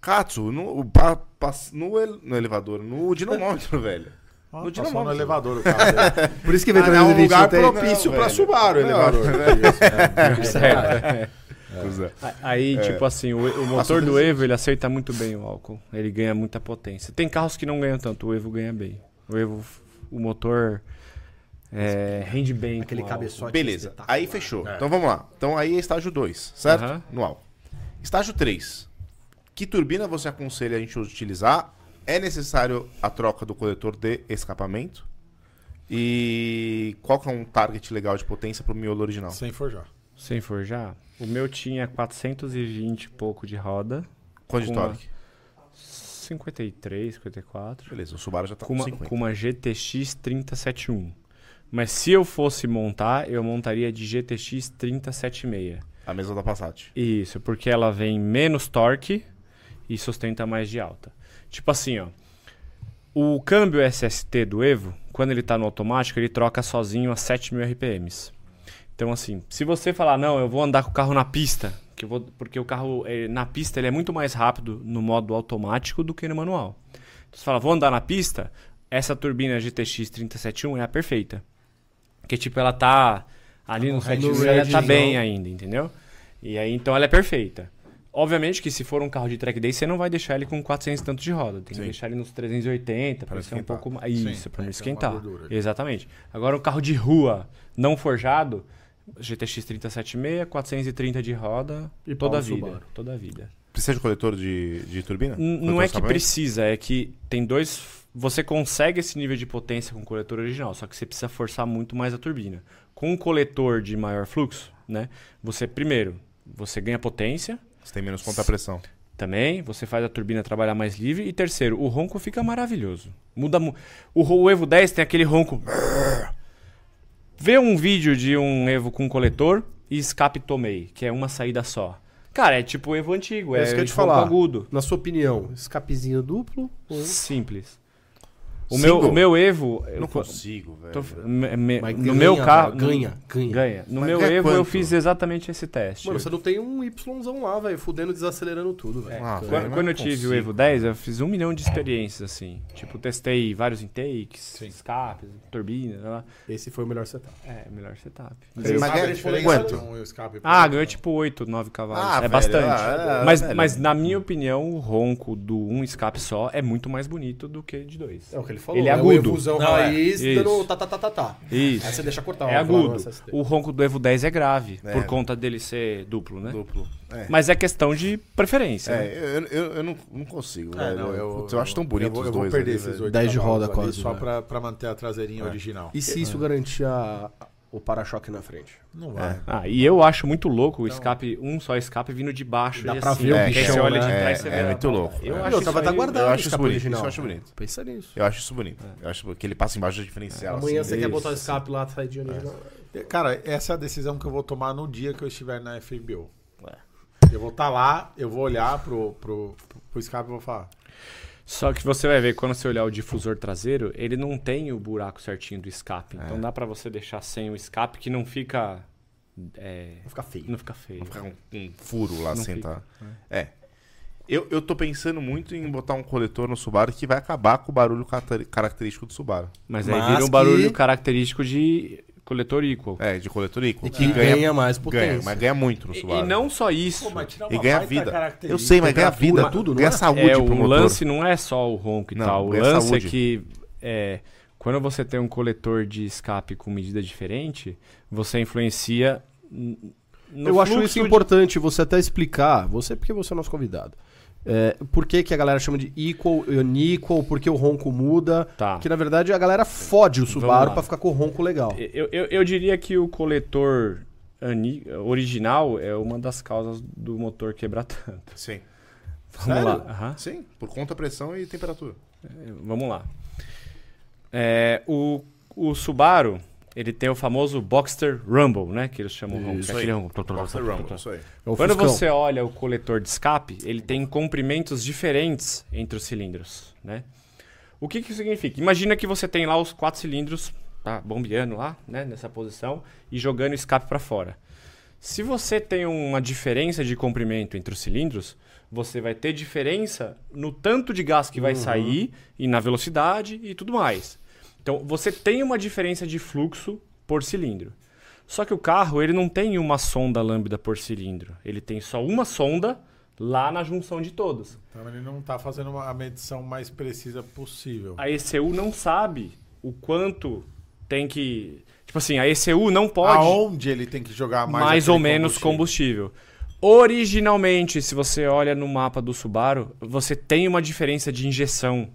Katsu, no, o pa- pas- no, el- no elevador, no dinamômetro, *laughs* velho. Ah, No no dinamômetro. no elevador o carro *laughs* dele. Por isso que Ah, é um lugar tem. propício pra Subaru o elevador. Isso, *laughs* é. A- Aí, tipo assim, o, o motor do Evo, ele aceita muito bem o álcool. Ele ganha muita potência. Tem carros que não ganham tanto, o Evo ganha bem. O Evo, o motor é, rende bem. Aquele com o álcool. cabeçote. Beleza, aí espetacular. fechou. Então vamos lá. Então aí é estágio 2, certo? Aham. No álcool. Estágio 3. Que turbina você aconselha a gente utilizar? É necessário a troca do coletor de escapamento? E qual que é um target legal de potência pro miolo original? Sem forjar. Sem forjar, o meu tinha 420 e pouco de roda. Quanto de Com uma- torque? 53, 54. Beleza, o Subaru já tá Com com, uma, 50. com uma GTX 3071. Mas se eu fosse montar, eu montaria de GTX 3076. A mesma da Passat. Isso, porque ela vem menos torque e sustenta mais de alta. Tipo assim, ó. O câmbio SST do Evo, quando ele tá no automático, ele troca sozinho a 7000 RPMs. Então assim, se você falar, não, eu vou andar com o carro na pista, que eu vou, porque o carro eh, na pista ele é muito mais rápido no modo automático do que no manual. Então, você fala, vou andar na pista, essa turbina GTX 371 é a perfeita. Porque, tipo, ela tá ali no 7 range, ela tá não. bem ainda, entendeu? E aí, então, ela é perfeita. Obviamente que se for um carro de track day, você não vai deixar ele com 400 e tanto de roda. Tem que deixar ele nos 380, para ser um esquentar. pouco mais... Isso, para não esquentar. gordura ali. Exatamente. Agora, um carro de rua não forjado, GTX 376, 430 de roda, E toda a pau no vida. Subaru. Toda a vida. Precisa de coletor de, de turbina? N- Coletor Não de é que escapamento? precisa, é que tem dois. Você consegue esse nível de potência com o coletor original, só que você precisa forçar muito mais a turbina. Com um coletor de maior fluxo, né? Você primeiro, você ganha potência, Você tem menos contrapressão. também, você faz a turbina trabalhar mais livre. E terceiro, o ronco fica maravilhoso. Muda mu o, ro- o Evo 10 tem aquele ronco. Vê um vídeo de um Evo com coletor e escape tomei, que é uma saída só. Cara, é tipo Evo antigo, É é, isso que eu ia te jogo falar. agudo. Na sua opinião, escapezinho duplo ou... Simples. O Single? meu, o meu Evo. eu Não co- consigo, velho. tô- me- me- Mas no ganha, meu carro. velho, ganha, ganha. Ganha. No Mas meu ganha Evo eu quanto? fiz exatamente esse teste. Mano, você não tem um Yzão lá, velho, fudendo, desacelerando tudo, velho. Ah, Então, velho. Quando, mas quando não eu tive consigo, o Evo 10, eu fiz um milhão de experiências, assim. Tipo, testei vários intakes, escapes, turbinas, lá. Esse foi o melhor setup. É, melhor setup. Mas é Sabe a ganha diferença quanto? de um escape pro Ah, outro? ganhou tipo 8, 9 cavalos. Ah, é velho, bastante. ah, ah, mas, velho. mas, na minha opinião, o ronco do um escape só é muito mais bonito do que de dois. É o que ele falou. Ele é é agudo. O evusão Não, é. raiz Isso. dando tá, tá, tá, tá, tá. Aí Isso. você deixa cortar. É ó, falando agudo. essas- O ronco do Evo 10 é grave, É. por conta dele ser duplo, né? Duplo. É. Mas é questão de preferência. né? É, eu, eu, eu não, não consigo, É, velho. não, eu, putz, eu acho tão bonito eu vou, os eu vou dois. perder ali, esses velho. oito 10 de cavalos roda ali, quase, Só né? velho. pra, pra manter a traseirinha É. original. E se isso garantir a- o para-choque na frente? Não é. vai. Ah, e eu acho muito louco o escape, um só escape vindo de baixo. Dá e pra assim, ver o é, bichão, Você olha de né? trás e você É, vê é a muito parada. louco. Eu É. acho Eu tava isso tá aí- guardado. Eu acho isso escape bonito, original. isso eu acho bonito. Pensa nisso. Eu acho isso bonito. Eu acho que ele passa embaixo do diferencial. Amanhã assim. você quer isso, botar o escape lá, sai de original. Cara, essa é a decisão que eu vou tomar no dia que eu estiver na FBO. É. Eu vou estar lá, eu vou olhar pro, pro, pro escape e vou falar. Só que você vai ver, quando você olhar o difusor traseiro, ele não tem o buraco certinho do escape. Então dá pra você deixar sem o escape que não fica. é, Vai ficar feio. não fica feio. Não ficar com um furo lá Não sem fica. tá. É. Eu, eu tô pensando muito em botar um coletor no Subaru que vai acabar com o barulho catar- característico do Subaru. Mas aí Mas vira um que- barulho característico de coletor equal. É, de coletor equal. que ganha, mais potência. ganha, mas ganha muito no E, Subaru. e não só isso. tirar E ganha vida. Eu sei, mas ganha vida. tudo, Tudo, não ganha é? saúde é, pro o motor. lance não é só o ronco e Não, tal. O é lance saúde. é que é, quando você tem um coletor de escape com medida diferente, você influencia. n- No eu acho fluxo isso de- importante você até explicar, você porque você é nosso convidado. É, por que, que a galera chama de equal, unequal, por que o ronco muda. Tá. Que na verdade a galera fode o Subaru lá. É, pra ficar com o ronco legal. Eu, eu, eu diria que o coletor ani- original é uma das causas do motor quebrar *laughs* tanto. Sim. Vamos Sério? lá. Aham. Sim, por conta, pressão e temperatura. Vamos lá. É, o, o Subaru, ele tem o famoso Boxster Rumble, né? Que eles chamam Rumble. que é aí. aquele rumble. Boxer Rumble, isso aí. É o Quando Fuscão. você olha o coletor de escape, ele tem comprimentos diferentes entre os cilindros, né? O que que isso significa? Imagina que você tem lá os quatro cilindros, tá bombeando lá, né, nessa posição e jogando o escape para fora. Se você tem uma diferença de comprimento entre os cilindros, você vai ter diferença no tanto de gás que vai Uhum. sair e na velocidade e tudo mais. Então, você tem uma diferença de fluxo por cilindro. Só que o carro, ele não tem uma sonda lambda por cilindro. Ele tem só uma sonda lá na junção de todas. Então ele não tá fazendo uma- a medição mais precisa possível. A ECU não sabe o quanto tem que... Tipo assim, a ECU não pode... Aonde ele tem que jogar mais? mais, ou aquele menos combustível. Originalmente, se você olha no mapa do Subaru, você tem uma diferença de injeção.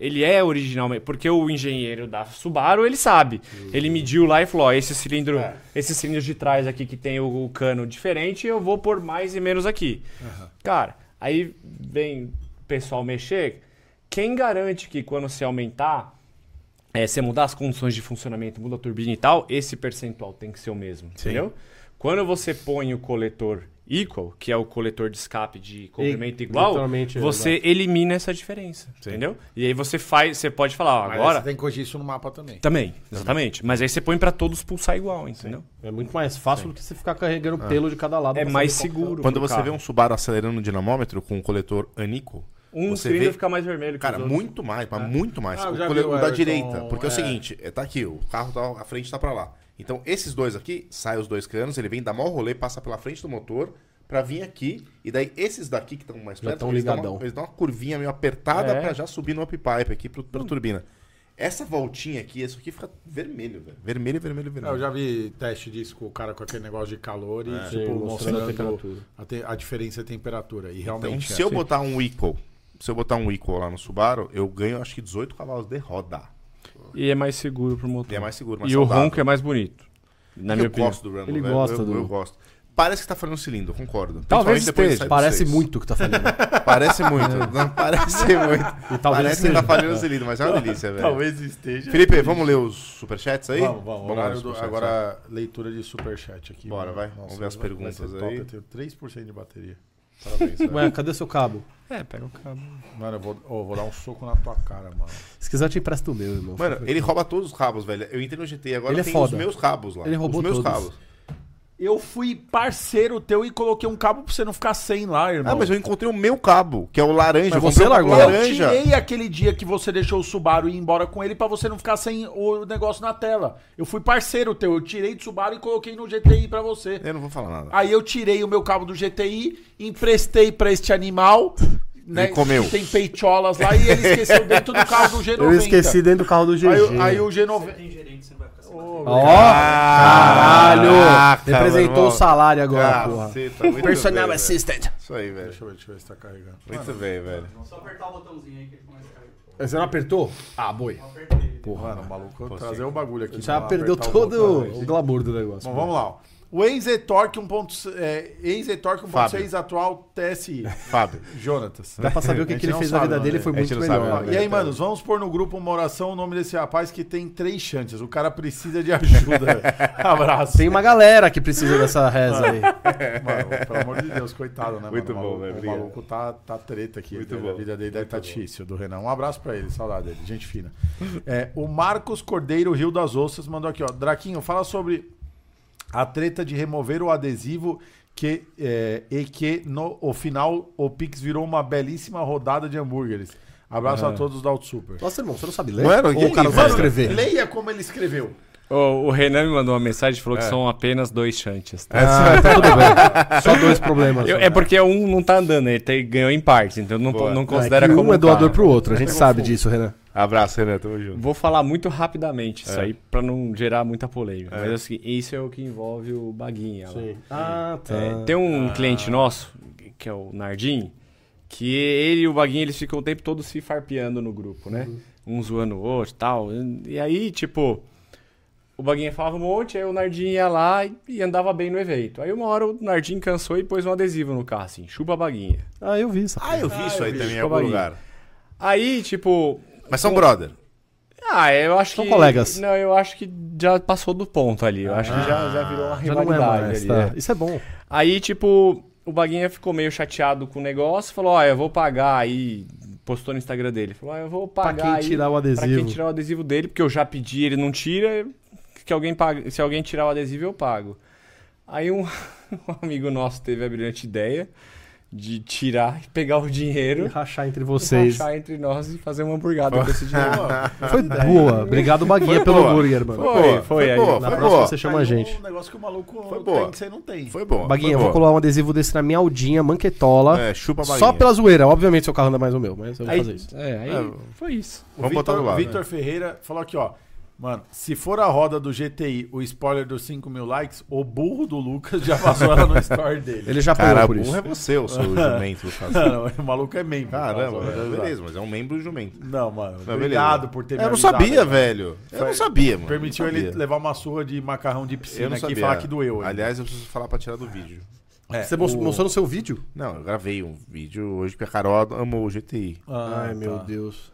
Ele é originalmente, porque o engenheiro da Subaru, ele sabe. Ele mediu lá e falou, ó, esse cilindro, esse cilindro de trás aqui que tem o, o cano diferente, eu vou pôr mais e menos aqui. Cara, aí vem o pessoal mexer, quem garante que quando você aumentar, é, você mudar as condições de funcionamento, muda a turbina e tal, esse percentual tem que ser o mesmo, entendeu? Quando você põe o coletor equal, que é o coletor de escape de comprimento igual, literalmente, você elimina essa diferença, entendeu? E aí você faz, você pode falar, ó, Mas agora Você tem que corrigir isso no mapa também. Tá. também, exatamente, mas aí você põe pra todos pulsar igual, entendeu? É muito mais fácil do que você ficar carregando pelo de cada lado. É pra mais saber qual seguro. Quando pro você carro. vê um Subaru acelerando no dinamômetro com um coletor anico, um você cilindro vê- fica mais vermelho que Cara, os outros. muito mais, mas muito mais. assim. Ah, eu o já cole- vi o o da Ayrton, direita. Porque é. é. o seguinte, é, tá aqui, o carro tá, a frente tá pra lá. Então, esses dois aqui, sai os dois canos, ele vem, dá maior rolê, passa pela frente do motor pra vir aqui. E daí, esses daqui que estão mais Já perto, tão eles, dão ligadão. uma, eles dão uma curvinha meio apertada É. pra já subir no uppipe aqui pro, pra Hum. turbina. Essa voltinha aqui, isso aqui fica vermelho, velho. Vermelho, vermelho, É, Eu vermelho. já vi teste disso com o cara com aquele negócio de calor É. e Sim, tipo, mostrando mostrando, a temperatura. a, te- a diferença de temperatura. E Então, realmente. é. se assim. eu botar um equal, se eu botar um equal lá no Subaru, eu ganho acho que 18 cavalos de roda. E é mais seguro pro motor. E é mais seguro, mais E o saudável. ronco é mais bonito. Na eu minha opinião. gosto do Rumble, Ele velho. gosta eu, do- eu gosto. Parece que tá falhando cilindro, concordo. Talvez Principalmente depois esteja. que sai do Parece seis. muito que tá *laughs* falando. Parece muito. Não, parece muito. E talvez Parece que esteja. tá falhando cilindro, mas *laughs* é uma delícia, velho. esteja. Felipe, vamos ler os superchats aí? Vamos, vamos. lá, horário os do- superchats, vai. agora, leitura de superchat aqui. Bora, mano. vai. Vamos ver as vai- perguntas vai ser top, aí. Eu tenho 3% de bateria. é Parabéns, velho. Ué, cadê seu cabo? *laughs* É, pega o cabo. Mano, eu vou, ó, vou dar um soco na tua cara, mano. Se quiser, eu te empresto o meu, irmão. *laughs* Mano, ele rouba todos os rabos, velho. Eu entrei no GT agora Ele é tem os foda. meus rabos lá. Ele roubou os meus todos. rabos. Eu fui parceiro teu e coloquei um cabo pra você não ficar sem lá, irmão. Ah, mas eu encontrei o meu cabo, que é o laranja. É Mas Eu você comprei um largou. Eu laranja. tirei aquele dia que você deixou o Subaru ir embora com ele pra você não ficar sem o negócio na tela. Eu fui parceiro teu, eu tirei do Subaru e coloquei no GTI pra É, você. Eu não vou falar nada. Aí eu tirei o meu cabo do GTI, emprestei pra este animal, né? Ele comeu. que Tem peitolas lá e ele esqueceu dentro do carro *laughs* do G90. Eu esqueci dentro do carro do GG. Aí, o- aí o Você G90. tem gerente, você não vai ficar sem bateria. Ó, Caraca, caralho! mano, Representou ó. o salário Ah, agora, porra. Caceta, Ah, tá muito bem, né? velho. assistant. Isso aí, velho. Deixa eu ver, deixa eu ver se tá carregando. Muito bem, velho. Só apertar o botãozinho aí que ele começa a cair. Você não apertou? Ah, boi. Eu apertei. Porra, mano, o maluco trazer o bagulho aqui. Já mano, perdeu apertar o todo botão, né? o glamour do negócio. Bom, vamos lá. ó. O Enzetorque 1.6 é, Enzetorque 1.6 Fábio. atual TSI. Fábio. *laughs* Jonatas. Dá pra *laughs* saber o que, A que gente ele não fez na sabe, vida né? dele, foi A gente muito não sabe, melhor. né? E aí, manos, vamos pôr no grupo uma oração o nome desse rapaz que tem três chances. O cara precisa de ajuda. *laughs* Abraço. Tem uma galera que *laughs* precisa dessa reza aí. Mano, pelo amor de Deus, coitado, né? Muito mano? O bom, maluco- velho, O obrigado. maluco tá, tá treta aqui. Muito né? bom. A vida dele deve tá difícil, do Renan. Um abraço pra ele, saudade dele, gente fina. É, o Marcos Cordeiro, Rio das Ostras, mandou aqui, ó. Draquinho, fala sobre a treta de remover o adesivo que, é, e que no o final o Pix virou uma belíssima rodada de hambúrgueres. Abraço É. a todos do Auto Super. Nossa, irmão, você não sabe ler? Mano, Ou o que cara não isso, sabe mano? escrever? Leia como ele escreveu. O, o Renan me mandou uma mensagem e falou É. que são apenas dois chantes. tá? Ah, tá tudo bem. Só dois problemas. Eu- só. é porque um não tá andando, ele tem- ganhou em partes, então não, po- Boa. Não, não é considera que como. um é doador cara. pro outro, a gente sabe disso, Renan. *laughs* Abraço, Renan. Tamo junto. Vou falar muito rapidamente É. isso aí pra não gerar muita polêmica. Mas é o seguinte, isso é o que envolve o Baguinha lá. Ah, tá. É, tem um cliente nosso, que é o Nardim, que ele e o Baguinho eles ficam o tempo todo se farpeando no grupo, né? Um zoando o outro e tal. E aí, tipo, o Baguinha falava um monte, aí o Nardim ia lá e, e andava bem no evento. Aí uma hora o Nardim cansou e pôs um adesivo no carro, assim, chupa Baguinha. Ah, eu vi isso. Ah, eu vi isso aí também em algum Ficou lugar. Aí, tipo. Mas são brother. Ah, eu acho São que. colegas. Não, eu acho que já passou do ponto ali. Eu acho que já, já virou uma Já não é rivalidade mais, ali. tá. é. Isso é bom. Aí, tipo, o Baguinha ficou meio chateado com o negócio, falou, ó, eu vou pagar aí, postou no Instagram dele, falou, ó, eu vou pagar quem aí tirar o adesivo. pra quem tirar o adesivo dele, porque eu já pedi, ele não tira, que alguém paga, se alguém tirar o adesivo eu pago. Aí um, *laughs* um amigo nosso teve a brilhante ideia de tirar e pegar o E dinheiro, rachar entre e vocês. rachar entre nós e fazer uma hamburgada com esse dinheiro. Foi boa. Obrigado, Baguinha, pelo boa. hambúrguer, mano. Foi, foi, aí. boa, Na foi próxima boa. você chama a gente. Um negócio que o maluco Foi boa. tem que você não tem. Foi bom. Baguinha, eu vou foi bom. colar um adesivo desse na minha Aldinha, manquetola. É, chupa a baguinha. só pela zoeira. Obviamente seu carro anda mais o meu, mas eu vou Aí- fazer isso. é, aí foi isso. O Vamos botar do lado, Vitor Ferreira falou aqui, ó. Mano, se for a roda do GTI, o spoiler dos 5 mil likes, o burro do Lucas já passou ela no story *laughs* dele. Ele já pagou Cara, por burro isso. é você, o seu jumento. cara. Não, o maluco é membro. Caramba, Nossa, velho. exato. beleza, mas é um membro jumento. Não, mano. Não, obrigado beleza. É, por ter me Eu não avisado, sabia, cara. velho. Eu não sabia, mano. Permitiu Não sabia. ele levar uma surra de macarrão de Eu piscina não aqui sabia. e falar que doeu. ele. É. Aliás, eu preciso falar pra tirar do vídeo. é Você mos- mostrou no seu vídeo? Não, eu gravei um vídeo hoje porque a Carol amou o GTI. Ah, Ai, meu tá. Deus.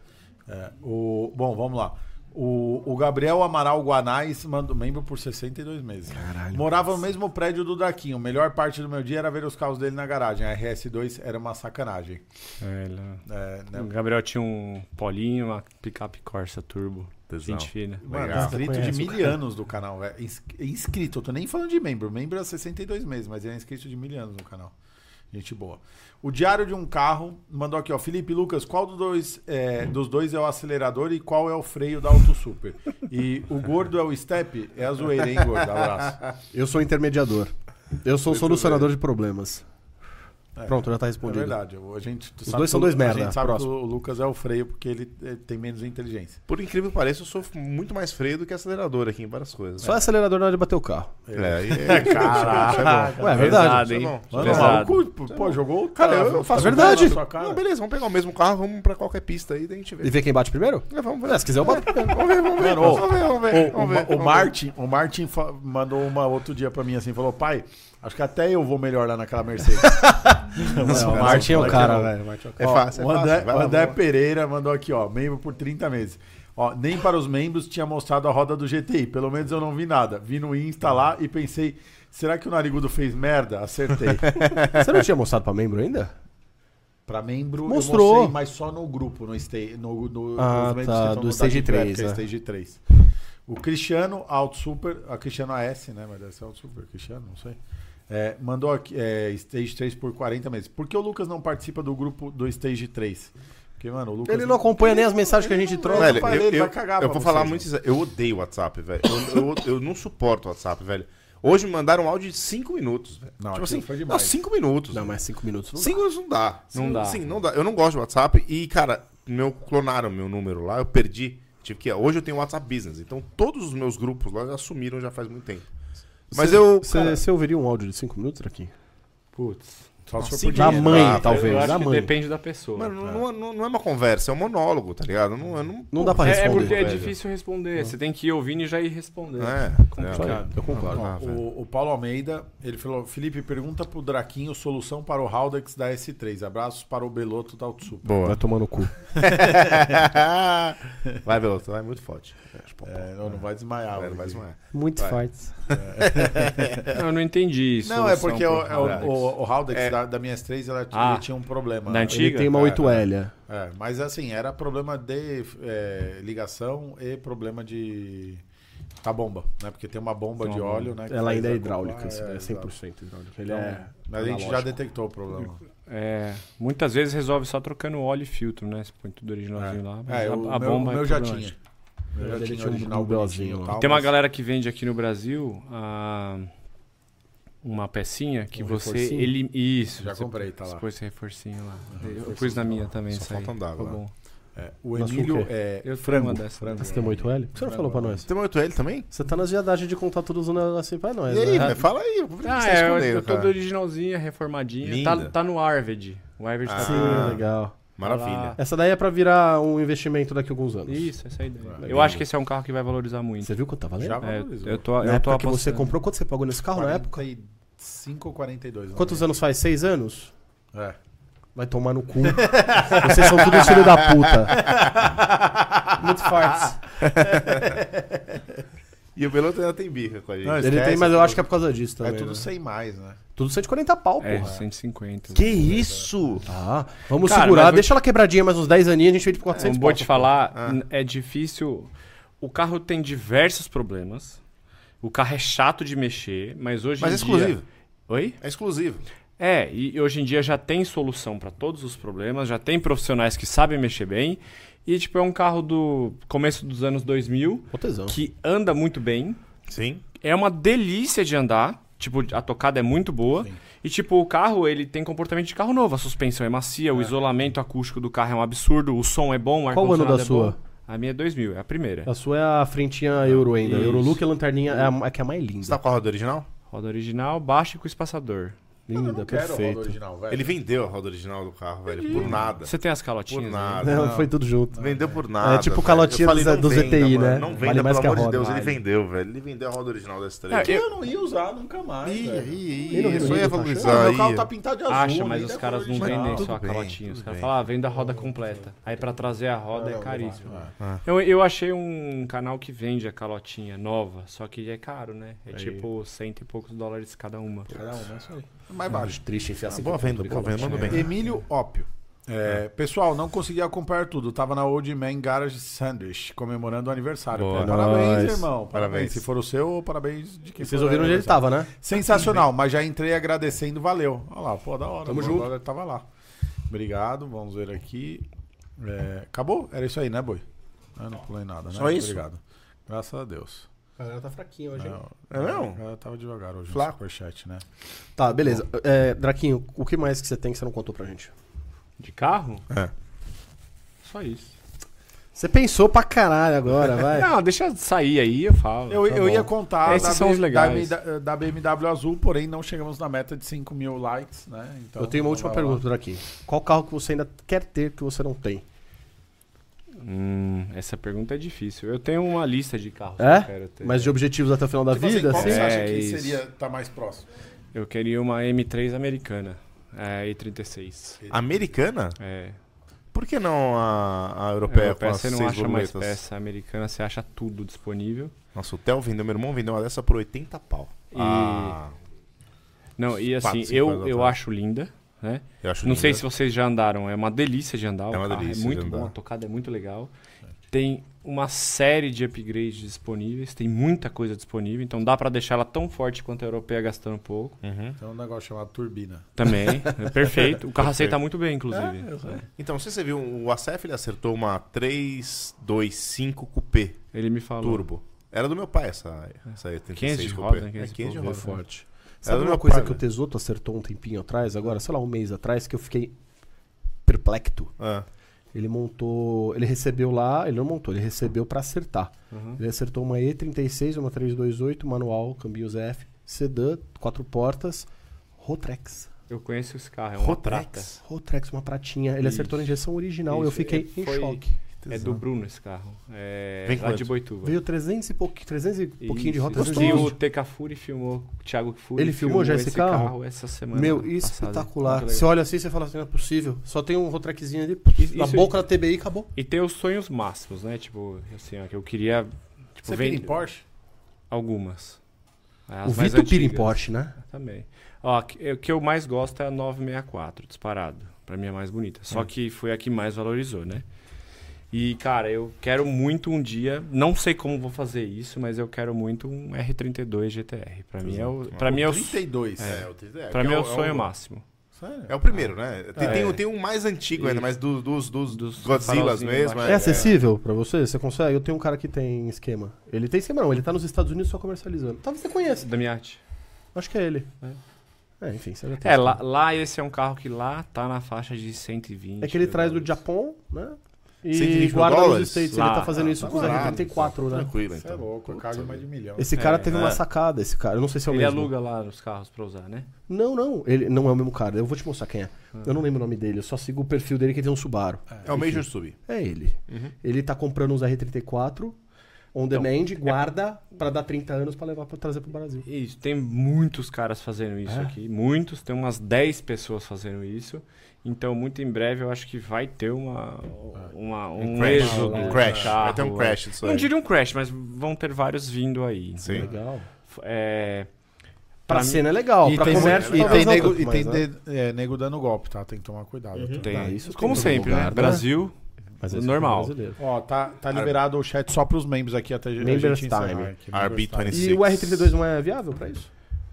É, o, bom, vamos lá. O, o Gabriel Amaral Guanais mandou membro por 62 meses. Morava no mesmo prédio do Draquinho. A melhor parte do meu dia era ver os carros dele na garagem. A RS2 era uma sacanagem. É, lá. É, né? O Gabriel tinha um Polinho, uma picape Corsa Turbo. Tesão. Gente fina. Mano, Legal. inscrito de Conhece o mil anos do canal. É ins- é inscrito, eu tô nem falando de membro. Membro é 62 meses, mas ele é inscrito de mil anos no canal. Gente boa. O Diário de um Carro mandou aqui, ó. Felipe Lucas, qual dos dois, é, dos dois é o acelerador e qual é o freio da Auto Super? E o gordo é o step? É a zoeira, hein, gordo? Abraço. É Eu sou intermediador. Eu sou solucionador de problemas. Pronto, já tá É respondido. verdade. eu- A gente Os dois são dois merda. A gente sabe Próximo. que o Lucas é o freio porque ele eh, tem menos inteligência. Por incrível que pareça, eu sou muito mais freio do que acelerador aqui em várias coisas. né? Só é acelerador na hora de bater o carro. *laughs* É, aí- Caraca. Ué, é verdade. Pesado, hein? Isso é bom. Mano, o Pesado. maluco, pô, jogou o Cara, Tá cara, eu faço tá um belo na verdade. sua Não, é, beleza, vamos pegar o mesmo carro, vamos pra qualquer pista aí, daí a gente vê. E ver quem bate primeiro? É, vamos ver. É, se quiser eu bato. *laughs* Vamos ver, vamos ver. Mano, ô, vamos ver, vamos ver. ver. O, vamos o, ver, Ma- o vamos ver. Martin, o Martin fa- mandou uma outro dia pra mim assim, falou, pai, acho que até eu vou melhor lá *laughs* naquela Mercedes. Não, o Martin é o cara, velho. O Martin é o É cara. Ó, fácil, é o André, fácil. vai o lá, André vamos lá. Pereira mandou aqui, ó, membro por 30 meses. Ó, nem para os membros tinha mostrado a roda do GTI, pelo menos eu não vi nada. Vi no Insta lá e pensei, será que o Narigudo fez merda? Acertei. Você não tinha mostrado pra membro ainda? Pra membro, Mostrou. eu mostrei, mas só no grupo, no stage, no, no, Ah, nos membros tá, que estão do no stage Dark Web, três, que é né? stage 3. O Cristiano Alt Super, a Cristiano AS, né? Mas deve ser Alt Super, Cristiano, não sei. É, mandou aqui, é, Stage 3 por 40 meses. Por que o Lucas não participa do grupo do Stage 3? Porque, mano, o Lucas. Ele não acompanha nem as mensagens que a gente troca. Velho, Velho, falei, eu, ele vai eu- cagar pra eu vou você, falar gente. muito sincero. Eu odeio WhatsApp, velho. Eu, eu- eu não suporto WhatsApp, velho. Hoje me mandaram um áudio de 5 minutos, velho. Não, tipo aquilo assim, foi não, demais. 5 minutos. Não, mas cinco minutos não dá. 5 minutos não dá. Não Sim, dá. Sim, não dá. Eu não gosto de WhatsApp e, cara, meu, clonaram meu número lá, eu perdi. Tive que, hoje eu tenho WhatsApp Business, então todos os meus grupos lá já sumiram já faz muito tempo. Mas eu. cara, Você ouviria um áudio de cinco minutos, Traquinho? Putz. Só se for Sim, Tipo por Da Sim, dinheiro. mãe, dá, talvez. Ah, Eu Da acho que mãe. depende da pessoa. mano, não, não- não é uma conversa, é um monólogo, tá ligado? Não, eu não, Não dá pra É, é responder. porque é velho. difícil Hum. responder. Você tem que ir ouvindo e já ir respondendo. É, complicado. Eu concordo. Ah, velho. O, o Paulo Almeida, ele falou: Felipe, pergunta pro Draquinho solução para o Haldex da S3. Abraços para o Beloto da Alt Super. Vai Boa. tomar no cu. vai, Veloso, vai muito forte. É, não, não vai desmaiar. Vai, hoje. vai desmaiar. Muito fights. é. Não, eu não entendi isso. Não, é porque o, é o, Haldex. o, o Haldex da, da minha S3 ela, É. Ah. ele tinha um problema. Da Ele antiga? tem uma É, 8L. É, mas assim, era problema de é, ligação e problema de. A bomba, né? Porque tem uma bomba Tem de uma óleo, né? que Ela faz ainda é a- hidráulica, Ah, isso daí é exato. Então, 100% hidráulica. Ele é. Mas a gente já analógico. detectou o problema. É, muitas vezes resolve só trocando óleo e filtro, né? Você põe tudo originalzinho lá. Mas É, a, o a meu, bomba o meu é já problemática. tinha. O meu Ele já tinha tinha um original bubelzinho bonitinho e lá. tal, Tem uma mas- galera que vende aqui no Brasil a- uma pecinha que Um você. reforcinho? Ele, isso. Já você comprei, tá você lá. pôs esse reforcinho lá. Eu pus na minha também. Só isso aí. falta um andar Ficou agora. bom. É, o Nossa, Emílio o quê? é Eu frango. tenho uma dessa. frango. Você tem uma 8L? Por que você não falou pra nós? Você tem uma 8L também? Você tá nas viadagens de contar tudo usando assim pra nós. E aí, né? mas é. fala aí, o que você Ah, tá é, eu, escondendo, eu tô cara? toda originalzinha, reformadinha. Linda. Tá, tá no Arved. O Arved tá Ah, Sim, legal. Maravilha. Essa daí é pra virar um investimento daqui a alguns anos. Isso, essa é a ideia. Eu Legal. acho que esse é um carro que vai valorizar muito. Você viu quanto tá valendo? Já É, valorizou. eu tô, na eu tô época que você apostando. comprou, quanto você pagou nesse carro na época? 45 ou 42. não Quantos anos faz? Seis anos? né? É. Vai tomar no *laughs* cu. Vocês são tudo filho da puta. *laughs* Muito fortes. E o Beloto ainda tem birra com a gente. Não, Ele tem, mas eu acho que é por causa disso também. É tudo né? sem mais, né? tudo 140 pau, É, porra. 150. Que isso? Ah, vamos Cara, segurar. mas eu- Deixa ela quebradinha mais uns 10 aninhos, a gente vende por Não 400 vou Um te pau. falar, n- é difícil. O carro tem diversos problemas. O carro é chato de mexer, mas hoje Mas é em dia... exclusivo. Oi? É exclusivo. É, e hoje em dia já tem solução para todos os problemas, já tem profissionais que sabem mexer bem. E, tipo, é um carro do começo dos anos 2000 Ô, tesão. que anda muito bem, Sim. é uma delícia de andar. Tipo, a tocada é muito boa. E, tipo, o carro, ele tem comportamento de carro novo. A suspensão é macia, o isolamento acústico do carro é um absurdo, o som é bom, o Qual o ano ar-condicionado da é sua? bom. A minha é 2000, é a primeira. A sua é a frentinha euro ainda. Isso. Eurolook e lanterninha é a, é que é a mais linda. Você tá com a roda original? Roda original, baixa e com espaçador. Linda, perfeito. original, velho. Ele vendeu a roda original do carro, velho, por nada. Você tem as calotinhas? Por né? nada. Não, foi tudo junto. Uhum. Vendeu por nada. É tipo velho. calotinha Eu falei, dos- não dos venda, ETI, mano, né? Não Vale venda, mais pelo que a amor de roda. Deus. Ele Vale. vendeu, velho. Ele vendeu a roda original da S3. É, Que eu não ia usar nunca mais. Ih, E velho. ih, no ih, Reino isso aí Unido, é tá Não, valorizar. meu carro aí. tá pintado de azul. Acha, mas ainda os é caras não original. vendem tudo só a bem, calotinha. Os tudo caras bem. falam, ah, vende a roda completa. Aí pra trazer a roda é caríssimo. Eu, eu achei um canal que vende a calotinha nova, só que é caro, né? É tipo cento e poucos dólares cada uma. Cada um, é isso aí. Mais baixo. Triste enfiar assim. Boa venda, boa venda. Manda bem. Emílio Ópio. É, Pessoal, não consegui acompanhar tudo. Tava na Old Man Garage Sandwich, comemorando o aniversário. Boa. Parabéns, Nice. irmão. Parabéns. Parabéns. Se for o seu, parabéns de quem Vocês for ouviram o onde ele tava, né? Sensacional, mas já entrei agradecendo, valeu. Olha lá, pô, da hora. Tamo o junto. brother Tava lá. Obrigado, vamos ver aqui. É, acabou? Era isso aí, né, Boi? Eu não pulei nada, né? Só isso? Obrigado. Graças a Deus. A galera tá fraquinha hoje, hein? É mesmo? Eu tava devagar hoje Flaco. no superchat, né? Tá, beleza. É, Draquinho, o que mais que você tem que você não contou pra gente? De carro? É. Só isso. Você pensou pra caralho agora, É. vai. Não, deixa sair aí, eu falo. Eu, tá eu bom. ia contar Esses da, são B- os legais. Da, eh, M- da BMW azul, porém não chegamos na meta de 5 mil likes, né? Então, Eu tenho uma vamos última lá. pergunta, Draquinho. Qual carro que você ainda quer ter que você não tem? Hum, essa pergunta é difícil. Eu tenho uma lista de carros que eu quero É? ter. Mas de objetivos até o final da Tipo assim, vida? qual assim? que você É, acha que isso. seria tá mais próximo? Eu queria uma M3 americana. É, E36. Americana? É. Por que não a, a Europeia, europeia, com as você seis não acha mais borboletas? peça. Americana você acha tudo disponível. Nossa, o Theo vendeu, meu irmão vendeu uma dessa por 80 pau. E- Ah, Não, e assim, Quatro, cinco eu, quadros eu atrás. acho linda, né? eu acho Não sei se linda. vocês já andaram, é uma delícia de andar. o É uma carro delícia É muito de bom, andar. a tocada é muito legal. Tem uma série de upgrades disponíveis, tem muita coisa disponível, então dá pra deixar ela tão forte quanto a europeia gastando pouco. Uhum. Tem um negócio chamado turbina. Também, é perfeito. O carro aceita muito bem, inclusive. É. Então, não sei se você viu, o Acef ele acertou uma 325 Coupé Ele me falou. Turbo. Era do meu pai essa, essa 15 de 86 roda, né? Coupé. É 15 15 de pouco, roda. é Forte. Ela Sabe não uma é coisa paga. que o Tesoto acertou um tempinho atrás, agora, sei lá, um mês atrás, que eu fiquei perplexo. Ah, Ele montou, ele recebeu lá, ele não montou, ele recebeu pra acertar. Ele acertou uma E36, uma 328, manual, câmbio ZF, sedã, quatro portas, Rotrex. Eu conheço esse carro, é um Rotrex. Rotrex, uma pratinha. Ele Isso. acertou na injeção original, Isso, eu fiquei é, em foi- choque. É do Bruno esse carro. É Vem lá de quanto? Boituva. Veio 300 e, pouqui- 300 e Um pouquinho de Isso, rota. isso. E 320. o TK Fury filmou, o Thiago Fury Ele filmou já esse carro? essa semana. Meu, isso passada. espetacular. Muito Você legal. olha assim e você fala assim, não é possível. Só tem um Rotrexzinho ali, Isso- na isso- boca da TBI, acabou. E tem os sonhos máximos, né? Tipo, assim, ó, que eu queria. Tipo, Você vem- vem em Porsche? Algumas. As O mais Vitor pira em antigas. Porsche, né? Também. Ó, que- o que eu mais gosto é a 964, disparado. Pra mim é a mais bonita. Só que foi a que mais valorizou, né? E, cara, eu quero muito um dia, não sei como vou fazer isso, mas eu quero muito um R32 GTR. Pra mim é o, pra mim é o, 32. É, o 30 é, pra que mim é o- o sonho o- máximo. Sério? É o primeiro, né? Tem, É. tem, um, tem um mais antigo ainda, mas do- dos, dos, Dos Godzillas farolzinhos mesmo. embaixo. É acessível pra você? Você consegue? Eu tenho um cara que tem esquema. Ele tem esquema não, ele tá nos Estados Unidos só comercializando. Talvez você conheça. Da minha arte. Acho que é ele. É, enfim, você já tem. É, esquema. lá, lá esse é um carro que lá tá na faixa de 120. É que ele mil traz do dólares. Japão, né? 120 E mil guarda dólares? nos States. Lá, ele tá fazendo tá isso com os barato, R34, né? Tranquilo, Você é então. louco, eu cago em mais de um milhão. Esse cara É, teve uma sacada, esse cara. Eu não sei se é o Ele mesmo. aluga lá os carros pra usar, né? Não, não. Ele não é o mesmo cara. Eu vou te mostrar quem é. Eu não lembro o nome dele. Eu só sigo o perfil dele que ele tem um Subaru. É o Major Sub. É ele. Ele tá comprando uns R34 on demand, guarda pra dar 30 anos pra levar para trazer pro Brasil. Isso, tem muitos caras fazendo É? isso aqui. Muitos, tem umas 10 pessoas fazendo isso. Então, muito em breve, eu acho que vai ter uma, uma, um, crash, êxodo É. um de crash. carro, Vai ter um é. crash disso Não aí. diria um crash, mas vão ter vários vindo aí. Sim. Legal. É, Pra, mim- cena é legal, pra comércio e é tem talvez não nego, tanto, e tem mas, né? de- é, nego dando golpe, tá? Tem que tomar cuidado. Tá? tem. Ah, isso tem Como todo sempre, lugar, né? né? Brasil. Mas esse é normal. brasileiro. Ó, tá, tá liberado o chat só pros membros aqui até a gente Members encerrar time. aqui. RB26. Uhum. E o R32 não é viável pra isso?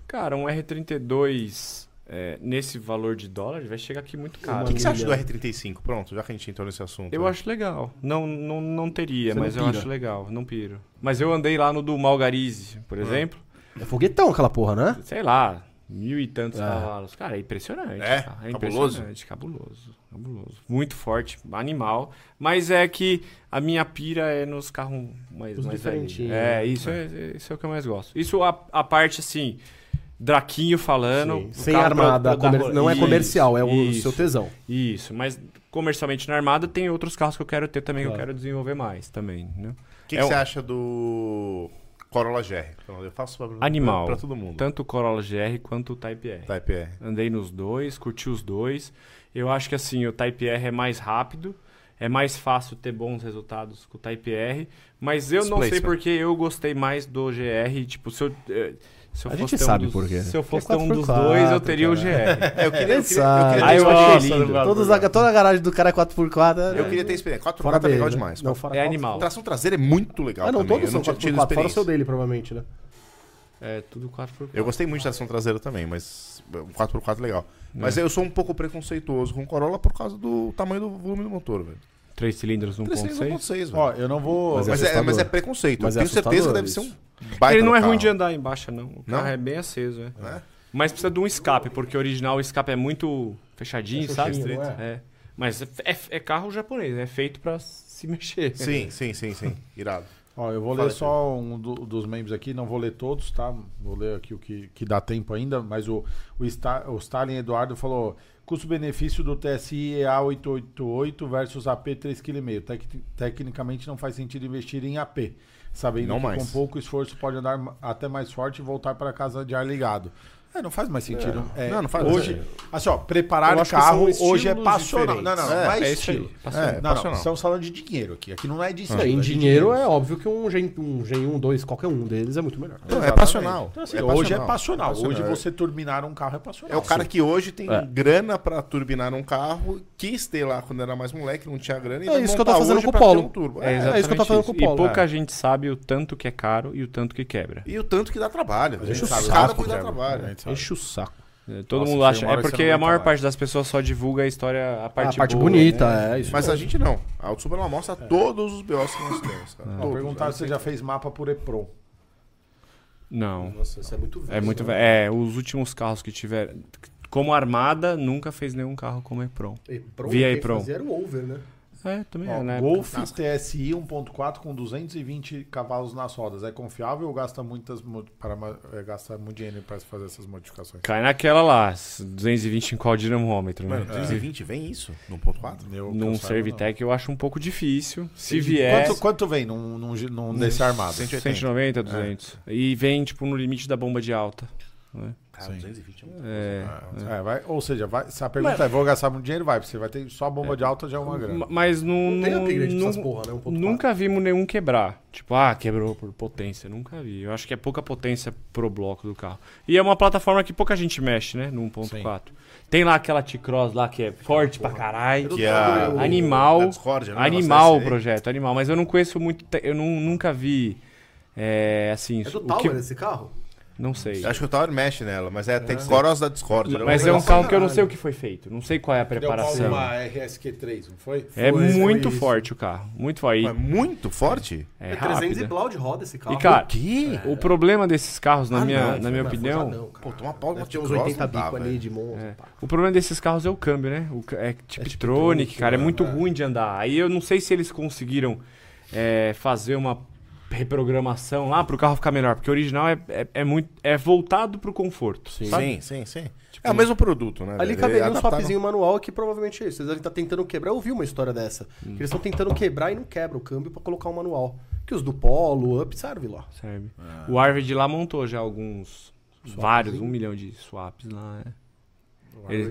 Cara, um R32 é, nesse valor de dólar vai chegar aqui muito O caro. que, que você acha do R35? Pronto, já que a gente entrou nesse assunto. Eu né? acho legal. Não, não, não teria, Tá. Você não mas eu pira? acho legal. Não piro. Mas eu andei lá no do Malgarize, por exemplo. É foguetão aquela porra, né? Sei lá, mil e tantos Ah. cavalos. Cara, é impressionante. É? cara. Cabuloso? impressionante. Cabuloso. Cabuloso. Muito forte, animal. Mas é que a minha pira é nos carros mais, Os mais velhos. diferentinhos, É, né? isso é. é- isso é o que eu mais gosto. Isso a, a parte, assim, Draquinho falando. Sim. o Sem É, um carro pra- armada, pra dar comer- ro- não é Isso, comercial, é o isso. seu tesão. Isso, mas comercialmente na armada tem outros carros que eu quero ter também, que eu quero desenvolver mais também, né? O que, É que um- você acha do Corolla GR? Pronto, Eu faço pra, Animal. pra todo mundo. Tanto o Corolla GR quanto o Type R. Type R. Andei nos dois, curti os dois. Eu acho que assim, o Type R é mais rápido, é mais fácil ter bons resultados com o Type R, mas eu não sei Displacement. porque eu gostei mais do GR, tipo, se eu eh, se A eu fosse gente ter um sabe dos- por quê. Se eu fosse Porque é ter um dos 4x4, dois, eu teria o GR. É, eu queria, eu queria, eu Sabe. queria Aí ter eu experiência acho do lindo. Corolla. Todos a, toda a garagem do cara é 4x4. né? Eu queria ter experiência. 4 Fora fora é dele, legal né? demais. Não, Não, fora É quatro. animal. Tração traseira é muito legal Ah, não, também. todos eu são não tinha 4x4, tido fora o seu experiência. dele, provavelmente, né? É tudo 4x4. Eu gostei muito de tração traseira também, mas o 4x4 é legal. Mas eu sou um pouco preconceituoso com o Corolla por causa do tamanho do volume do motor, velho. 3 cilindros é 1.6. 3,6, velho. Ó, eu não vou. Mas Mas é, assustador. mas é preconceito. Mas é eu tenho certeza que deve ser assustador um baita Ele não do é ruim carro. de andar em baixa, não. O Não? carro é bem aceso, é. É? Mas precisa de um escape, porque o original o escape é muito fechadinho, sabe? frouxinho, não É. Mas é, é- é carro japonês, é feito pra se *laughs* mexer. Sim, sim, sim, sim. Irado. Ó, eu vou Fala, ler só um do- dos membros aqui, não vou ler todos, tá? Vou ler aqui o que, que dá tempo ainda, mas o, o, Sta- o Stalin Eduardo falou: Custo-benefício do TSI EA888 versus AP 3,5 kg. Tecnicamente não faz sentido investir em AP, sabendo Não que mais. com pouco esforço pode andar ma- até mais forte e voltar para casa de ar ligado. É, não faz mais sentido. É, Não, não faz mais hoje, sentido. Assim, ó, preparar Eu acho que são carro hoje é estilos passional. Não, não, diferentes. É, não é, é isso aí, estilo. É, passional. É, não, não, passional. estamos falando de dinheiro aqui. Aqui não é Ah. de estilo. em é de dinheiro é óbvio que um Gen, um Gen 1, 2, qualquer um deles é muito melhor. Não, é Exatamente. passional. Então, assim, É hoje passional. é passional. É passional. Hoje você turbinar um carro é passional. É o cara que hoje tem É. grana pra turbinar um carro, quis ter lá quando era mais moleque, não tinha grana. E É vai isso que eu tô montar fazendo hoje com o pra ter Polo. um turbo. É, É, exatamente isso que eu tô falando com o Paulo, E pouca é. gente sabe o tanto que é caro e o tanto que quebra. E o tanto que dá trabalho. gente Deixa o sabe, cara sabe, cuidar sabe. trabalho. Enche o saco. É, Nossa, Todo mundo chega acha. uma hora É que você porque não a aguenta maior mais. parte das pessoas só divulga a história, a parte, a parte boa, bonita, né? é isso. Mas a gente não. A Autosubra ela mostra todos os BOs que nós temos. Cara. Ó, Todos. perguntaram se você já fez mapa por EPROM. Não. Nossa, isso é muito velho. É muito ve- É, os últimos carros que tiveram. Como armada, nunca fez nenhum carro como é EPROM. Eprom, Via quem Eprom. fazia Era o over, né? É, também Ó, é, né? Golf TSI 1.4 com 220 cavalos nas rodas. É confiável ou gasta, muitas, mo- para, ma- é, gasta muito dinheiro para se fazer essas modificações? Cai naquela lá, 220 em qual dinamômetro, né? Mano, é, 220 vem isso? No ponto 4? Eu, que eu Num saiba, Servitec eu acho um pouco difícil. Se não. vier. Quanto, quanto vem num, num, gi- num desse armado? 190, 200. E vem, tipo, no limite da bomba de alta. Cara, 220 é muito. É. É, vai, ou seja, vai, se a pergunta é: vou gastar muito dinheiro? Vai, porque você vai ter só bomba de alta já é uma grana. Ma- Mas não. Não tem não- upgrade não- dessas porra, né? 1.4. Nunca vimos nenhum quebrar. Tipo, ah, quebrou por potência. Nunca vi. Eu acho que é pouca potência pro bloco do carro. E é uma plataforma que pouca gente mexe, né? No 1.4. Tem lá aquela T-Cross lá que é forte pra caralho. Que é a- Eu- Animal. da Discord, né? Animal o Negócio desse projeto, animal. Mas eu não conheço muito. te- Eu nu- nunca vi. É, assim. É do o Tower que- esse carro? Não sei. aí. Acho que o Tower mexe nela, mas é a Texcoros da Discord. né? Mas é um carro que eu não sei o que foi feito. Não sei qual é a preparação. RSQ3, não foi? É Foi, foi muito isso. forte o carro. Muito forte. É muito forte? É, É 300 e rápido. blau de roda esse carro. E, cara, Que? o problema desses carros, na Ah, minha, não, na minha Não, opinião, é tipo forçado não, cara. Pô, toma pau Deve no ter uns T-Cross, 80 não dá, bico ali velho. de monstro. pá. o problema desses carros é o câmbio, né? O ca- é Tiptronic, Tiptronic, cara, é muito ruim de andar. Aí eu não sei se eles conseguiram é, fazer uma reprogramação lá pro carro ficar melhor, porque o original é, é, é muito é voltado pro conforto. Sim, sabe? sim, sim. tipo, é o mesmo produto, né? Ali velho? caberia um Adaptaram- swapzinho manual que provavelmente é isso. Eles devem estar tentando quebrar. Eu vi uma história dessa. Que eles estão tentando quebrar e não quebra o câmbio pra colocar o manual. Que os do Polo, Up, serve lá. Serve. O Arvid lá montou já alguns, vários, um milhão de swaps lá. né? Ele,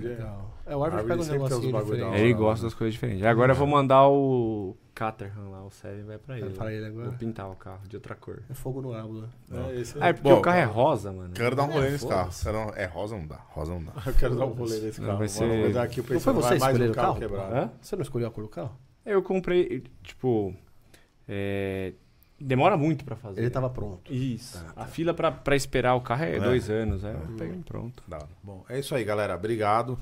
É, o Arvid Arvid pega um sempre tem uns negocinho bagulho da diferente. hora. ele gosta das coisas diferentes. Agora eu vou mandar o Caterham lá, o Seven vai pra ele. Fala ele né, agora. Vou pintar o carro de outra cor. É fogo no água. Ah, é porque Bom, o carro é rosa, mano. Quero dar um rolê nesse carro. foda-se. Será- É rosa não dá. Rosa não dá. Eu quero dar um rolê nesse Não, carro. vai ser- Vou dar aqui, eu Não foi você pensei, vai mais escolher um o carro? carro quebrado. Hã? Você não escolheu a cor do carro? Eu comprei, tipo. é, demora muito pra fazer. Ele tava Ah, tá. pronto. Isso. A fila pra, pra esperar o carro é, dois anos. É, eu peguei um pronto. Dá. Bom, é isso aí, galera. Obrigado.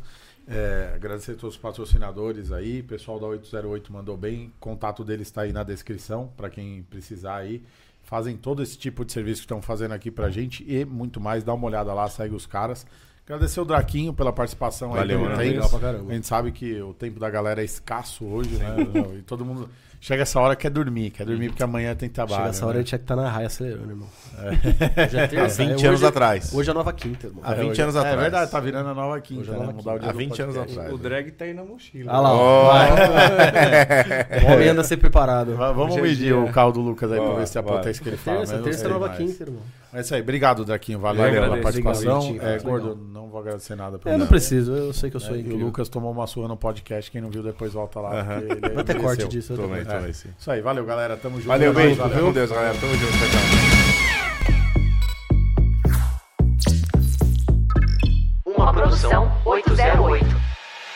É, agradecer a todos os patrocinadores aí. O pessoal da 808 mandou bem. O contato deles está aí na descrição, para quem precisar aí. Fazem todo esse tipo de serviço que estão fazendo aqui pra gente e muito mais. Dá uma olhada lá, segue os caras. Agradecer o Draquinho pela participação Valeu, aí. pelo né? tempo. Legal pra caramba. A gente sabe que o tempo da galera é escasso hoje, né? E todo mundo chega essa hora quer dormir, quer dormir porque amanhã tem trabalho. Chega essa hora né? eu tinha que estar na raia acelerando, irmão. Hoje é terça, Há 20 é- anos hoje é- atrás. Hoje é a nova quinta, irmão. Há 20 hoje- anos É atrás. verdade, tá virando a nova Hoje quinta, é a né? nova Mudar o dia Há do 20 anos podcast. atrás. O drag tá aí na mochila. Olha Ah, lá, ó. *laughs* Vai. O homem anda sempre preparado. Va- Vamos Hoje é medir dia. o carro do Lucas aí pra Bora, ver se é a bora. potência que ele fala. Terça, mas não terça é sei nova mais. quinta, irmão. É isso aí. Obrigado, Draquinho. Valeu Eu pela agradeço, participação. obrigado, É, Vitinho. gordo, não vou agradecer nada por Eu não nada. preciso, eu sei que eu É, sou e o incrível. Lucas tomou uma surra no podcast. Quem não viu, depois volta lá. Aham. porque ele Vai ter corte mereceu. disso. vai ter Tomei, corte. tomei sim. Isso aí. Valeu, galera. Tamo junto. Valeu, É nóis, beijo. valeu. Fica com Deus, galera. Tamo junto. Tchau, tchau. Uma produção 808.